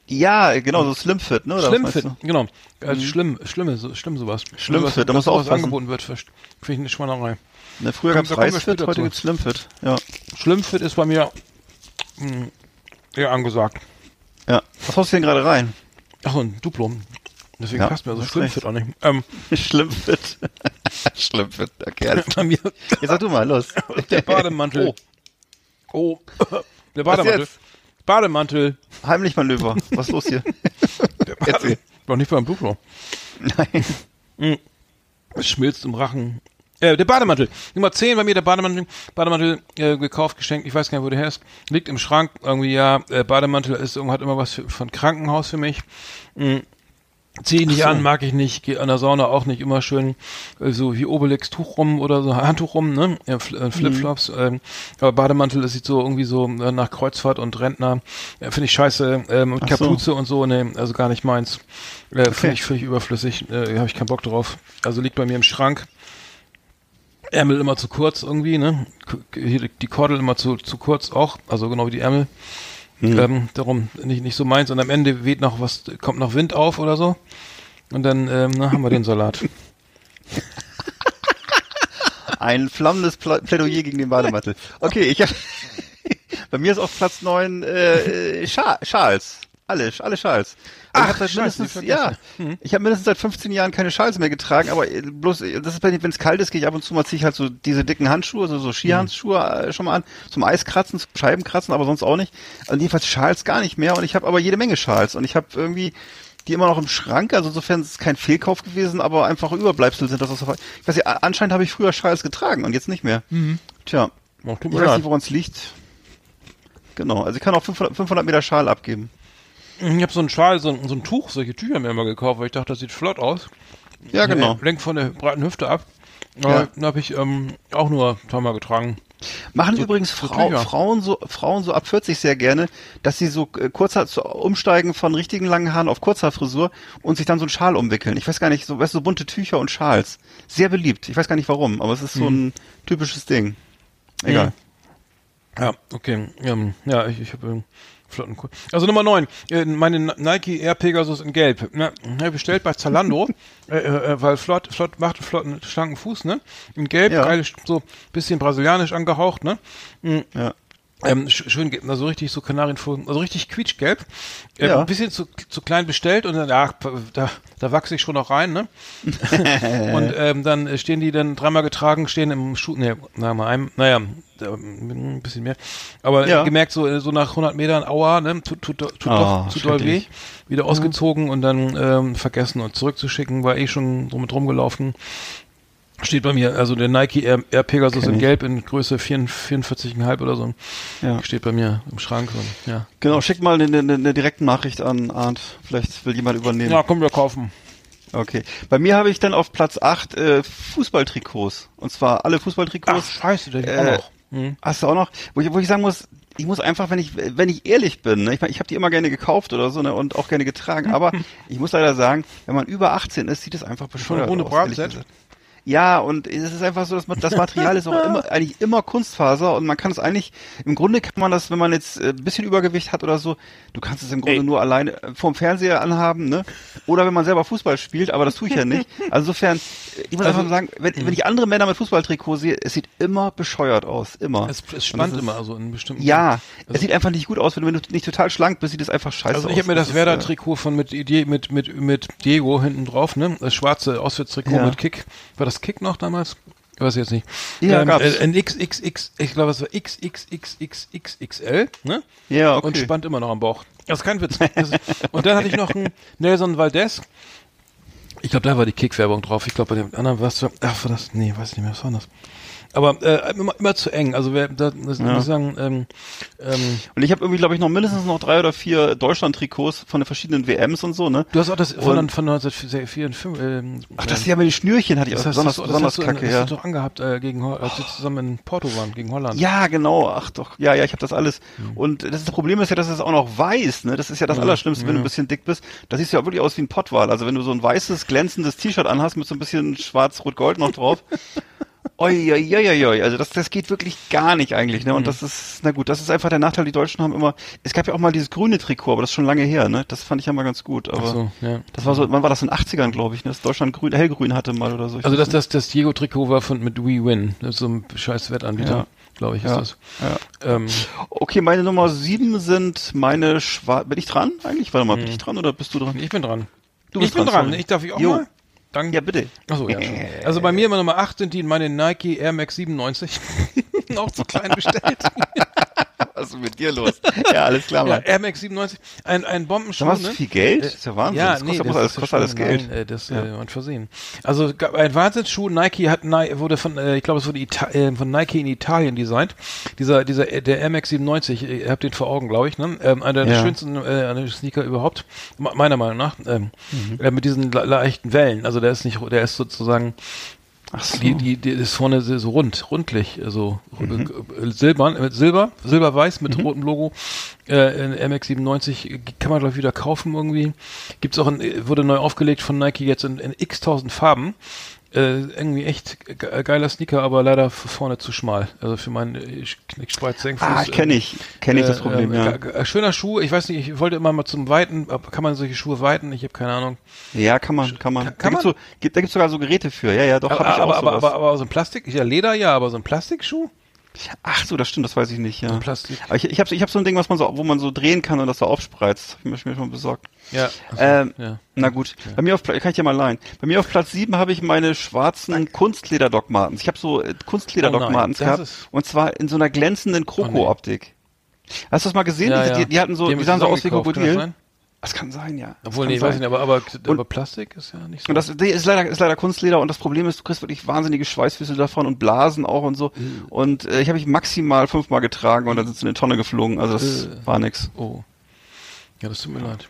[SPEAKER 3] ja, genau, so Slim Fit, ne? Oder was meinst
[SPEAKER 4] Schlimmfit,
[SPEAKER 3] du? Mhm.
[SPEAKER 4] genau. Also schlimm, schlimme, so, schlimm sowas.
[SPEAKER 3] Schlimm
[SPEAKER 4] Sowas,
[SPEAKER 3] Fit, da
[SPEAKER 4] das,
[SPEAKER 3] musst du
[SPEAKER 4] was
[SPEAKER 3] aufpassen.
[SPEAKER 4] angeboten wird, verst- finde ich eine Schweinerei.
[SPEAKER 3] Ne, früher
[SPEAKER 4] Komm,
[SPEAKER 3] gab's
[SPEAKER 4] da kommen wir
[SPEAKER 3] Reißfit,
[SPEAKER 4] später
[SPEAKER 3] heute
[SPEAKER 4] zu.
[SPEAKER 3] gibt's Slim Fit. Ja.
[SPEAKER 4] Schlimmfit ist bei mir mh, eher angesagt.
[SPEAKER 3] Ja. Was haust du denn gerade rein?
[SPEAKER 4] Achso, ein Diplom. Deswegen
[SPEAKER 3] Ja,
[SPEAKER 4] passt mir also
[SPEAKER 3] hast recht.
[SPEAKER 4] Schlimmfit auch nicht. Ähm,
[SPEAKER 3] Slim Fit. Slim Fit, okay. alles
[SPEAKER 4] bei mir
[SPEAKER 3] Jetzt sag du mal, los.
[SPEAKER 4] der Bademantel. Oh, der Bademantel.
[SPEAKER 3] jetzt?
[SPEAKER 4] Bademantel.
[SPEAKER 3] Heimlichmanöver. Was ist los hier? Erzähl.
[SPEAKER 4] Doch nicht beim Blutloch. Nein. Es schmilzt im Rachen. Äh, der Bademantel. Nummer 10 bei mir, der Bademantel. Bademantel äh, gekauft, geschenkt, ich weiß gar nicht, wo der her ist. Liegt im Schrank, irgendwie, ja, äh, Bademantel ist, irgend- hat immer was für, von Krankenhaus für mich. Mhm. Zieh ich nicht an, mag ich nicht, geh an der Sauna auch nicht, immer schön äh, so wie Obelix Tuch rum oder so, Handtuch rum, ne? Ja, Fl äh, Flipflops.
[SPEAKER 3] Mhm.
[SPEAKER 4] Ähm, aber Bademantel, das sieht so irgendwie so äh, nach Kreuzfahrt und Rentner. Äh, Finde ich scheiße. Ähm, und
[SPEAKER 3] Ach so.
[SPEAKER 4] Kapuze und so, ne, also gar nicht meins. Äh, Finde ich völlig überflüssig, äh, habe ich keinen Bock drauf. Also liegt bei mir im Schrank. Ärmel immer zu kurz irgendwie, ne? K- Hier die- die Kordel immer zu, zu kurz auch, also genau wie die Ärmel.
[SPEAKER 3] Mhm.
[SPEAKER 4] Ähm, darum nicht, nicht so meins. Und am Ende weht noch was, kommt noch Wind auf oder so. Und dann ähm, na, haben wir den Salat.
[SPEAKER 3] Ein flammendes Pla Plädoyer gegen den Bademantel. Okay, ich hab, Bei mir ist auf Platz 9 äh, äh, Scha Schals. Alle, alle Schals. Also
[SPEAKER 4] Ach,
[SPEAKER 3] ich habe seit,
[SPEAKER 4] Scheiße,
[SPEAKER 3] mindestens-
[SPEAKER 4] die
[SPEAKER 3] ja,
[SPEAKER 4] vergessen. Hm.
[SPEAKER 3] ich hab mindestens seit 15 Jahren keine Schals mehr getragen, aber äh, bloß, äh, das ist, wenn es kalt ist, gehe ich ab und zu mal, ziehe ich halt so diese dicken Handschuhe, so, so Skihandschuhe äh, schon mal an, zum Eiskratzen, zum Scheibenkratzen, aber sonst auch nicht. Und jedenfalls Schals gar nicht mehr und ich habe aber jede Menge Schals und ich habe irgendwie die immer noch im Schrank, also insofern ist es kein Fehlkauf gewesen, aber einfach Überbleibsel sind das. Aus der Ver- ich weiß nicht, a- anscheinend habe ich früher Schals getragen und jetzt nicht mehr. Tja,
[SPEAKER 4] Ach, Mhm. tut
[SPEAKER 3] Ich
[SPEAKER 4] mir
[SPEAKER 3] weiß nicht,
[SPEAKER 4] leid.
[SPEAKER 3] woran es liegt. Genau, also ich kann auch 500, 500 Meter Schal abgeben.
[SPEAKER 4] Ich habe so einen Schal, so ein, so ein Tuch, solche Tücher mir immer gekauft, weil ich dachte, das sieht flott aus.
[SPEAKER 3] Ja, genau.
[SPEAKER 4] Lenkt von der breiten Hüfte ab.
[SPEAKER 3] Ja.
[SPEAKER 4] Ja. Den habe ich ähm, auch nur zweimal getragen.
[SPEAKER 3] Machen übrigens
[SPEAKER 4] so
[SPEAKER 3] Frau,
[SPEAKER 4] Tücher.
[SPEAKER 3] Frauen, so, Frauen so ab 40 sehr gerne, dass sie so äh, kurzer zu umsteigen von richtigen langen Haaren auf kurzer Frisur und sich dann so einen Schal umwickeln. Ich weiß gar nicht, so, weißt du, so bunte Tücher und Schals. Sehr beliebt. Ich weiß gar nicht warum, aber es ist so ein typisches Ding. Egal.
[SPEAKER 4] Ja, okay. Ähm, ja, ich, ich habe ähm, flotten Kur Also Nummer 9. Äh, meine N- Nike Air Pegasus in Gelb. Ne? Hab ich bestellt bei Zalando, äh, äh, weil Flott, Flott macht einen flotten, schlanken Fuß, ne? In Gelb,
[SPEAKER 3] Ja.
[SPEAKER 4] geil, so bisschen brasilianisch angehaucht, ne?
[SPEAKER 3] Ja.
[SPEAKER 4] Ähm, sch- schön, ge- also richtig so Kanarienvogel, also richtig quietschgelb. Ähm,
[SPEAKER 3] Ja.
[SPEAKER 4] Ein bisschen zu, zu klein bestellt und dann, ach, da, da wachse ich schon noch rein, ne? und ähm, dann äh, stehen die dann dreimal getragen, stehen im Schuh, ne, na, mal einem, naja, da, mm, ein bisschen mehr. Aber
[SPEAKER 3] Ja.
[SPEAKER 4] äh, gemerkt, so, äh, so nach 100 Metern, aua, ne, tut, tut, tut
[SPEAKER 3] Ah,
[SPEAKER 4] doch zu doll weh.
[SPEAKER 3] schrecklich. Mhm.
[SPEAKER 4] Wieder ausgezogen und dann ähm, vergessen und zurückzuschicken, war eh schon so mit rumgelaufen. Steht bei mir, also der Nike Air, Air Pegasus in Gelb in Größe 44, 44,5 oder so.
[SPEAKER 3] Ja.
[SPEAKER 4] Steht bei mir im Schrank. Und, ja.
[SPEAKER 3] Genau, schick mal eine, eine, eine direkte Nachricht an Arndt. Vielleicht will jemand übernehmen.
[SPEAKER 4] ja, komm, wir kaufen.
[SPEAKER 3] Okay. Bei mir habe ich dann auf Platz 8 äh, Fußballtrikots. Und zwar alle Fußballtrikots.
[SPEAKER 4] scheiße, der
[SPEAKER 3] Äh, Hast du auch noch? Wo ich, wo ich sagen muss, ich muss einfach, wenn ich, wenn ich ehrlich bin, ne, ich meine, ich habe die immer gerne gekauft oder so ne, und auch gerne getragen, aber ich muss leider sagen, wenn man über 18 ist, sieht es einfach bescheuert
[SPEAKER 4] ohne
[SPEAKER 3] aus. ehrlich
[SPEAKER 4] Bratset?
[SPEAKER 3] gesagt. Ja, und es ist einfach so, dass man, das Material ist auch immer, eigentlich immer Kunstfaser und man kann es eigentlich, im Grunde kann man das, wenn man jetzt äh, ein bisschen Übergewicht hat oder so, du kannst es im Grunde nur alleine äh, vorm Fernseher anhaben, ne? Oder wenn man selber Fußball spielt, aber das tue ich ja nicht. Also insofern, äh, ich muss einfach
[SPEAKER 4] Also,
[SPEAKER 3] sagen, wenn,
[SPEAKER 4] mhm.
[SPEAKER 3] wenn ich andere Männer mit Fußballtrikot sehe, es sieht immer bescheuert aus, immer.
[SPEAKER 4] Es,
[SPEAKER 3] Und das
[SPEAKER 4] es spannt
[SPEAKER 3] ist-
[SPEAKER 4] immer, also in bestimmten.
[SPEAKER 3] Ja, es
[SPEAKER 4] Also-
[SPEAKER 3] sieht einfach nicht gut aus, wenn du wenn du nicht total schlank bist, sieht es einfach scheiße aus.
[SPEAKER 4] Also ich habe mir das
[SPEAKER 3] ist, äh,
[SPEAKER 4] Werder-Trikot von mit, Idee- mit, mit, mit Diego hinten drauf, ne? Das schwarze Auswärtstrikot
[SPEAKER 3] Ja.
[SPEAKER 4] mit Kick. War das Kick noch damals? Ich weiß jetzt nicht.
[SPEAKER 3] Ja, gab's.
[SPEAKER 4] äh, Ein XXX, ich glaube, es war XXXXXXL, ne?
[SPEAKER 3] Ja, okay.
[SPEAKER 4] Und spannt immer noch am Bauch. Das ist kein Witz. Das ist, und dann hatte ich noch einen Nelson Valdez. Ich glaube, da war die Kick-Werbung drauf. Ich glaube, bei dem anderen war es, ach, war das, nee, weiß nicht mehr, was war das? Aber äh, immer, immer zu eng. Also, wer, da, das muss ich sagen, ähm, ähm,
[SPEAKER 3] Und ich habe irgendwie, glaube ich, noch mindestens noch drei oder vier Deutschland-Trikots von den verschiedenen WMs und so, ne?
[SPEAKER 4] Du hast auch das
[SPEAKER 3] Und-
[SPEAKER 4] von, von 1954. Ähm,
[SPEAKER 3] Ach, das ja mit den Schnürchen hatte ich
[SPEAKER 4] das
[SPEAKER 3] auch
[SPEAKER 4] hast
[SPEAKER 3] besonders,
[SPEAKER 4] du, das
[SPEAKER 3] besonders
[SPEAKER 4] hast du,
[SPEAKER 3] kacke,
[SPEAKER 4] das
[SPEAKER 3] ja.
[SPEAKER 4] hast du doch angehabt äh, gegen Ho- als wir zusammen in Porto waren gegen Holland.
[SPEAKER 3] Ja, genau, ach doch, ja, ja, ich habe das alles.
[SPEAKER 4] Hm.
[SPEAKER 3] Und das Problem ist ja, dass es auch noch weiß, ne? Das ist ja das Allerschlimmste, wenn du ein bisschen dick bist. Das siehst du ja wirklich aus wie ein Pottwal. Also wenn du so ein weißes, glänzendes T-Shirt anhast mit so ein bisschen schwarz-rot-gold noch drauf. Oi, oi, oi, oi, oi. Also das, das geht wirklich gar nicht eigentlich,
[SPEAKER 4] Hm.
[SPEAKER 3] ne? Und das ist, na gut, das ist einfach der Nachteil, die Deutschen haben immer. Es gab ja auch mal dieses grüne Trikot, aber das ist schon lange her, ne? Das fand ich ja mal ganz gut. Aber
[SPEAKER 4] Ach so, ja.
[SPEAKER 3] das war so, wann war das in den 80ern, glaube ich, ne? Dass Deutschland grün, hellgrün hatte mal oder so. Ich
[SPEAKER 4] Also
[SPEAKER 3] weiß
[SPEAKER 4] das das das Diego Trikot war von mit We Win, das ist so ein scheiß Wettanbieter,
[SPEAKER 3] Ja.
[SPEAKER 4] glaube ich, ist
[SPEAKER 3] Ja.
[SPEAKER 4] das. Ähm,
[SPEAKER 3] Okay, meine Nummer sieben sind meine Schwarz. Bin ich dran eigentlich? Warte mal, bin ich dran oder bist du dran?
[SPEAKER 4] Mhm. ich bin dran.
[SPEAKER 3] Du bist
[SPEAKER 4] ich bin
[SPEAKER 3] dran,
[SPEAKER 4] dran.
[SPEAKER 3] sorry.
[SPEAKER 4] Ich darf ich auch
[SPEAKER 3] Jo.
[SPEAKER 4] mal. Danke.
[SPEAKER 3] Ja, bitte.
[SPEAKER 4] Achso, ja. schon. Also bei mir immer Nummer 8 sind die meine Nike Air Max 97. auch zu klein bestellt.
[SPEAKER 3] Was ist denn mit dir los? ja, alles klar,
[SPEAKER 4] ja,
[SPEAKER 3] Mann.
[SPEAKER 4] Air Max 97. Ein, ein Bombenschuh.
[SPEAKER 3] Da hast du
[SPEAKER 4] ne?
[SPEAKER 3] viel Geld? Das ist ja Wahnsinn.
[SPEAKER 4] Ja,
[SPEAKER 3] das
[SPEAKER 4] nee,
[SPEAKER 3] kostet,
[SPEAKER 4] das
[SPEAKER 3] alles,
[SPEAKER 4] ist
[SPEAKER 3] kostet
[SPEAKER 4] schon-
[SPEAKER 3] alles Geld.
[SPEAKER 4] Nein, äh, das äh, ein Versehen. Also es gab ein Wahnsinnsschuh. Nike hat Ni- wurde von, äh, ich glaube, es wurde Ita äh, von Nike in Italien designt. Dieser, dieser äh, der MX 97. äh, Ihr habt den vor Augen, glaube ich. Ne? Ähm, einer der
[SPEAKER 3] Ja.
[SPEAKER 4] schönsten äh, einer der Sneaker überhaupt, me- meiner Meinung nach. Ähm,
[SPEAKER 3] Mhm.
[SPEAKER 4] äh, mit diesen le- leichten Wellen. Also der ist nicht, ru- der ist sozusagen
[SPEAKER 3] Ach so. Mhm.
[SPEAKER 4] die, die, die ist vorne so so rund, rundlich, äh, so äh, äh, silbern, äh, silber, silberweiß mit rotem Logo. Äh, in MX97 äh, kann man glaube ich wieder kaufen irgendwie. Gibt's auch, in, äh, wurde neu aufgelegt von Nike jetzt in, in x tausend Farben. Äh, irgendwie echt ge- äh, geiler Sneaker, aber leider f- vorne zu schmal. Also für meinen äh, Knickspreiz-Senkfuß.
[SPEAKER 3] ah, kenne ich. Kenne ich das
[SPEAKER 4] Äh,
[SPEAKER 3] Problem,
[SPEAKER 4] ähm,
[SPEAKER 3] ja.
[SPEAKER 4] g- g- Schöner Schuh, ich weiß nicht, ich wollte immer mal zum Weiten, ob- kann man solche Schuhe weiten? Ich habe keine Ahnung.
[SPEAKER 3] Ja, kann man, kann man.
[SPEAKER 4] Kann-
[SPEAKER 3] da
[SPEAKER 4] kann
[SPEAKER 3] gibt's
[SPEAKER 4] man?
[SPEAKER 3] So, gibt, da gibt's sogar so Geräte für. Ja, ja, doch, habe
[SPEAKER 4] Aber,
[SPEAKER 3] ich auch
[SPEAKER 4] aber, aber,
[SPEAKER 3] sowas.
[SPEAKER 4] aber, aber so ein Plastik, ja Leder ja, aber so ein Plastikschuh?
[SPEAKER 3] Ach so, das stimmt, das weiß ich nicht, ja.
[SPEAKER 4] Plastik.
[SPEAKER 3] Aber ich, ich habe ich hab so ein Ding, was man so, wo man so drehen kann und das so aufspreizt. Hab ich mir schon besorgt.
[SPEAKER 4] Ja. Also,
[SPEAKER 3] Ähm,
[SPEAKER 4] ja.
[SPEAKER 3] Na gut, bei mir auf Pla- kann ich ja mal leihen. Bei mir auf Platz 7 habe ich meine schwarzen Kunstleder-Doc Martens. Ich habe so äh, Kunstleder-Doc
[SPEAKER 4] Oh nein,
[SPEAKER 3] Martens
[SPEAKER 4] das
[SPEAKER 3] gehabt
[SPEAKER 4] ist- Oh
[SPEAKER 3] und zwar in so einer glänzenden Kroko-Optik. Hast du das mal gesehen? die, Die, die hatten so,
[SPEAKER 4] Dem
[SPEAKER 3] die
[SPEAKER 4] ist
[SPEAKER 3] sahen
[SPEAKER 4] es
[SPEAKER 3] so
[SPEAKER 4] auch
[SPEAKER 3] aus wie
[SPEAKER 4] gekauft, kann das
[SPEAKER 3] Krokodil.
[SPEAKER 4] sein?
[SPEAKER 3] Das kann sein, ja. Das
[SPEAKER 4] Obwohl,
[SPEAKER 3] kann
[SPEAKER 4] nee, ich weiß
[SPEAKER 3] sein.
[SPEAKER 4] nicht, aber, aber, aber
[SPEAKER 3] Und-
[SPEAKER 4] Plastik ist ja nicht so.
[SPEAKER 3] Und das nee, ist leider, ist leider Kunstleder und das Problem ist, du kriegst wirklich wahnsinnige Schweißfüße davon und Blasen auch und so. Und äh, ich habe ich maximal fünfmal getragen und dann sind sie in eine Tonne geflogen. Also das
[SPEAKER 4] Äh.
[SPEAKER 3] war nix.
[SPEAKER 4] oh. Ja, das tut mir leid.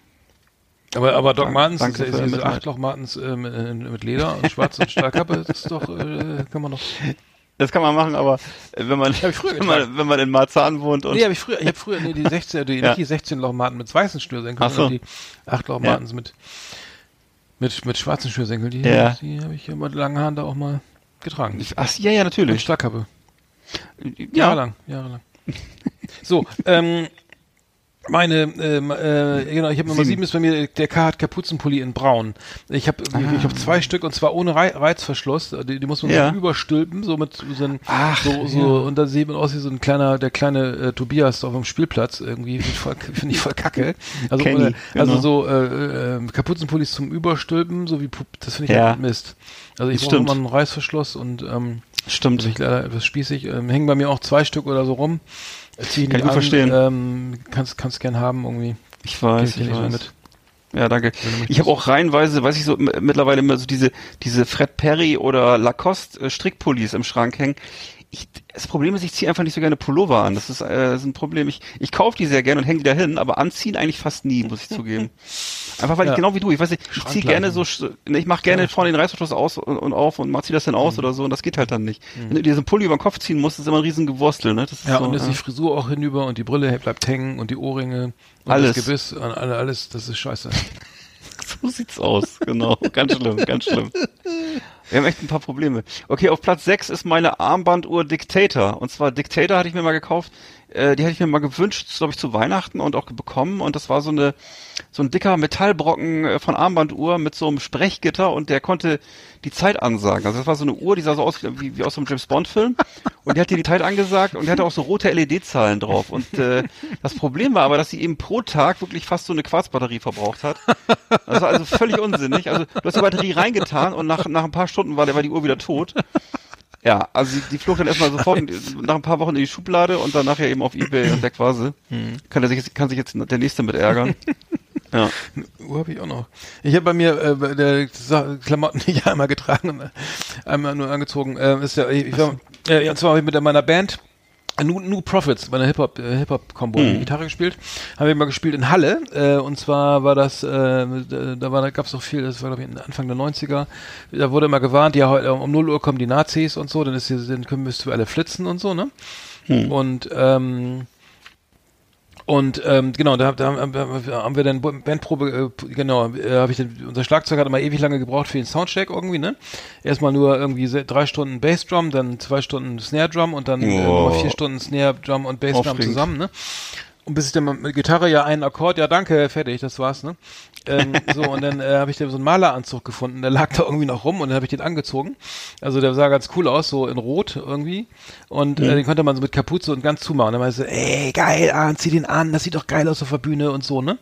[SPEAKER 4] Aber, aber Doc
[SPEAKER 3] Dank-
[SPEAKER 4] Martens,
[SPEAKER 3] danke
[SPEAKER 4] diese-
[SPEAKER 3] für
[SPEAKER 4] diese
[SPEAKER 3] Mitleid.
[SPEAKER 4] Achtloch Martens ähm, äh, mit Leder und schwarz und Stahlkappe, das ist doch, äh, kann man doch.
[SPEAKER 3] Das kann man machen, aber äh, wenn man,
[SPEAKER 4] ich früher
[SPEAKER 3] wenn
[SPEAKER 4] getragen.
[SPEAKER 3] man, wenn man in Marzahn wohnt und
[SPEAKER 4] Nee, hab ich früher, ich habe früher nee, die 16, die,
[SPEAKER 3] Ja.
[SPEAKER 4] nicht die 16 Lochmaten mit weißen
[SPEAKER 3] Ach
[SPEAKER 4] Schnürsenkeln,
[SPEAKER 3] so.
[SPEAKER 4] sondern die 8 Lochmatens mit, mit, mit schwarzen Schnürsenkeln, die,
[SPEAKER 3] Ja.
[SPEAKER 4] die habe ich ja mit langen Haaren da auch mal getragen.
[SPEAKER 3] Ach, ja, ja,
[SPEAKER 4] Mit
[SPEAKER 3] natürlich.
[SPEAKER 4] Stahlkappe.
[SPEAKER 3] Ja,
[SPEAKER 4] Jahrelang, jahrelang. So, ähm, meine, ähm, äh, genau, ich habe Nummer sieben ist bei mir, der K hat Kapuzenpulli in braun. Ich habe ich hab zwei Stück und zwar ohne Rei- Reizverschluss, die, die muss man
[SPEAKER 3] Ah. Ja.
[SPEAKER 4] so überstülpen, so mit so ein,
[SPEAKER 3] Ach,
[SPEAKER 4] so, so und da sieht man aus wie so ein kleiner, der kleine äh, Tobias auf dem Spielplatz irgendwie, Find ich voll- finde ich voll kacke. Also,
[SPEAKER 3] Kenny,
[SPEAKER 4] ohne, also
[SPEAKER 3] genau.
[SPEAKER 4] so äh, äh, Kapuzenpullis zum Überstülpen, so wie, Pup- das finde ich
[SPEAKER 3] Ja.
[SPEAKER 4] halt Mist. Also ich
[SPEAKER 3] Das
[SPEAKER 4] brauche
[SPEAKER 3] stimmt.
[SPEAKER 4] immer einen Reißverschluss und ähm,
[SPEAKER 3] stimmt.
[SPEAKER 4] bin ich leider etwas spießig. Ähm, hängen bei mir auch zwei Stück oder so rum. Äh, Zieh ich
[SPEAKER 3] Kann
[SPEAKER 4] nicht
[SPEAKER 3] ich gut
[SPEAKER 4] an,
[SPEAKER 3] verstehen.
[SPEAKER 4] Ähm, kannst, kannst gern haben irgendwie.
[SPEAKER 3] Ich weiß,
[SPEAKER 4] Geht-
[SPEAKER 3] ich
[SPEAKER 4] geht nicht mehr
[SPEAKER 3] weiß.
[SPEAKER 4] mit.
[SPEAKER 3] Ja, danke. Ich habe auch reihenweise, weiß ich so, m- mittlerweile immer so diese, diese Fred Perry oder Lacoste äh, Strickpullis im Schrank hängen. Ich, das Problem ist, ich ziehe einfach nicht so gerne Pullover an. Das ist, äh, das ist ein Problem. Ich, ich kaufe die sehr gerne und hänge die da hin, aber anziehen eigentlich fast nie, muss ich zugeben. Einfach weil
[SPEAKER 4] Ja.
[SPEAKER 3] ich genau wie du, ich weiß nicht, ich ziehe gerne so, sch- ne, ich mache gerne vorne den Reißverschluss aus und, und auf und mach zieh das dann
[SPEAKER 4] Mhm.
[SPEAKER 3] aus oder so und das geht halt dann nicht. Wenn du dir so einen Pulli über den Kopf ziehen musst, ist immer ein riesen Gewurstel, ne? Das ist
[SPEAKER 4] Ja,
[SPEAKER 3] so,
[SPEAKER 4] und ist
[SPEAKER 3] äh,
[SPEAKER 4] die Frisur auch hinüber und die Brille bleibt hängen und die Ohrringe und
[SPEAKER 3] Alles.
[SPEAKER 4] das Gebiss und alle- alles, das ist scheiße.
[SPEAKER 3] So sieht's aus, genau. Ganz schlimm, ganz schlimm. Wir haben echt ein paar Probleme. Okay, auf Platz 6 ist meine Armbanduhr Dictator. Und zwar Dictator hatte ich mir mal gekauft. Äh, die hatte ich mir mal gewünscht, glaube ich, zu Weihnachten und auch bekommen. Und das war so eine so ein dicker Metallbrocken äh, von Armbanduhr mit so einem Sprechgitter und der konnte die Zeit ansagen. Also das war so eine Uhr, die sah so aus wie, wie aus so einem James Bond Film. Und die hat dir die Zeit angesagt und die hatte auch so rote LED-Zahlen drauf. Und äh, das Problem war aber, dass sie eben pro Tag wirklich fast so eine Quarzbatterie verbraucht hat. Das war also völlig unsinnig. Also du hast die Batterie reingetan und nach, nach ein paar Stunden war, der, war die Uhr wieder tot. Ja, also die, die flog dann erstmal sofort in, nach ein paar Wochen in die Schublade und dann nachher eben auf Ebay und weg war sie.
[SPEAKER 4] Mhm.
[SPEAKER 3] Kann, der sich, jetzt- kann sich jetzt der Nächste mit ärgern. Ja.
[SPEAKER 4] Uhr habe ich auch noch. Ich habe bei mir äh, bei der Sa- Klamotten nicht einmal getragen und äh, einmal nur angezogen. Äh, ist ja, ich, ich war, äh, ja, und zwar habe ich mit meiner Band äh, New, New Profits, meiner Hip-Hop äh, Hip Combo Gitarre gespielt. Haben wir mal gespielt in Halle äh, und zwar war das äh, da war da gab's noch viel, das war glaube ich Anfang der 90er. Da wurde immer gewarnt, ja heute um 0 Uhr kommen die Nazis und so, dann ist hier dann können müsst ihr alle flitzen und so, ne? Und ähm, und ähm, genau, da, da haben, haben wir dann Bandprobe, äh, genau, äh, habe ich dann, unser Schlagzeuger hat immer ewig lange gebraucht für den Soundcheck irgendwie, ne? Erstmal nur irgendwie se- drei Stunden Bassdrum, dann zwei Stunden Snare Drum und dann äh,
[SPEAKER 3] Oh.
[SPEAKER 4] nochmal vier Stunden Snare Drum und Bassdrum
[SPEAKER 3] Aufregend.
[SPEAKER 4] zusammen, ne? Und bis ich dann mal mit Gitarre ja einen Akkord, ja danke, fertig, das war's, ne? Ähm, so, und dann äh, habe ich da so einen Maleranzug gefunden, der lag da irgendwie noch rum und dann habe ich den angezogen. Also der sah ganz cool aus, so in Rot irgendwie. Und äh, den konnte man so mit Kapuze und ganz zumachen. Und dann meinte ich so, ey, geil, ah, zieh den an, das sieht doch geil aus auf der Bühne und so, ne?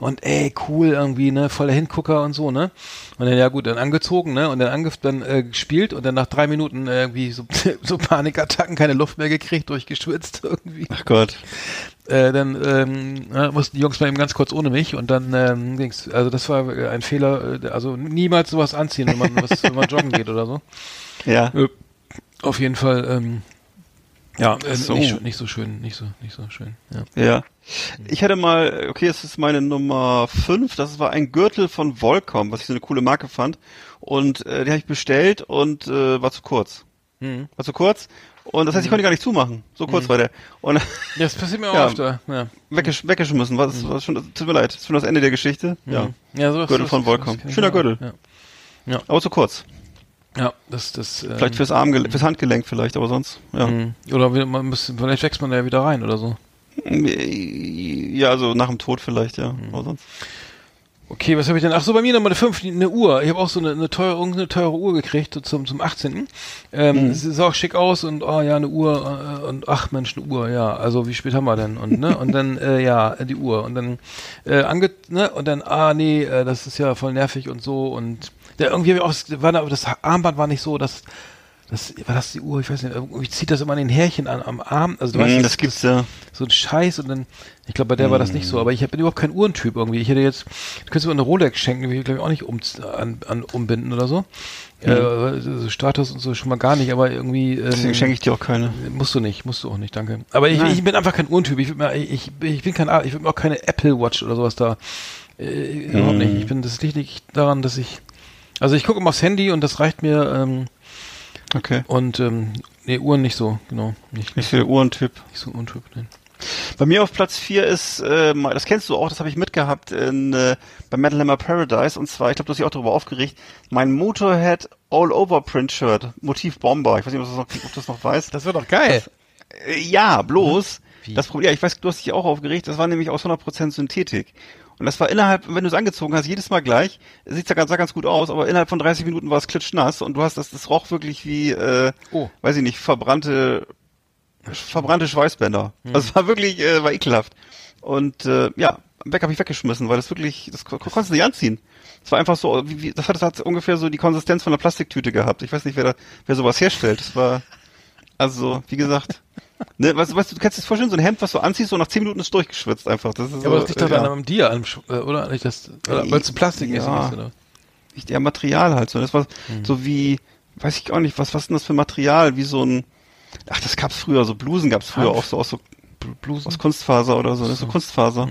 [SPEAKER 4] Und ey, cool irgendwie, ne? Voller Hingucker und so, ne? Und dann, ja gut, dann angezogen, ne? Und dann ange dann äh, gespielt und dann nach drei Minuten äh, irgendwie so, so Panikattacken, keine Luft mehr gekriegt, durchgeschwitzt irgendwie
[SPEAKER 3] Ach Gott.
[SPEAKER 4] äh, dann ähm, äh, mussten die Jungs mal eben ganz kurz ohne mich und dann ähm, ging's. Also das war äh, ein Fehler, äh, also niemals sowas anziehen, wenn man, was, wenn man joggen geht oder so.
[SPEAKER 3] Ja.
[SPEAKER 4] Äh, Auf jeden Fall, ähm, ja, äh,
[SPEAKER 3] So.
[SPEAKER 4] nicht, sch- nicht so schön, nicht so, nicht so schön. Ja.
[SPEAKER 3] Ja. Ich hatte mal, okay, es ist meine Nummer 5, das war ein Gürtel von Volcom, was ich so eine coole Marke fand. Und äh, den habe ich bestellt und äh, war zu kurz.
[SPEAKER 4] Mhm.
[SPEAKER 3] War zu kurz. Und das heißt, ich konnte ihn gar nicht zumachen. So kurz war der. Und
[SPEAKER 4] Das passiert mir auch
[SPEAKER 3] Ja.
[SPEAKER 4] öfter. Ja,
[SPEAKER 3] weggesch
[SPEAKER 4] Mhm.
[SPEAKER 3] weggeschmissen. War, das war schon, das tut mir leid. Das ist schon das Ende der Geschichte. Ja.
[SPEAKER 4] Mhm. ja sowas,
[SPEAKER 3] Gürtel
[SPEAKER 4] sowas-
[SPEAKER 3] von Volcom.
[SPEAKER 4] sowas kenn ich
[SPEAKER 3] Schöner
[SPEAKER 4] auch.
[SPEAKER 3] Gürtel.
[SPEAKER 4] Ja,
[SPEAKER 3] Aber zu kurz.
[SPEAKER 4] ja das, das. ähm, Mhm.
[SPEAKER 3] Vielleicht fürs Armge fürs Handgelenk vielleicht, aber sonst. Ja.
[SPEAKER 4] mh. Oder wir- man muss, vielleicht wächst man da ja wieder rein oder so.
[SPEAKER 3] Ja, also nach dem Tod vielleicht, ja.
[SPEAKER 4] Mhm.
[SPEAKER 3] Aber sonst.
[SPEAKER 4] Okay, was habe ich denn? Ach so, bei mir nochmal eine 5, eine Uhr. Ich habe auch so eine, eine teure, irgendeine teure Uhr gekriegt so zum, zum 18. Ähm,
[SPEAKER 3] Mhm.
[SPEAKER 4] Es sah auch schick aus und, oh ja, eine Uhr äh, und ach Mensch, eine Uhr, ja. Also wie spät haben wir denn? Und, ne? und dann, äh, ja, die Uhr. Und dann, äh, ange, ne? und dann, ah nee, äh, das ist ja voll nervig und so. Und ja, irgendwie hab ich auch, war da, das Armband war nicht so, dass das, war das die Uhr? Ich weiß nicht, irgendwie zieht das immer an den Härchen an, am Arm. Also, du
[SPEAKER 3] Mhm,
[SPEAKER 4] weißt,
[SPEAKER 3] das gibt's ja.
[SPEAKER 4] So ein Scheiß und dann, ich glaube, bei der war das nicht
[SPEAKER 3] Mhm.
[SPEAKER 4] so, aber ich hab- bin überhaupt kein Uhrentyp irgendwie. Ich hätte jetzt, du könntest mir eine Rolex schenken, die würde ich glaube ich auch nicht um, an, an, umbinden oder so.
[SPEAKER 3] Mhm.
[SPEAKER 4] Äh, so Status und so schon mal gar nicht, aber irgendwie. ähm,
[SPEAKER 3] Deswegen schenke ich dir auch keine.
[SPEAKER 4] Musst du nicht, musst du auch nicht, danke. Aber ich, ich bin einfach kein Uhrentyp. Ich, würd mir- ich, ich bin kein, A- ich würde mir auch keine Apple Watch oder sowas da. Äh, Überhaupt nicht.
[SPEAKER 3] Mhm.
[SPEAKER 4] Ich bin, das liegt nicht daran, dass ich, also ich gucke immer aufs Handy und das reicht mir, ähm,
[SPEAKER 3] Okay.
[SPEAKER 4] und, ähm, nee, Uhren nicht so, genau. Nicht,
[SPEAKER 3] Ich bin der Uhrentyp.
[SPEAKER 4] nicht so ein Uhrentyp, nein.
[SPEAKER 3] Bei mir auf Platz 4 ist, äh, mal- das kennst du auch, das habe ich mitgehabt in, äh, bei Metal Hammer Paradise. Und zwar, ich glaube, du hast dich auch darüber aufgeregt, mein Motorhead All-Over-Print-Shirt, Motiv Bomber. Ich weiß nicht, ob du das noch, ob du das noch weißt.
[SPEAKER 4] Das wäre doch geil. Hm?
[SPEAKER 3] Äh, ja, bloß. Das Problem, ja, ich weiß, du hast dich auch aufgeregt, das war nämlich aus 100% Synthetik. Und das war innerhalb, wenn du es angezogen hast, jedes Mal gleich, sieht ja ganz, sah ganz gut aus, aber innerhalb von 30 Minuten war es klitschnass und du hast das, das roch wirklich wie, äh,
[SPEAKER 4] Oh.
[SPEAKER 3] weiß ich nicht, verbrannte, verbrannte Schweißbänder.
[SPEAKER 4] Hm.
[SPEAKER 3] Also es war wirklich, äh, war ekelhaft. Und äh, ja, weg habe ich weggeschmissen, weil das wirklich, das ko- konntest du nicht anziehen. Es war einfach so, wie, wie, das, hat, das hat ungefähr so die Konsistenz von einer Plastiktüte gehabt. Ich weiß nicht, wer da, wer sowas herstellt. Das war, also, wie gesagt. Ne, weißt, du- weißt du, du kannst dir das vorstellen, so ein Hemd, was du anziehst, so nach 10 Minuten ist durchgeschwitzt einfach. Das ist
[SPEAKER 4] Ja, Äh, aber
[SPEAKER 3] so,
[SPEAKER 4] das liegt doch
[SPEAKER 3] äh,
[SPEAKER 4] an einem Dir, an einem Sch- äh, oder? Nicht das, oder weil es ein Plastik ist,
[SPEAKER 3] Ja.
[SPEAKER 4] oder?
[SPEAKER 3] nicht eher Material halt so. Das war so wie, weiß ich auch nicht, was, was ist denn das für Material? Wie so ein, ach, das gab's früher, so Blusen gab's früher
[SPEAKER 4] Hanf?
[SPEAKER 3] auch so aus so
[SPEAKER 4] Blusen?
[SPEAKER 3] aus Kunstfaser oder so. Mhm. Das ist so Kunstfaser.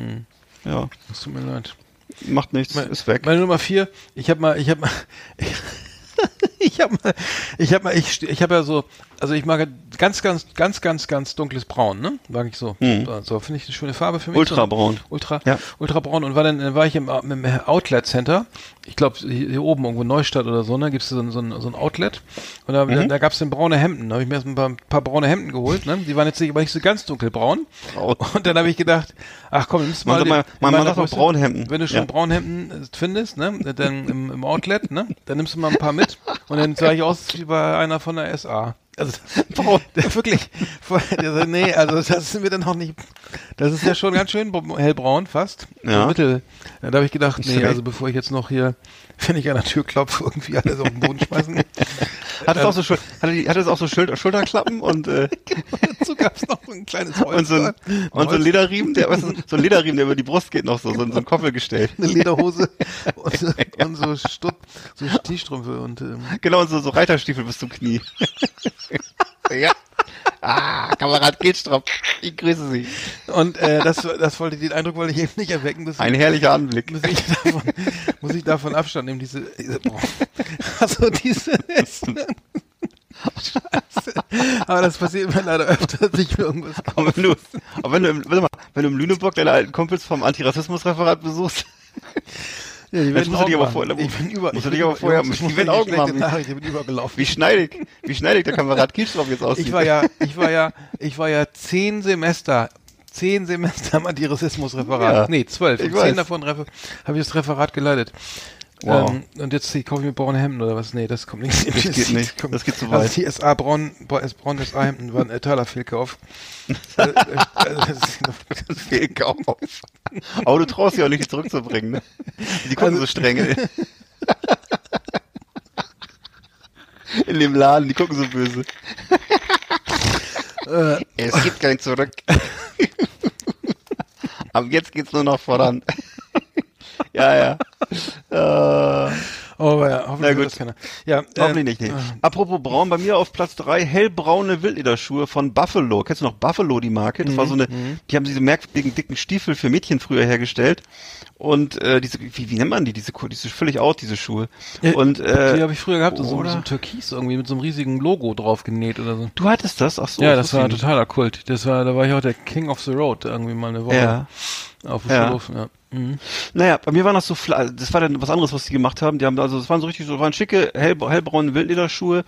[SPEAKER 3] Ja,
[SPEAKER 4] Es tut mir leid.
[SPEAKER 3] macht nichts,
[SPEAKER 4] Mein-
[SPEAKER 3] ist weg.
[SPEAKER 4] Meine Nummer vier, ich habe mal, ich habe mal, ich habe mal, ich habe mal, ich, ste- ich habe ja so, also ich mag ganz, ganz, ganz, ganz, ganz dunkles Braun, ne? Mag ich so. So, So, finde ich eine schöne Farbe für mich.
[SPEAKER 3] Mhm. Ultrabraun.
[SPEAKER 4] So, ultra,
[SPEAKER 3] Ja.
[SPEAKER 4] ultrabraun. Und war dann, dann war ich im, äh, im Outlet Center. Ich glaube, hier, hier oben irgendwo in Neustadt oder so, ne? Gibt es so, ein- so, ein- so ein Outlet. Und da,
[SPEAKER 3] Mhm.
[SPEAKER 4] da, da gab es dann braune Hemden. Da habe ich mir erst ein paar, ein paar braune Hemden geholt, ne? Die waren jetzt nicht, aber nicht so ganz dunkelbraun.
[SPEAKER 3] Braun.
[SPEAKER 4] Und dann habe ich gedacht, ach komm, nimmst du
[SPEAKER 3] Man
[SPEAKER 4] mal.
[SPEAKER 3] sagt
[SPEAKER 4] den-
[SPEAKER 3] mal- man-
[SPEAKER 4] in
[SPEAKER 3] man
[SPEAKER 4] meiner
[SPEAKER 3] sagt auch
[SPEAKER 4] Größe.
[SPEAKER 3] Braunhemden.
[SPEAKER 4] Wenn du schon
[SPEAKER 3] Ja.
[SPEAKER 4] Braunhemden äh, findest, ne, dann im, im Outlet, ne, dann nimmst du mal ein paar mit und dann sah ich aus wie bei einer von der SA. Also, der wirklich, der sagt, nee, also das sind wir dann noch nicht, das ist ja schon ganz schön br- hellbraun fast.
[SPEAKER 3] Ja.
[SPEAKER 4] So Mittel. Da habe ich gedacht, nee,
[SPEAKER 3] recht.
[SPEAKER 4] also bevor ich jetzt noch hier, wenn ich an der Tür klopfe, irgendwie alles auf den Boden schmeißen.
[SPEAKER 3] Hat es auch so, Schul- hatte die- hatte es auch so Schulter, Schulterklappen und, äh,
[SPEAKER 4] Dazu gab es noch so ein kleines
[SPEAKER 3] und
[SPEAKER 4] Holz.
[SPEAKER 3] Genau, so ein, und so ein Lederriemen, der, weißt du, so ein Lederriemen, der über die Brust geht noch so, so, ein- so ein Koppel gestellt.
[SPEAKER 4] eine Lederhose und, so- und so, Stutt, so Stiefstrümpfe und ähm,
[SPEAKER 3] Genau, und so, so Reiterstiefel bis zum Knie. ja. Ah, Kamerad Gehtstrop. Ich grüße Sie.
[SPEAKER 4] Und äh, das, das wollte den Eindruck wollte ich eben nicht erwecken. Bis
[SPEAKER 3] Ein herrlicher Anblick.
[SPEAKER 4] muss ich, davon, muss ich davon Abstand nehmen, diese, diese boah. also diese Scheiße. Aber das passiert mir leider öfter, dass ich mir irgendwas
[SPEAKER 3] Aber wenn du, aber wenn du, im, warte mal, wenn du im Lüneburg deine alten Kumpels vom Antirassismusreferat besuchst,
[SPEAKER 4] ja, die
[SPEAKER 3] Jetzt musst du dich aber
[SPEAKER 4] machen.
[SPEAKER 3] vorher-
[SPEAKER 4] ich bin über,
[SPEAKER 3] musst du
[SPEAKER 4] ich bin
[SPEAKER 3] dich aber
[SPEAKER 4] über-
[SPEAKER 3] vorher-
[SPEAKER 4] Jungs, ich
[SPEAKER 3] die
[SPEAKER 4] muss
[SPEAKER 3] werden
[SPEAKER 4] eine
[SPEAKER 3] Augen
[SPEAKER 4] schlechte
[SPEAKER 3] machen.
[SPEAKER 4] Nachricht, ich bin übergelaufen.
[SPEAKER 3] wie schneidig, wie schneidig der Kamerad Gehtstrop jetzt aussieht.
[SPEAKER 4] Ich war ja, ich war ja, ich war ja zehn Semester, zehn Semester am Antirassismusreferat.
[SPEAKER 3] Ja,
[SPEAKER 4] nee, zwölf.
[SPEAKER 3] ich
[SPEAKER 4] Und
[SPEAKER 3] weiß.
[SPEAKER 4] zehn davon habe ich das Referat geleitet.
[SPEAKER 3] Wow.
[SPEAKER 4] Ähm, und jetzt kaufe ich mir braune Hemden oder was? Nee, das kommt nichts. Das
[SPEAKER 3] geht nicht. Das geht zu
[SPEAKER 4] Also
[SPEAKER 3] weit.
[SPEAKER 4] die SA Braun, Bra- Braun SA Hemden waren ein totaler Fehlkauf. äh, äh, also das ist noch-
[SPEAKER 3] Fehlkauf. Aber du traust dich auch nicht, die zurückzubringen, ne? Die gucken so streng. ey. In dem Laden, die gucken so böse. es gibt kein Zurück. Aber jetzt geht's nur noch voran. ja, ja. Äh,
[SPEAKER 4] oh ja, hoffentlich
[SPEAKER 3] Na
[SPEAKER 4] hört
[SPEAKER 3] gut.
[SPEAKER 4] das keiner. Ja, äh,
[SPEAKER 3] Hoffentlich nicht. Nee. Apropos braun, bei mir auf Platz drei hellbraune Wildlederschuhe von Buffalo. Kennst du noch Buffalo, die Marke? Das war
[SPEAKER 4] Mhm,
[SPEAKER 3] so eine, die haben diese merkwürdigen dicken Stiefel für Mädchen früher hergestellt. Und äh, diese, wie, wie nennt man die? Diese, Ko- diese völlig out, diese Schuhe.
[SPEAKER 4] Ja,
[SPEAKER 3] und äh,
[SPEAKER 4] die habe ich früher gehabt, so, so
[SPEAKER 3] oder?
[SPEAKER 4] ein Türkis irgendwie mit so einem riesigen Logo drauf genäht oder so.
[SPEAKER 3] Du hattest das? Ach so.
[SPEAKER 4] ja, das
[SPEAKER 3] wusste
[SPEAKER 4] war ein
[SPEAKER 3] Oh, ich nicht.
[SPEAKER 4] totaler Kult. Das war, da war ich auch der King of the Road irgendwie mal eine Woche
[SPEAKER 3] Ja.
[SPEAKER 4] auf dem
[SPEAKER 3] Ja.
[SPEAKER 4] Schulhof. Ja. Mhm.
[SPEAKER 3] Naja, bei mir waren das so, fla- also das war dann was anderes, was die gemacht haben. Die haben also, das waren so richtig, so waren schicke hell, hellbraune Wildlederschuhe.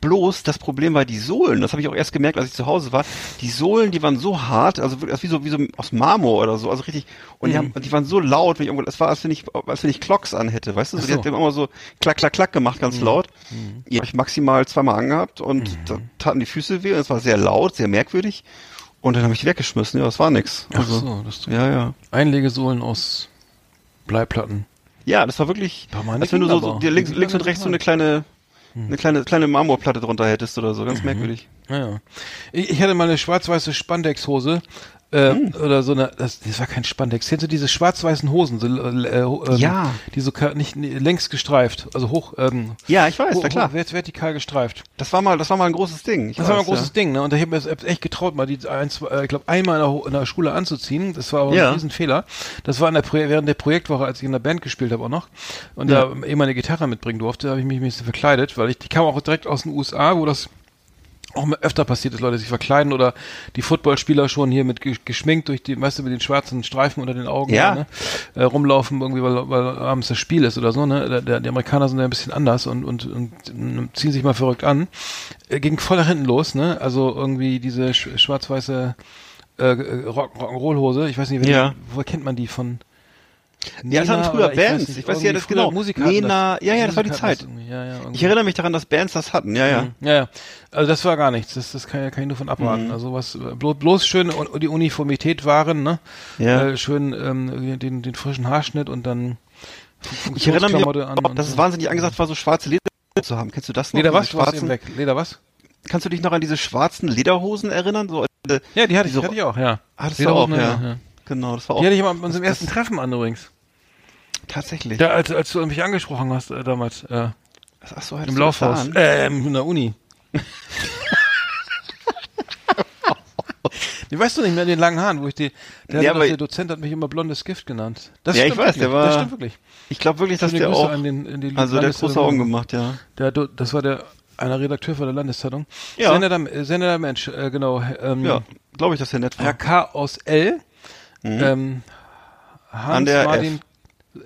[SPEAKER 3] Bloß das Problem war die Sohlen. Das habe ich auch erst gemerkt, als ich zu Hause war. Die Sohlen, die waren so hart, also wirklich, als wie so wie so aus Marmor oder so, also richtig. Und
[SPEAKER 4] Mhm.
[SPEAKER 3] die, haben, und die waren so laut, wenn ich irgendwo, das war, als wenn ich, als wenn ich Clocks an hätte, weißt du? So,
[SPEAKER 4] Ach
[SPEAKER 3] Die
[SPEAKER 4] so. Mhm.
[SPEAKER 3] haben immer so klack, klack, klack gemacht, ganz laut. Die habe ich maximal zweimal angehabt und da taten die Füße weh und es war sehr laut, sehr merkwürdig. Und dann habe ich die weggeschmissen. Ja, das war nix. Also,
[SPEAKER 4] Ach so, das tut-
[SPEAKER 3] ja, ja.
[SPEAKER 4] Einlegesohlen aus Bleiplatten.
[SPEAKER 3] Ja, das war wirklich,
[SPEAKER 4] Da meine
[SPEAKER 3] als wenn du so,
[SPEAKER 4] Kinder
[SPEAKER 3] so
[SPEAKER 4] aber. Hm.
[SPEAKER 3] dir links,
[SPEAKER 4] Die
[SPEAKER 3] links und
[SPEAKER 4] Kinder
[SPEAKER 3] rechts so
[SPEAKER 4] waren.
[SPEAKER 3] eine kleine, eine kleine, kleine Marmorplatte drunter hättest oder so. Ganz
[SPEAKER 4] Mhm.
[SPEAKER 3] merkwürdig.
[SPEAKER 4] Ja. Ich, ich hatte mal eine schwarz-weiße Spandex-Hose. Äh,
[SPEAKER 3] Hm.
[SPEAKER 4] Oder so eine, das, das war kein Spandex. Kennst du diese schwarz-weißen Hosen? So, äh, äh,
[SPEAKER 3] Ja.
[SPEAKER 4] Die so ka- nicht nee, längs gestreift, also hoch. Ähm,
[SPEAKER 3] Ja, ich weiß,
[SPEAKER 4] ho-
[SPEAKER 3] na klar.
[SPEAKER 4] hoch- vert- vertikal gestreift.
[SPEAKER 3] Das war mal, das war mal ein großes Ding. Ich
[SPEAKER 4] Das war mal
[SPEAKER 3] weiß,
[SPEAKER 4] ein großes
[SPEAKER 3] ja.
[SPEAKER 4] Ding, ne? Und da habe ich mir das echt getraut, mal die ein, zwei, äh, ich glaube, einmal in der, Ho- in der Schule anzuziehen. Das war aber
[SPEAKER 3] Ja.
[SPEAKER 4] ein Riesenfehler. Das war in der Pro während der Projektwoche, als ich in der Band gespielt habe auch noch und da eben meine Gitarre mitbringen durfte, habe ich mich ein bisschen verkleidet, weil ich die kam auch direkt aus den USA, wo das auch mal öfter passiert, dass Leute sich verkleiden oder die Footballspieler schon hier mit ge- geschminkt durch die, weißt du, mit den schwarzen Streifen unter den Augen
[SPEAKER 3] Ja.
[SPEAKER 4] ne, äh, rumlaufen, irgendwie, weil, weil abends das Spiel ist oder so, ne? Der, der, die Amerikaner sind ja ein bisschen anders und, und, und, mm, ziehen sich mal verrückt an. Äh, ging voll nach hinten los, ne? Also irgendwie diese sch schwarz-weiße äh, äh, Rock Rock'n'Roll-Hose, ich weiß nicht, wer
[SPEAKER 3] Ja.
[SPEAKER 4] die, woher kennt man die von?
[SPEAKER 3] Ja, das hatten früher
[SPEAKER 4] oder
[SPEAKER 3] Bands. Ich weiß ja,
[SPEAKER 4] irgendwie
[SPEAKER 3] das
[SPEAKER 4] früher
[SPEAKER 3] genau.
[SPEAKER 4] Musiker hatten
[SPEAKER 3] Nena- ja, ja, das war die
[SPEAKER 4] Musiker hatten
[SPEAKER 3] Zeit.
[SPEAKER 4] das irgendwie, Ja, ja, irgendwie.
[SPEAKER 3] Ich erinnere mich daran, dass Bands das hatten. Ja, ja.
[SPEAKER 4] Ja, ja. Also das war gar nichts. Das, das kann, kann ich nur von
[SPEAKER 3] Mhm.
[SPEAKER 4] abraten. Also was äh, bloß, bloß schön un- die Uniformität waren, ne?
[SPEAKER 3] Ja.
[SPEAKER 4] Äh, schön ähm, den, den frischen Haarschnitt und dann Fun-
[SPEAKER 3] Ich erinnere mich,
[SPEAKER 4] Funktionsklamotte
[SPEAKER 3] auch,
[SPEAKER 4] und
[SPEAKER 3] dass es
[SPEAKER 4] so.
[SPEAKER 3] wahnsinnig angesagt war, so schwarze Leder zu haben. Kennst du das noch?
[SPEAKER 4] Leder
[SPEAKER 3] Diese
[SPEAKER 4] was? Du warst eben
[SPEAKER 3] schwarzen-
[SPEAKER 4] weg. Leder was?
[SPEAKER 3] Kannst du dich noch an diese schwarzen Lederhosen erinnern? So, äh,
[SPEAKER 4] Ja, die hatte ich,
[SPEAKER 3] Diese-
[SPEAKER 4] hatte ich auch, ja.
[SPEAKER 3] hattest du auch,
[SPEAKER 4] Lederhosen,
[SPEAKER 3] ja.
[SPEAKER 4] ja, ja.
[SPEAKER 3] Genau, das war auch
[SPEAKER 4] Die hatte ich immer an unserem
[SPEAKER 3] das-
[SPEAKER 4] ersten Treffen an übrigens.
[SPEAKER 3] tatsächlich.
[SPEAKER 4] Ja, als, als du mich angesprochen hast äh, damals, äh,
[SPEAKER 3] Ach so, hättest
[SPEAKER 4] im
[SPEAKER 3] du das da
[SPEAKER 4] Laufhaus.
[SPEAKER 3] an?
[SPEAKER 4] Ähm, in der Uni. Die weißt du nicht mehr in den langen Haaren, wo ich die. Der,
[SPEAKER 3] Ja,
[SPEAKER 4] hat mir
[SPEAKER 3] aber-
[SPEAKER 4] das, der Dozent hat mich immer blondes Gift genannt. Das
[SPEAKER 3] Ja, ich
[SPEAKER 4] stimmt
[SPEAKER 3] weiß,
[SPEAKER 4] wirklich,
[SPEAKER 3] der war-
[SPEAKER 4] Das stimmt wirklich.
[SPEAKER 3] Ich glaube wirklich, dass
[SPEAKER 4] Schöne
[SPEAKER 3] der
[SPEAKER 4] Grüße
[SPEAKER 3] auch.
[SPEAKER 4] an den- an die
[SPEAKER 3] also der hat
[SPEAKER 4] Landes-
[SPEAKER 3] große Augen gemacht, ja.
[SPEAKER 4] Der, Do- das war der einer Redakteur von der Landeszeitung.
[SPEAKER 3] Ja.
[SPEAKER 4] Sehr netter, äh, sehr netter Mensch, äh, genau. Ähm,
[SPEAKER 3] Ja, glaube ich, dass der nett war.
[SPEAKER 4] Herr K. aus L. Ähm, Hans
[SPEAKER 3] Mhm. An der
[SPEAKER 4] Martin. Äh,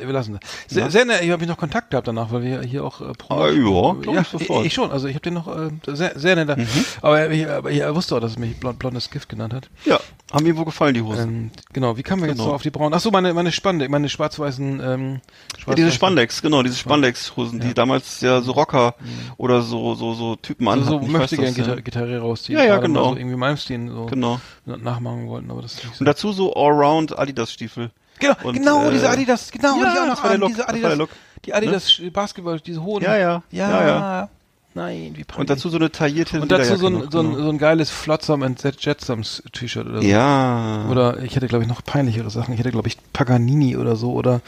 [SPEAKER 4] Wir lassen das. Sehr,
[SPEAKER 3] Ja.
[SPEAKER 4] sehr nett, ich habe mich noch Kontakt gehabt danach, weil wir hier auch äh, Pro-
[SPEAKER 3] Ah, ja, glaub ich
[SPEAKER 4] ja,
[SPEAKER 3] sofort. Mhm.
[SPEAKER 4] Ich, ich schon, also ich habe den noch äh, sehr, sehr netter. Aber, er- ich, aber ich- er wusste auch, dass er mich blond, blondes Gift genannt hat.
[SPEAKER 3] ja, haben mir wohl gefallen, die Hosen.
[SPEAKER 4] Ähm, genau, wie kamen wir jetzt
[SPEAKER 3] Genau.
[SPEAKER 4] so auf die braunen? Achso, meine, meine Spande, meine schwarz-weißen ähm,
[SPEAKER 3] Ja,
[SPEAKER 4] schwarz
[SPEAKER 3] diese Spandex, genau, diese Spandex-Hosen, die damals ja so Rocker oder so, so, so Typen
[SPEAKER 4] Also
[SPEAKER 3] anhatten.
[SPEAKER 4] Mhm. so
[SPEAKER 3] ich
[SPEAKER 4] möchte
[SPEAKER 3] weiß
[SPEAKER 4] gerne
[SPEAKER 3] das, ja.
[SPEAKER 4] Gitar Gitarre raus, die
[SPEAKER 3] Ja, ja,
[SPEAKER 4] gerade mal
[SPEAKER 3] genau.
[SPEAKER 4] so irgendwie Malmsteen so
[SPEAKER 3] Genau.
[SPEAKER 4] na- nachmachen wollten, aber das ist nicht so.
[SPEAKER 3] Und dazu so Allround Adidas-Stiefel.
[SPEAKER 4] genau,
[SPEAKER 3] und,
[SPEAKER 4] genau
[SPEAKER 3] äh,
[SPEAKER 4] diese Adidas,
[SPEAKER 3] ja,
[SPEAKER 4] genau, hatte ich auch
[SPEAKER 3] das
[SPEAKER 4] noch
[SPEAKER 3] war der
[SPEAKER 4] an,
[SPEAKER 3] Look,
[SPEAKER 4] diese
[SPEAKER 3] das war
[SPEAKER 4] Adidas,
[SPEAKER 3] der Look. Ne?
[SPEAKER 4] die Adidas Basketball, diese hohen.
[SPEAKER 3] Ja, ja,
[SPEAKER 4] ja,
[SPEAKER 3] ja,
[SPEAKER 4] ja. Nein, wie peinlich.
[SPEAKER 3] Und dazu so eine taillierte
[SPEAKER 4] und dazu so ein,
[SPEAKER 3] Lederjacke
[SPEAKER 4] so, ein,
[SPEAKER 3] noch,
[SPEAKER 4] so ein geiles Flotsam and Jet- Jetsams T-Shirt oder so.
[SPEAKER 3] genau. Ja.
[SPEAKER 4] Oder ich hätte, glaube ich, noch peinlichere Sachen. Ich hätte, glaube ich, Paganini oder so oder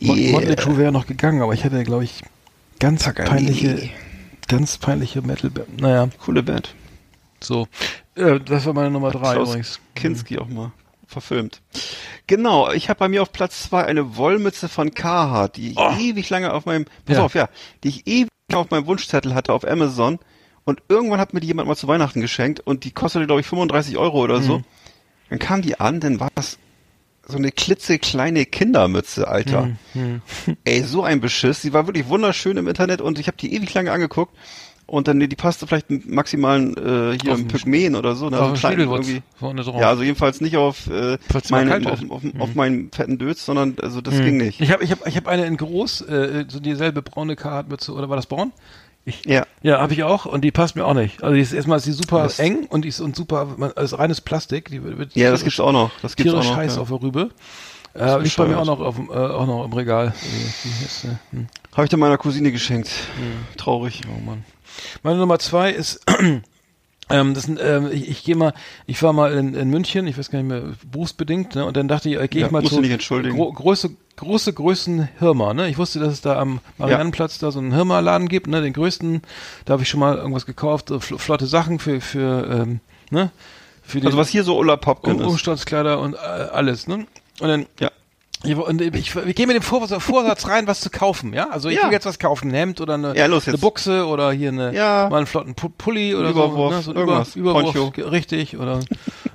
[SPEAKER 4] Mon-
[SPEAKER 3] Yeah.
[SPEAKER 4] Motley Crue wäre noch gegangen, aber ich hätte, glaube ich, ganz peinliche, ganz peinliche Metal. Naja,
[SPEAKER 3] Coole Band.
[SPEAKER 4] so. Äh, das war meine Nummer drei
[SPEAKER 3] Klaus
[SPEAKER 4] übrigens. Mhm.
[SPEAKER 3] Kinski auch mal verfilmt. Genau, ich habe bei mir auf Platz zwei eine Wollmütze von Carhartt, die ich ewig lange auf meinem, pass
[SPEAKER 4] Ja.
[SPEAKER 3] auf, ja, die ich ewig lange auf meinem Wunschzettel hatte auf Amazon und irgendwann hat mir die jemand mal zu Weihnachten geschenkt und die kostete, glaube ich, 35 Euro oder
[SPEAKER 4] Mhm.
[SPEAKER 3] so. Dann kam die an, dann war das so eine klitzekleine Kindermütze, Alter.
[SPEAKER 4] Mhm.
[SPEAKER 3] Ey, so ein Beschiss. Die war wirklich wunderschön im Internet und ich habe die ewig lange angeguckt. Und dann, nee, die passte vielleicht maximalen äh, hier
[SPEAKER 4] Auf
[SPEAKER 3] im
[SPEAKER 4] den Sch-
[SPEAKER 3] Pygmäen oder so. Ne?
[SPEAKER 4] Auf
[SPEAKER 3] so
[SPEAKER 4] den
[SPEAKER 3] klein
[SPEAKER 4] Schädelwurz
[SPEAKER 3] irgendwie.
[SPEAKER 4] vorne drauf.
[SPEAKER 3] Ja, also jedenfalls nicht auf, äh,
[SPEAKER 4] Falls dir mal
[SPEAKER 3] meine,
[SPEAKER 4] kalt
[SPEAKER 3] auf,
[SPEAKER 4] wird.
[SPEAKER 3] auf, auf meinen fetten Dötz, sondern also das ging nicht.
[SPEAKER 4] Mhm. Ich habe ich hab, ich hab eine in groß, äh, so dieselbe braune Kartmütze, oder war das braun? Ich,
[SPEAKER 3] Ja.
[SPEAKER 4] Ja, habe ich auch und die passt mir auch nicht. Also die ist, erstmal ist die super
[SPEAKER 3] Mist.
[SPEAKER 4] eng und die ist und super, man, also ist reines Plastik. Die wird
[SPEAKER 3] Ja, das gibt's auch noch. Das gibt's auch
[SPEAKER 4] tierisch
[SPEAKER 3] noch.
[SPEAKER 4] heiß
[SPEAKER 3] ja.
[SPEAKER 4] auf der Rübe. Äh, liegt bei mir auch
[SPEAKER 3] bescheuert.
[SPEAKER 4] noch, auf, dem, äh, auch noch im Regal. Die- die ist, äh, hm.
[SPEAKER 3] Habe ich dann meiner Cousine geschenkt. Traurig.
[SPEAKER 4] Oh Mann. Meine Nummer zwei ist, ähm, das sind, ähm, ich, ich gehe mal, ich war mal in, in München, ich weiß gar nicht mehr, berufsbedingt, ne? Und dann dachte ich, äh, gehe
[SPEAKER 3] Ja,
[SPEAKER 4] ich mal
[SPEAKER 3] musst
[SPEAKER 4] zu
[SPEAKER 3] du nicht entschuldigen.
[SPEAKER 4] Gro große, große Größen Hirma, ne? Ich wusste, dass es da am Marianenplatz da so einen Hirma-Laden gibt, ne? Den größten, da habe ich schon mal irgendwas gekauft, so fl flotte Sachen für, für, ähm, ne? Für
[SPEAKER 3] Also
[SPEAKER 4] den-
[SPEAKER 3] was hier so Ulla Popkin
[SPEAKER 4] um,
[SPEAKER 3] ist.
[SPEAKER 4] Umstandskleider und äh, alles, ne? Und dann,
[SPEAKER 3] Ja.
[SPEAKER 4] Ich, und ich, ich, ich gehe mit dem Vorsatz, Vorsatz rein, was zu kaufen, ja? Also ich
[SPEAKER 3] Ja.
[SPEAKER 4] will jetzt was kaufen, ein Hemd oder eine,
[SPEAKER 3] Ja, los
[SPEAKER 4] eine
[SPEAKER 3] jetzt.
[SPEAKER 4] Buchse oder hier eine,
[SPEAKER 3] Ja.
[SPEAKER 4] mal einen flotten Pu- Pulli oder
[SPEAKER 3] Überwurf,
[SPEAKER 4] so, ne? so ein
[SPEAKER 3] irgendwas.
[SPEAKER 4] Überwurf,
[SPEAKER 3] Poncho.
[SPEAKER 4] ge- richtig, oder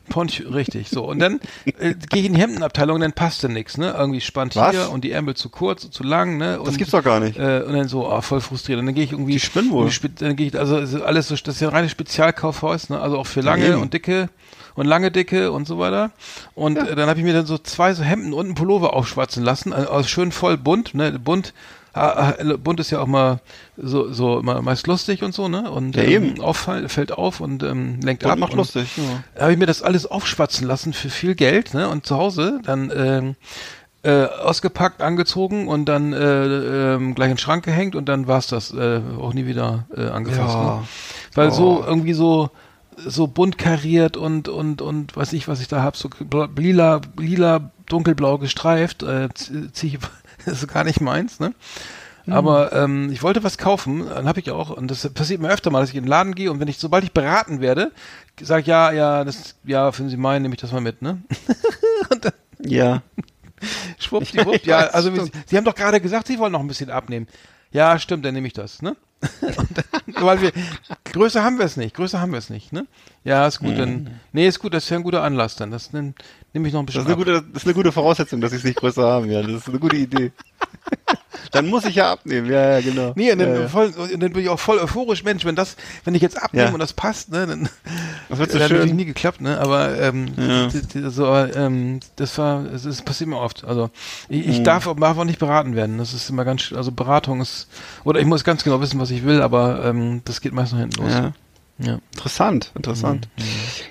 [SPEAKER 4] Poncho, richtig, so. Und dann äh, gehe ich in die Hemdenabteilung, dann passte nix, ne? Irgendwie spannt
[SPEAKER 3] Was?
[SPEAKER 4] hier und die Ärmel zu kurz, zu lang, ne? Und,
[SPEAKER 3] Das gibt's doch gar nicht.
[SPEAKER 4] Äh, und dann so, ah, voll frustriert. Und dann gehe ich irgendwie,
[SPEAKER 3] Die spinnen wohl.
[SPEAKER 4] irgendwie spe- dann gehe ich, also es ist alles so, das ist ja ein reines Spezialkaufhaus, ne? Also auch für lange
[SPEAKER 3] eben.
[SPEAKER 4] und dicke und lange dicke und so weiter. Und äh, dann habe ich mir dann so zwei so Hemden und einen Pullover aufschwatzen lassen, also also schön voll bunt, ne? Bunt, ah, ah, bunt ist ja auch mal so, so immer meist lustig und so, ne? Und
[SPEAKER 3] Ja,
[SPEAKER 4] ähm,
[SPEAKER 3] eben.
[SPEAKER 4] auffall, fällt auf und ähm, lenkt ab.
[SPEAKER 3] Und macht
[SPEAKER 4] und-
[SPEAKER 3] lustig. Ja.
[SPEAKER 4] habe ich mir das alles aufschwatzen lassen für viel Geld, ne? Und zu Hause dann ähm, äh, ausgepackt, angezogen und dann äh, ähm, gleich in den Schrank gehängt und dann war's das. Äh, auch nie wieder äh, angefasst.
[SPEAKER 3] Ja.
[SPEAKER 4] Ne? Weil so irgendwie so so bunt kariert und und und weiß ich, was ich da hab, so bla- lila, lila, dunkelblau gestreift, äh, z- zieh ich, ist gar nicht meins, ne? Aber ähm, ich wollte was kaufen, dann habe ich auch, und das passiert mir öfter mal, dass ich in den Laden gehe und wenn ich, sobald ich beraten werde, sage ich, ja, ja, das, ja, finden Sie meinen, nehme ich das mal mit, ne?
[SPEAKER 3] Ja.
[SPEAKER 4] Schwuppdiwupp,
[SPEAKER 3] Ich
[SPEAKER 4] ja,
[SPEAKER 3] weiß,
[SPEAKER 4] also wir,
[SPEAKER 3] stimmt.
[SPEAKER 4] Sie haben doch gerade gesagt, Sie wollen noch ein bisschen abnehmen. Ja, stimmt, dann nehme ich das, ne? Und dann, weil wir, Größe haben wir es nicht, Größe haben wir es nicht, ne? Ja, ist gut, dann, nee, ist gut, das ist ja ein guter Anlass dann, das nimm- nehme ich noch ein
[SPEAKER 3] Mhm. Das
[SPEAKER 4] bisschen
[SPEAKER 3] ist, eine
[SPEAKER 4] ab.
[SPEAKER 3] gute, das ist eine gute Voraussetzung, dass sie es nicht größer haben, ja. Das ist eine gute Idee. Dann muss ich ja abnehmen, ja, ja, genau.
[SPEAKER 4] Nee, und dann,
[SPEAKER 3] ja, ja.
[SPEAKER 4] Voll, und dann bin ich auch voll euphorisch, Mensch, wenn das, wenn ich jetzt abnehme
[SPEAKER 3] Ja.
[SPEAKER 4] und das passt, ne, dann,
[SPEAKER 3] Das wird so
[SPEAKER 4] dann hat natürlich
[SPEAKER 3] schön.
[SPEAKER 4] nie geklappt, ne? Aber ähm,
[SPEAKER 3] Ja.
[SPEAKER 4] d- d- so, aber, ähm, das war, es ist- passiert mir oft. Also ich,
[SPEAKER 3] Mhm.
[SPEAKER 4] ich darf, darf auch nicht beraten werden. Das ist immer ganz, sch- also Beratung ist, oder ich muss ganz genau wissen, was ich will, aber ähm, das geht meist nach hinten los.
[SPEAKER 3] Ja.
[SPEAKER 4] Ja.
[SPEAKER 3] Interessant, interessant.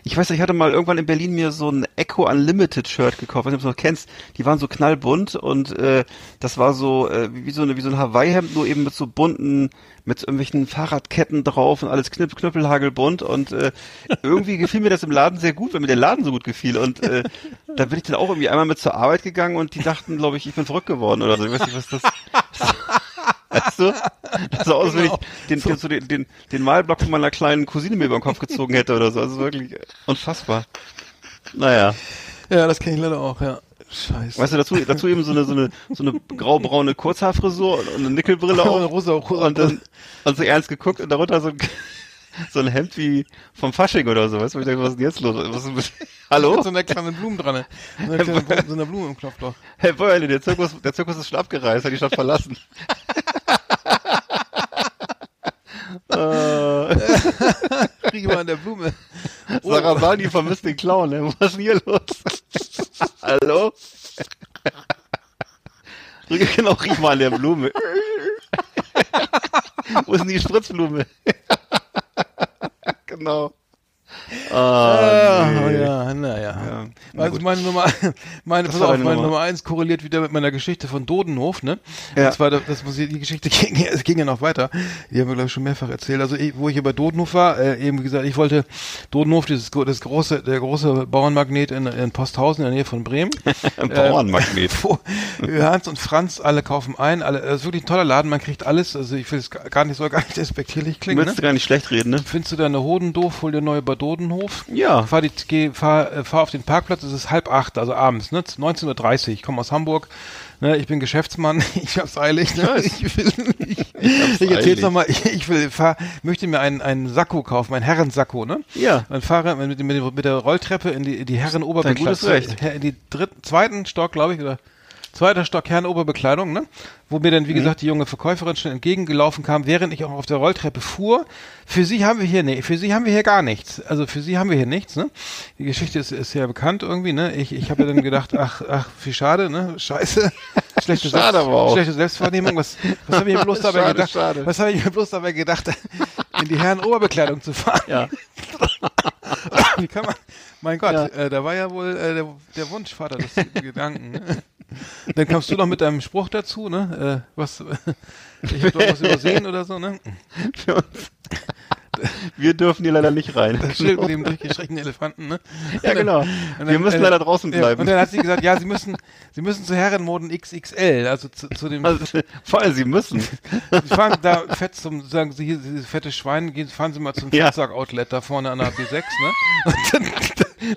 [SPEAKER 3] Ich weiß, nicht, ich hatte mal irgendwann in Berlin mir so ein Echo Unlimited Shirt gekauft, weiß nicht, ob du es noch kennst. Die waren so knallbunt und äh, das war so äh, wie so eine wie so ein Hawaii Hemd nur eben mit so bunten mit so irgendwelchen Fahrradketten drauf und alles knipp, knüppelhagelbunt und äh, irgendwie gefiel mir das im Laden sehr gut, weil mir der Laden so gut gefiel und äh, da bin ich dann auch irgendwie einmal mit zur Arbeit gegangen und die dachten, glaube ich, ich bin verrückt geworden oder so. Ich weiß nicht, was das Weißt du? Das sah aus,
[SPEAKER 4] Genau.
[SPEAKER 3] wenn ich den, den, so den, den, den Malblock von meiner kleinen Cousine mir über den Kopf gezogen hätte oder so. Also wirklich unfassbar. Naja.
[SPEAKER 4] Ja, das kenne ich leider auch, ja. Scheiße.
[SPEAKER 3] Weißt du, dazu, dazu eben so eine, so eine, so eine graubraune Kurzhaarfrisur und eine Nickelbrille auf.
[SPEAKER 4] Eine rosa- rosa-
[SPEAKER 3] und dann, und so ernst geguckt und darunter so ein, so ein Hemd wie vom Fasching oder so. Weißt du, ich dachte, was ist denn jetzt los? Was ist, denn- hallo?
[SPEAKER 4] Mit so einer kleinen Blume dran, ne? so einer kleinen Blume, so einer Blume im Knopfloch.
[SPEAKER 3] Hey Bäuerle, der Zirkus, der Zirkus ist schon abgereist, hat die Stadt verlassen.
[SPEAKER 4] Krieg mal an der Blume.
[SPEAKER 3] Sarah Sarabani vermisst den Clown, ey. Was ist denn hier los? Hallo? genau, riech mal an der Blume. Wo ist denn die Spritzblume? genau. Ah,
[SPEAKER 4] Ah,
[SPEAKER 3] nee.
[SPEAKER 4] ja, naja.
[SPEAKER 3] Ja, na
[SPEAKER 4] also
[SPEAKER 3] gut.
[SPEAKER 4] meine Nummer, meine,
[SPEAKER 3] Das
[SPEAKER 4] pass
[SPEAKER 3] war
[SPEAKER 4] auf,
[SPEAKER 3] deine
[SPEAKER 4] meine
[SPEAKER 3] Nummer.
[SPEAKER 4] Nummer eins korreliert wieder mit meiner Geschichte von Dodenhof, ne?
[SPEAKER 3] Ja.
[SPEAKER 4] Das war, da- das muss ich, die Geschichte ging, es ging ja noch weiter. Die haben wir, glaube ich, schon mehrfach erzählt. Also, ich, wo ich hier bei Dodenhof war, äh, eben wie gesagt, ich wollte Dodenhof, dieses, gro- das große, der große Bauernmagnet in, in Posthausen in der Nähe von Bremen.
[SPEAKER 3] Ein Bauernmagnet.
[SPEAKER 4] Wo Hans und Franz alle kaufen ein, alle, das ist wirklich ein toller Laden, man kriegt alles, also ich will es gar gar nicht, soll gar nicht respektierlich
[SPEAKER 3] Du
[SPEAKER 4] klingen, ne?
[SPEAKER 3] willst gar nicht schlecht reden, ne?
[SPEAKER 4] Findest du deine Hoden doof, hol dir neue bei Dodenhof.
[SPEAKER 3] Ja.
[SPEAKER 4] Fahr, die, geh, fahr, äh, fahr auf den Parkplatz, es ist halb acht, also abends, ne? 19.30 Uhr. Ich komme aus Hamburg, ne? ich bin Geschäftsmann, ich hab's eilig. Ne? Ich, will, ich, ich, erzähl's
[SPEAKER 3] eilig.
[SPEAKER 4] nochmal, ich, ich will, fahr, möchte mir einen, einen Sakko kaufen, einen Herrensakko, ne?
[SPEAKER 3] Ja.
[SPEAKER 4] Dann fahre mit, mit, dem- mit der Rolltreppe in die, in die Herrenoberbekleidung.
[SPEAKER 3] Dein gutes Recht.
[SPEAKER 4] Her- In Äh, die dritten, zweiten Stock, glaube ich, oder zweiter Stock Herrenoberbekleidung, ne? Wo mir
[SPEAKER 3] Mhm.
[SPEAKER 4] dann, wie gesagt, die junge Verkäuferin schon entgegengelaufen kam, während ich auch auf der Rolltreppe fuhr. Für sie haben wir hier, nee, für sie haben wir hier gar nichts. Also für sie haben wir hier nichts, ne? Die Geschichte ist, ist ja bekannt irgendwie, ne? Ich, ich habe ja dann gedacht, ach, ach, wie schade, ne? Scheiße. Schlechte,
[SPEAKER 3] Schade aber auch.
[SPEAKER 4] schlechte Selbstwahrnehmung. Was, was habe ich mir bloß dabei
[SPEAKER 3] Schade,
[SPEAKER 4] gedacht?
[SPEAKER 3] schade.
[SPEAKER 4] Was habe ich mir bloß dabei gedacht, in die Herrenoberbekleidung zu fahren?
[SPEAKER 3] Ja.
[SPEAKER 4] Wie kann man? Mein Gott, äh, da war ja wohl äh, der, der Wunschvater des Gedanken. Ne? Dann kamst du noch mit deinem Spruch dazu, ne? Äh, was? ich hab doch was übersehen oder so, ne?
[SPEAKER 3] Für uns. Wir dürfen hier leider nicht rein.
[SPEAKER 4] Das Schild mit dem durchgeschreckten Elefanten, ne?
[SPEAKER 3] Ja, genau. Wir müssen leider draußen
[SPEAKER 4] äh, ja,
[SPEAKER 3] bleiben.
[SPEAKER 4] Und dann hat sie gesagt, ja, sie müssen, sie müssen zu Herrenmoden XXL, also zu, zu dem
[SPEAKER 3] Also, vor allem, sie müssen.
[SPEAKER 4] Sie fahren da fett zum, sagen Sie hier, dieses fette Schwein, gehen, fahren Sie mal zum
[SPEAKER 3] Ja.
[SPEAKER 4] Fettsack-Outlet da vorne an der B6, ne? Und dann,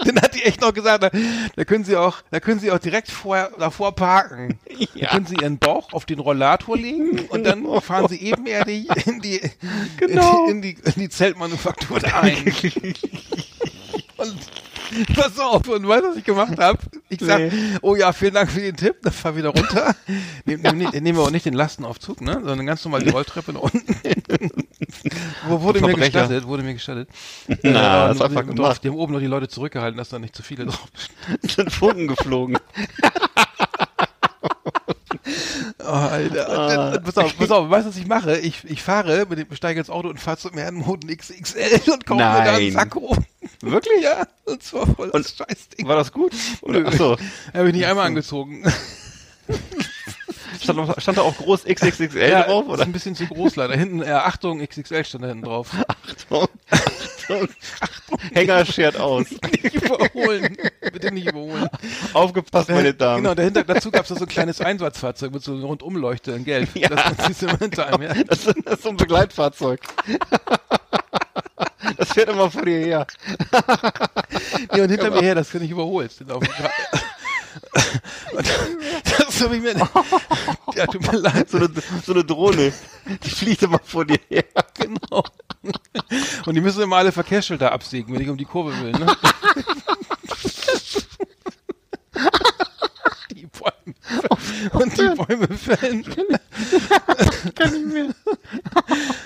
[SPEAKER 4] dann hat die echt noch gesagt, da, da können Sie auch, da können Sie auch direkt vorher, davor parken. Da können Sie Ihren Bauch auf den Rollator legen und dann fahren Sie ebenerdig in die,
[SPEAKER 3] Genau.
[SPEAKER 4] in die, in die, in die Zeltmanufaktur da ein. Und pass auf, und weißt du, was ich gemacht habe? Ich sag,
[SPEAKER 3] Nee.
[SPEAKER 4] oh ja, vielen Dank für den Tipp, dann fahr wieder runter. Nehm, nehm, nicht- nehmen wir auch nicht den Lastenaufzug, ne? Sondern ganz normal die Rolltreppe nach unten. Wo wurde mir
[SPEAKER 3] Verbrecher.
[SPEAKER 4] gestattet, wurde mir gestattet.
[SPEAKER 3] Na,
[SPEAKER 4] Äh,
[SPEAKER 3] hast einfach
[SPEAKER 4] doch,
[SPEAKER 3] gemacht.
[SPEAKER 4] Die haben oben noch die Leute zurückgehalten, dass da nicht zu viele drauf
[SPEAKER 3] Sind Funken geflogen.
[SPEAKER 4] Oh, Alter.
[SPEAKER 3] Ah.
[SPEAKER 4] Und- und- Pass auf, pass auf, weißt du, was ich mache? Ich, ich fahre, mit dem, steige ins Auto und fahre zum Herrenmoden XXL und kaufe mir da einen
[SPEAKER 3] Nein.
[SPEAKER 4] Sakko. um.
[SPEAKER 3] Wirklich?
[SPEAKER 4] Ja, und zwar voll das
[SPEAKER 3] Und-
[SPEAKER 4] Scheißding.
[SPEAKER 3] War das gut? Oder,
[SPEAKER 4] Nö.
[SPEAKER 3] achso.
[SPEAKER 4] Habe ich nicht einmal angezogen.
[SPEAKER 3] Stand, noch- stand da auch groß XXXL
[SPEAKER 4] Ja,
[SPEAKER 3] drauf,
[SPEAKER 4] Ist
[SPEAKER 3] oder?
[SPEAKER 4] ein bisschen zu groß leider. Hinten, äh, Achtung, XXL stand da hinten drauf.
[SPEAKER 3] Achtung, Achtung. Hänger schert aus.
[SPEAKER 4] nicht überholen. Bitte nicht überholen.
[SPEAKER 3] Aufgepasst, meine Damen.
[SPEAKER 4] Genau, dahinter, dazu gab es so ein kleines Einsatzfahrzeug mit so einem Rundumleuchte in Gelb. Ja. Das, das ist immer hinter einem, ja.
[SPEAKER 3] Das ist das ist so ein Begleitfahrzeug. Das fährt immer vor dir her.
[SPEAKER 4] Nee, und hinter mir her, das du nicht überholst. Auf dem Gra- und das habe ich mir. Ja, tut mir leid.
[SPEAKER 3] So eine, so eine Drohne. Die fliegt immer vor dir her.
[SPEAKER 4] Genau. Und die müssen immer alle Verkehrsschilder absägen, wenn ich um die Kurve will, ne? Die Bäume. Und die Bäume fällen. Kann ich mehr.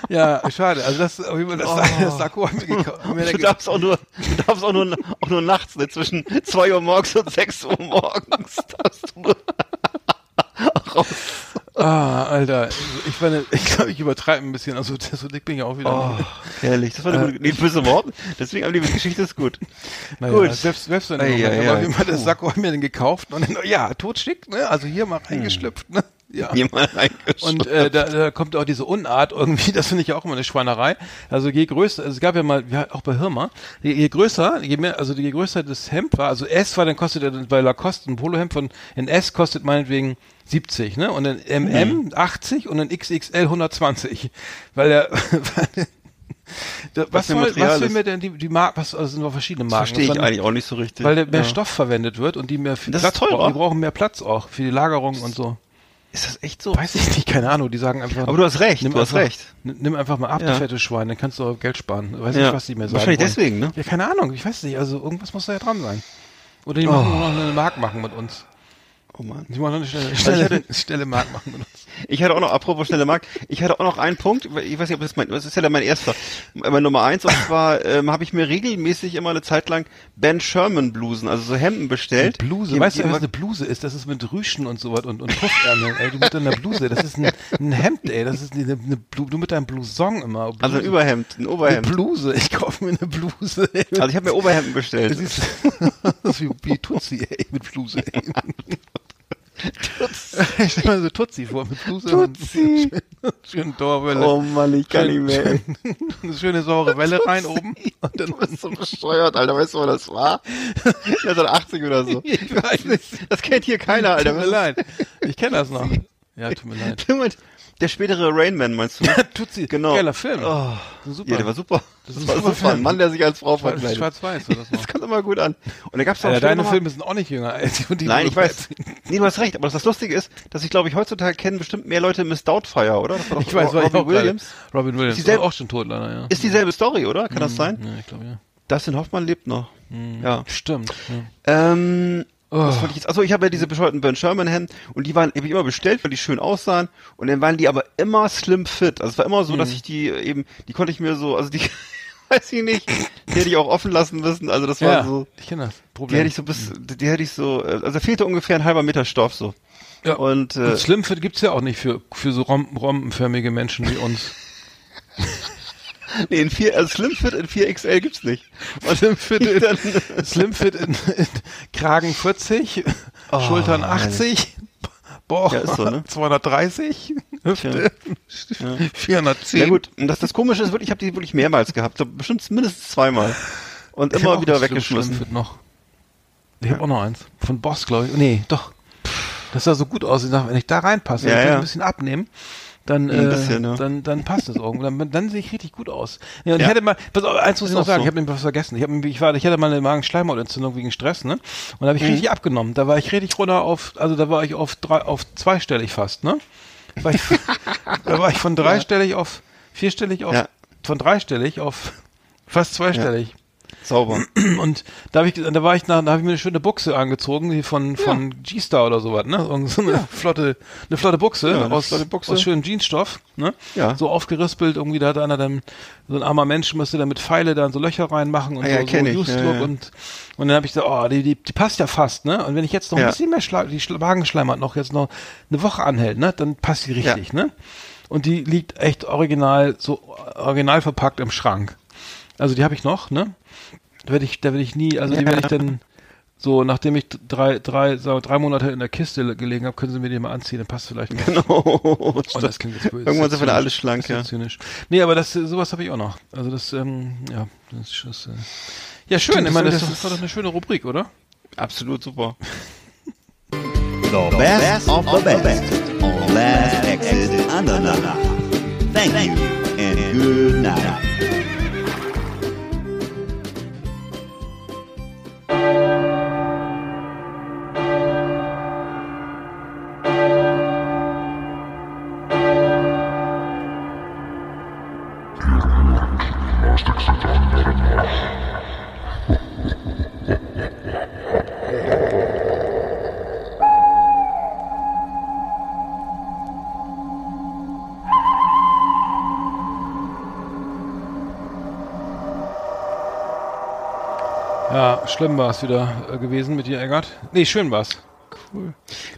[SPEAKER 4] Ja, schade. Also das, auf jeden Fall, das,
[SPEAKER 3] Oh.
[SPEAKER 4] das Sakko haben wir gekauft. haben wir da
[SPEAKER 3] Du darfst auch nur, du darfst auch nur, auch nur nachts, ne? zwischen 2 Uhr morgens und 6 Uhr morgens. Darfst du nur
[SPEAKER 4] Ah, Alter, also ich meine, ich glaube, ich übertreibe ein bisschen. Also so dick bin ich auch
[SPEAKER 3] Oh.
[SPEAKER 4] wieder. nicht.
[SPEAKER 3] herrlich. Das war
[SPEAKER 4] Äh,
[SPEAKER 3] eine gute, nee, bist du überhaupt? Deswegen, aber die Geschichte ist gut.
[SPEAKER 4] Naja,
[SPEAKER 3] gut.
[SPEAKER 4] selbst selbst wenn
[SPEAKER 3] Ei,
[SPEAKER 4] ja,
[SPEAKER 3] ei,
[SPEAKER 4] ja, aber
[SPEAKER 3] ei.
[SPEAKER 4] wie man das
[SPEAKER 3] Puh.
[SPEAKER 4] Sakko haben wir denn gekauft und dann, ja, totschick, ne? Also hier
[SPEAKER 3] Hm.
[SPEAKER 4] mal reingeschlüpft, ne? Ja.
[SPEAKER 3] Jemand
[SPEAKER 4] Und äh, da, da kommt auch diese Unart irgendwie, das finde ich auch immer eine Schweinerei. Also je größer, also es gab ja mal, ja, auch bei Hirma, je, je größer, je mehr, also je größer das Hemd war, also S war, dann kostet er dann bei Lacoste ein Polohemd von, in S kostet meinetwegen 70, ne? Und in MM
[SPEAKER 3] Mhm.
[SPEAKER 4] 80 und in XXL 120. Weil er, weil, da, was,
[SPEAKER 3] für ein
[SPEAKER 4] soll,
[SPEAKER 3] Material
[SPEAKER 4] was will
[SPEAKER 3] ist.
[SPEAKER 4] mir denn die, die Marke, was, also sind nur verschiedene Marken.
[SPEAKER 3] verstehe
[SPEAKER 4] Das
[SPEAKER 3] ich
[SPEAKER 4] war eine-
[SPEAKER 3] eigentlich auch nicht so richtig.
[SPEAKER 4] weil der mehr
[SPEAKER 3] Ja.
[SPEAKER 4] Stoff verwendet wird und die mehr viel
[SPEAKER 3] Das ist teurer.
[SPEAKER 4] brauchen. Die brauchen mehr Platz auch für die Lagerung und so.
[SPEAKER 3] Ist das echt so?
[SPEAKER 4] Weiß ich nicht, keine Ahnung. Die sagen einfach.
[SPEAKER 3] Aber du hast recht, du hast
[SPEAKER 4] einfach,
[SPEAKER 3] recht.
[SPEAKER 4] n- Nimm einfach mal ab,
[SPEAKER 3] Ja.
[SPEAKER 4] du fette Schwein, dann kannst du auch Geld sparen. Weiß
[SPEAKER 3] Ja.
[SPEAKER 4] nicht, was die mir sagen.
[SPEAKER 3] Wahrscheinlich
[SPEAKER 4] wollen.
[SPEAKER 3] deswegen, ne?
[SPEAKER 4] Ja, keine Ahnung, ich weiß nicht. Also irgendwas muss da ja dran sein. Oder die machen nur noch eine Mark machen mit uns.
[SPEAKER 3] Oh Mann.
[SPEAKER 4] Die machen noch eine schnelle,
[SPEAKER 3] ich
[SPEAKER 4] schnelle,
[SPEAKER 3] hatte-
[SPEAKER 4] schnelle Mark machen mit uns.
[SPEAKER 3] Ich hatte auch noch, apropos schneller Markt, ich hatte auch noch einen Punkt, ich weiß nicht, ob das mein, das ist ja dann mein erster, äh, mein Nummer eins, und zwar ähm, habe ich mir regelmäßig immer eine Zeit lang Ben Sherman Blusen, also so Hemden bestellt.
[SPEAKER 4] Bluse,
[SPEAKER 3] Die-
[SPEAKER 4] weißt
[SPEAKER 3] die
[SPEAKER 4] du, was
[SPEAKER 3] immer-
[SPEAKER 4] eine Bluse ist? Das ist mit Rüschen und sowas und, und Puffärmeln, ey, du mit deiner Bluse. Das ist ein, ein Hemd, ey. Das ist eine, eine Blu, du mit deinem Blouson immer.
[SPEAKER 3] Also ein
[SPEAKER 4] Blusen.
[SPEAKER 3] Überhemd, ein
[SPEAKER 4] Eine
[SPEAKER 3] Oberhemd.
[SPEAKER 4] Bluse, ich kaufe mir eine Bluse. Ey.
[SPEAKER 3] Also ich habe mir Oberhemden bestellt.
[SPEAKER 4] das ist, das ist wie, wie Tutsi, ey, mit Bluse. Ey. Ich stelle mir so Tutsi vor, mit Bluse.
[SPEAKER 3] Tutsi.
[SPEAKER 4] Und schönen Torwelle.
[SPEAKER 3] Oh Mann, ich kann nicht mehr. ey.
[SPEAKER 4] Eine schöne saure Welle rein oben. Und dann,
[SPEAKER 3] Du bist so bescheuert, Alter. Weißt du, wo das war? 1980 oder so.
[SPEAKER 4] ich weiß nicht.
[SPEAKER 3] Das kennt hier keiner, Alter.
[SPEAKER 4] Tut mir
[SPEAKER 3] Was ist-
[SPEAKER 4] leid. Ich kenne das noch. Ja, tut mir leid.
[SPEAKER 3] Der spätere Rainman, meinst du?
[SPEAKER 4] Tutsi,
[SPEAKER 3] Genau.
[SPEAKER 4] geiler Film.
[SPEAKER 3] Oh.
[SPEAKER 4] Super.
[SPEAKER 3] Ja, der war super.
[SPEAKER 4] Das ist ein
[SPEAKER 3] war
[SPEAKER 4] super Film.
[SPEAKER 3] Ein Mann, der sich als Frau
[SPEAKER 4] Schwarz-
[SPEAKER 3] verkleidet.
[SPEAKER 4] Schwarz-Weiß war das noch.
[SPEAKER 3] Das kommt immer gut an. Und da gab's auch
[SPEAKER 4] Alter,
[SPEAKER 3] später
[SPEAKER 4] deine
[SPEAKER 3] noch mal-
[SPEAKER 4] Filme sind auch nicht jünger als die, die
[SPEAKER 3] Nein,
[SPEAKER 4] du
[SPEAKER 3] ich weiß.
[SPEAKER 4] erzählst.
[SPEAKER 3] Nee, du hast recht. Aber das Lustige ist, dass ich glaube ich heutzutage kennen bestimmt mehr Leute Miss Doubtfire, oder? Das war doch
[SPEAKER 4] Ich weiß, war ich
[SPEAKER 3] Robin
[SPEAKER 4] auch
[SPEAKER 3] Williams.
[SPEAKER 4] Gerade. Robin Williams.
[SPEAKER 3] Ist die selbe-
[SPEAKER 4] auch schon tot, leider, ja.
[SPEAKER 3] Ist dieselbe Story, oder? Kann das sein?
[SPEAKER 4] ja, Mhm. ich glaube, ja.
[SPEAKER 3] Dustin Hoffmann lebt noch. Ja.
[SPEAKER 4] Stimmt. Ja.
[SPEAKER 3] Ähm, was
[SPEAKER 4] Oh.
[SPEAKER 3] wollte ich jetzt? Achso, ich habe ja diese bescheuerten Ben Sherman Hemden und die waren, habe ich immer bestellt, weil die schön aussahen und dann waren die aber immer slim fit. Also es war immer so,
[SPEAKER 4] Mhm.
[SPEAKER 3] dass ich die eben, die konnte ich mir so, also die, weiß ich nicht, die hätte ich auch offen lassen müssen. Also das war
[SPEAKER 4] Ja,
[SPEAKER 3] so.
[SPEAKER 4] ich kenne das.
[SPEAKER 3] Die
[SPEAKER 4] Problem.
[SPEAKER 3] hätte ich so bis, die hätte ich so, äh, also da fehlte ungefähr ein halber Meter Stoff so.
[SPEAKER 4] ja.
[SPEAKER 3] Und, äh,
[SPEAKER 4] Und Slimfit gibt's ja auch nicht für, für so rom rompenförmige Menschen wie uns.
[SPEAKER 3] nee, in vier, also Slimfit in 4XL gibt's nicht. Und
[SPEAKER 4] Slimfit
[SPEAKER 3] ich dann,
[SPEAKER 4] Slimfit in, in Kragen 40, Schultern 80, Boah,
[SPEAKER 3] Oh, Ja, ist so, ne?
[SPEAKER 4] 230, Hüfte 410.
[SPEAKER 3] ja gut, und das, das Komische ist wirklich, ich habe die wirklich mehrmals gehabt, so bestimmt mindestens zweimal. Und
[SPEAKER 4] Ich hab
[SPEAKER 3] immer
[SPEAKER 4] auch
[SPEAKER 3] wieder
[SPEAKER 4] ein Slim-
[SPEAKER 3] weggeschmissen.
[SPEAKER 4] Slimfit noch. Ich hab habe auch noch eins. Von Boss, glaube ich. Oh, Nee, doch. Das sah so gut aus. Ich dachte, wenn ich da reinpasse,
[SPEAKER 3] Ja,
[SPEAKER 4] ich
[SPEAKER 3] ja.
[SPEAKER 4] ein bisschen abnehmen, dann,
[SPEAKER 3] Ein
[SPEAKER 4] äh,
[SPEAKER 3] bisschen, ja.
[SPEAKER 4] dann, dann passt es irgendwo. Dann, dann sehe ich richtig gut aus. Ja, und
[SPEAKER 3] Ja.
[SPEAKER 4] Ich hätte mal, pass auf, eins muss ich
[SPEAKER 3] Ist
[SPEAKER 4] noch
[SPEAKER 3] auch
[SPEAKER 4] sagen,
[SPEAKER 3] so.
[SPEAKER 4] ich habe nämlich was vergessen. Ich, hab, nämlich- ich, war, ich hatte mal eine Magenschleimhautentzündung wegen Stress, ne? Und da
[SPEAKER 3] Mhm.
[SPEAKER 4] habe ich richtig abgenommen. Da war ich richtig runter auf, also da war ich auf drei, auf zweistellig fast, ne? War ich, da war ich von dreistellig auf vierstellig auf,
[SPEAKER 3] Ja.
[SPEAKER 4] von dreistellig auf fast zweistellig.
[SPEAKER 3] Sauber.
[SPEAKER 4] Und da habe ich, da war ich, nach, da habe ich mir eine schöne Buchse angezogen, die von von G-Star oder sowas, ne? Irgend so eine flotte, eine flotte Buchse
[SPEAKER 3] Ja, eine
[SPEAKER 4] aus
[SPEAKER 3] flotte Buchse.
[SPEAKER 4] aus schönem Jeansstoff, ne?
[SPEAKER 3] Ja.
[SPEAKER 4] So aufgerispelt, irgendwie da hat einer dann so ein armer Mensch musste dann mit Pfeile dann so Löcher reinmachen und
[SPEAKER 3] Ah ja,
[SPEAKER 4] so, so
[SPEAKER 3] kenn ich,
[SPEAKER 4] Used
[SPEAKER 3] ja,
[SPEAKER 4] Look
[SPEAKER 3] ja.
[SPEAKER 4] und und dann habe ich gesagt, oh, die, die die passt ja fast, ne? Und wenn ich jetzt noch ein
[SPEAKER 3] Ja.
[SPEAKER 4] bisschen mehr Schla die Schla- Magenschleimhaut noch jetzt noch eine Woche anhält, ne? Dann passt die richtig, ne? Und die liegt echt original so original verpackt im Schrank. Also die habe ich noch, ne? Da werde ich, da werde ich nie, also die werde ich dann so, nachdem ich drei, drei, so drei Monate in der Kiste gelegen habe, können sie mir den mal anziehen, dann passt vielleicht nicht.
[SPEAKER 3] Genau.
[SPEAKER 4] Oh, das klingt jetzt böse.
[SPEAKER 3] Irgendwann sind wir
[SPEAKER 4] Zynisch.
[SPEAKER 3] alle schlank,
[SPEAKER 4] Das
[SPEAKER 3] ja.
[SPEAKER 4] ist Zynisch. Nee, aber das, äh, sowas habe ich auch noch. Also das, ähm, ja, das ist das, äh, Ja, schön,
[SPEAKER 3] Stimmt,
[SPEAKER 4] ich meine, das,
[SPEAKER 3] das-
[SPEAKER 4] das, war doch eine schöne Rubrik, oder?
[SPEAKER 3] Absolut super.
[SPEAKER 7] The best of the best on Last Exit Andalana. Thank you and good night.
[SPEAKER 4] Ja, schlimm war es wieder äh, gewesen mit dir, Eggert. Nee, schön war's.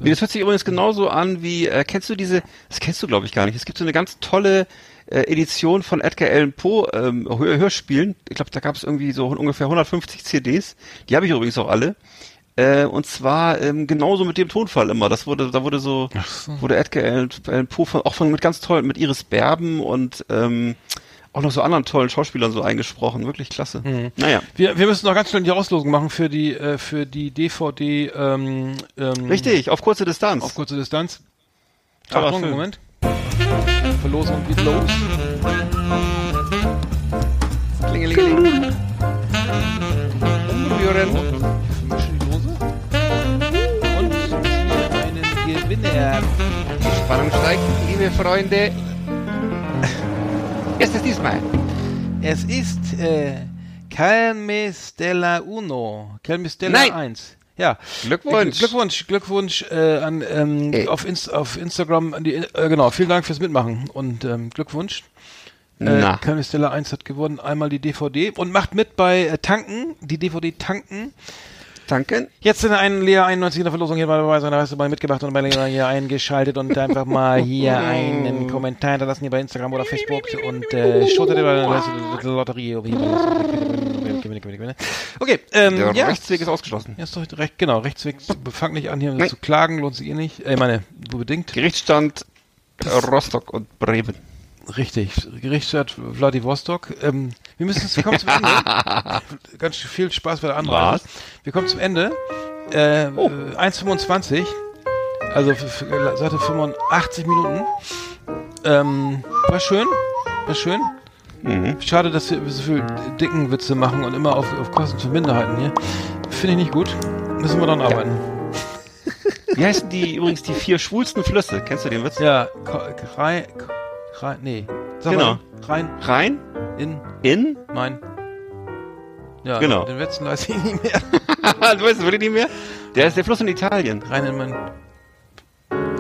[SPEAKER 3] Nee, das hört sich übrigens genauso an wie, äh, kennst du diese, das kennst du glaube ich gar nicht, es gibt so eine ganz tolle äh, Edition von Edgar Allan Poe ähm, Hör Hörspielen, ich glaube da gab es irgendwie so ungefähr 150 CDs, die habe ich übrigens auch alle, äh, und zwar ähm, genauso mit dem Tonfall immer, das wurde, da wurde so, wurde Edgar Allan, Allan Poe von, auch von, mit ganz tollen, mit Iris Berben und ähm, auch noch so anderen tollen Schauspielern so eingesprochen, wirklich klasse.
[SPEAKER 4] Mhm.
[SPEAKER 3] Naja,
[SPEAKER 4] Wir, wir müssen noch ganz schnell die Auslosung machen für die, äh, für die DVD, ähm, ähm,
[SPEAKER 3] richtig, auf kurze Distanz.
[SPEAKER 4] auf kurze Distanz.
[SPEAKER 3] Toller
[SPEAKER 4] Achtung,
[SPEAKER 3] Film.
[SPEAKER 4] Moment. Verlosung geht los.
[SPEAKER 3] Klingelingeling. Umrühren.
[SPEAKER 4] Vermische die Lose. Und ziehe einen Gewinner.
[SPEAKER 3] Spannung steigt, liebe Freunde. Ist es diesmal?
[SPEAKER 4] Es ist äh, Calme Stella Uno. Calme Stella
[SPEAKER 3] Nein.
[SPEAKER 4] 1. Ja. Äh,
[SPEAKER 3] Glückwunsch.
[SPEAKER 4] Glückwunsch, Glückwunsch äh, an, ähm,
[SPEAKER 3] Ey.
[SPEAKER 4] auf, Inst auf Instagram. An die, äh, genau, vielen Dank fürs Mitmachen und ähm, Glückwunsch. Äh,
[SPEAKER 3] Na.
[SPEAKER 4] Calme Stella 1 hat gewonnen, einmal die DVD und macht mit bei äh, Tanken, die DVD Tanken.
[SPEAKER 3] Danke.
[SPEAKER 4] Jetzt sind einen Lea 91 in der Verlosung hier mal dabei sein, da hast du mal mitgemacht und bei Lea hier eingeschaltet und einfach mal hier einen Kommentar hinterlassen hier bei Instagram oder Facebook und äh, schaut dir mal die Lotterie. Okay, ähm,
[SPEAKER 3] Der
[SPEAKER 4] ja.
[SPEAKER 3] Rechtsweg ist ausgeschlossen.
[SPEAKER 4] Ja, ist doch recht, genau, Rechtsweg, fang nicht an hier zu klagen, lohnt sich eh nicht. Äh, Ich meine, nur bedingt.
[SPEAKER 3] Gerichtsstand äh, Rostock und Bremen.
[SPEAKER 4] Richtig, Gerichtsstadt Vladivostok. Ähm, wir müssen wir kommen zum Ende. Ganz viel Spaß bei der Anreise. Wir kommen zum Ende. Äh, äh, 1,25. Also f- f- Seite 85 Minuten. Ähm, war schön. War schön. Schade, dass wir so viel dicken Witze machen und immer auf, auf Kosten von Minderheiten hier. Finde ich nicht gut. Müssen wir dann arbeiten.
[SPEAKER 3] Wie heißen die übrigens die vier schwulsten Flüsse? Kennst du den Witz?
[SPEAKER 4] Ja, rein, rein, nee. Sag
[SPEAKER 3] Genau.
[SPEAKER 4] mal, rein,
[SPEAKER 3] Rhein,
[SPEAKER 4] in,
[SPEAKER 3] Inn.
[SPEAKER 4] Nein. Ja,
[SPEAKER 3] Genau.
[SPEAKER 4] den letzten weiß ich nicht mehr.
[SPEAKER 3] Ah, du weißt es wirklich nicht mehr? Der ist der Fluss in Italien.
[SPEAKER 4] Rein in mein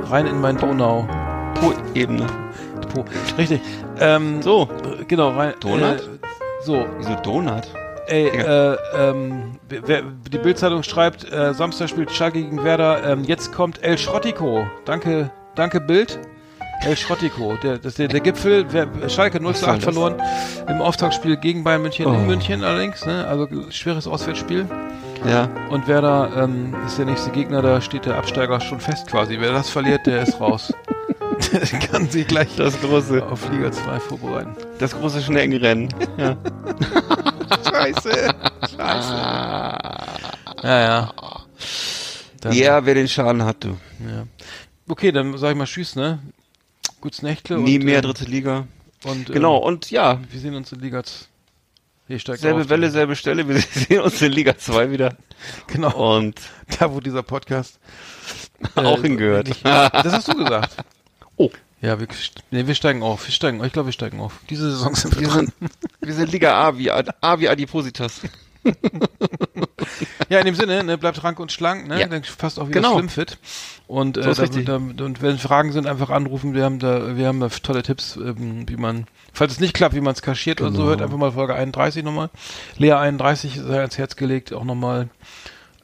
[SPEAKER 4] rein in mein Donau.
[SPEAKER 3] Po-Ebene.
[SPEAKER 4] Po. Richtig. Ähm,
[SPEAKER 3] So.
[SPEAKER 4] äh, genau, rein.
[SPEAKER 3] Donut?
[SPEAKER 4] Äh, so,
[SPEAKER 3] Wieso Donut?
[SPEAKER 4] ey,
[SPEAKER 3] Egal.
[SPEAKER 4] äh, ähm, wer, die Bildzeitung schreibt, äh, Samstag spielt Schalke gegen Werder, ähm, jetzt kommt El Schrottico. Danke, danke Bild. El Schrottico, der, das, der, der Gipfel, wer, Schalke 0 zu
[SPEAKER 3] soll
[SPEAKER 4] 8
[SPEAKER 3] das?
[SPEAKER 4] verloren im Auftaktspiel gegen Bayern München
[SPEAKER 3] Oh.
[SPEAKER 4] in München allerdings, ne? also schweres Auswärtsspiel.
[SPEAKER 3] Ja.
[SPEAKER 4] Und wer da ähm, ist der nächste Gegner, da steht der Absteiger schon fest quasi. Wer das verliert, der ist raus. der kann sich gleich
[SPEAKER 3] Das große,
[SPEAKER 4] auf Liga 2 vorbereiten.
[SPEAKER 3] das große Schneckenrennen. Ja. Scheiße.
[SPEAKER 4] Ja, ja. Dann,
[SPEAKER 3] Ja, wer den Schaden hat, du.
[SPEAKER 4] ja. Okay, dann sag ich mal Tschüss, ne? Gutes Nächtle.
[SPEAKER 3] Nie
[SPEAKER 4] und,
[SPEAKER 3] mehr
[SPEAKER 4] ähm,
[SPEAKER 3] dritte Liga.
[SPEAKER 4] Und, ähm,
[SPEAKER 3] Genau, und ja,
[SPEAKER 4] Wir sehen uns in Liga 2. Hier steigt auf.
[SPEAKER 3] Selbe Welle, selbe Stelle. Wir sehen uns in Liga 2 wieder.
[SPEAKER 4] Genau.
[SPEAKER 3] Und
[SPEAKER 4] Da, wo dieser Podcast
[SPEAKER 3] auch hingehört.
[SPEAKER 4] Nicht, das hast du gesagt.
[SPEAKER 3] Oh.
[SPEAKER 4] Ja, wir, nee, wir steigen auf. Wir steigen, ich glaube, wir steigen auf. Diese Saison sind wir
[SPEAKER 3] Wir
[SPEAKER 4] dran.
[SPEAKER 3] sind, wir sind Liga A wie, Ad- A wie Adipositas.
[SPEAKER 4] Ja, in dem Sinne, ne, bleibt rank und schlank, ne?
[SPEAKER 3] Ja.
[SPEAKER 4] Dann passt auch wieder
[SPEAKER 3] Genau.
[SPEAKER 4] Slimfit. Und, äh,
[SPEAKER 3] So ist
[SPEAKER 4] da,
[SPEAKER 3] richtig.
[SPEAKER 4] da, und wenn Fragen sind, einfach anrufen. Wir haben da, wir haben da tolle Tipps, ähm, wie man, falls es nicht klappt, wie man es kaschiert oder
[SPEAKER 3] Genau.
[SPEAKER 4] so, hört einfach mal Folge 31 nochmal. Lea 31 sei ans Herz gelegt, auch nochmal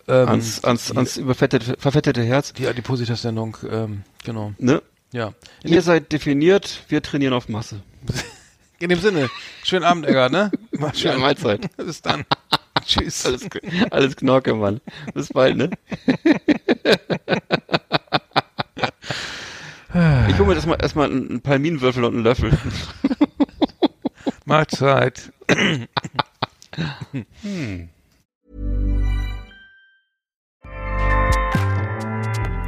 [SPEAKER 4] ähm,
[SPEAKER 3] Ans, ans, ans überfettete, verfettete Herz.
[SPEAKER 4] die Adipositas-Sendung, ähm, genau.
[SPEAKER 3] Ne?
[SPEAKER 4] Ja. In,
[SPEAKER 3] Ihr seid definiert, wir trainieren auf Masse.
[SPEAKER 4] in dem Sinne, schönen Abend, Egger, ne? Mach
[SPEAKER 3] Schöne Mahlzeit.
[SPEAKER 4] Bis dann.
[SPEAKER 3] Tschüss. Alles, alles Knorke, Mann. Bis bald, ne? Ich hole mir erstmal erstmal einen einen Palminwürfel und einen Löffel.
[SPEAKER 4] Mahlzeit.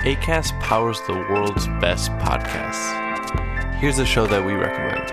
[SPEAKER 2] ACAST powers the world's best podcasts. Here's a show that we recommend.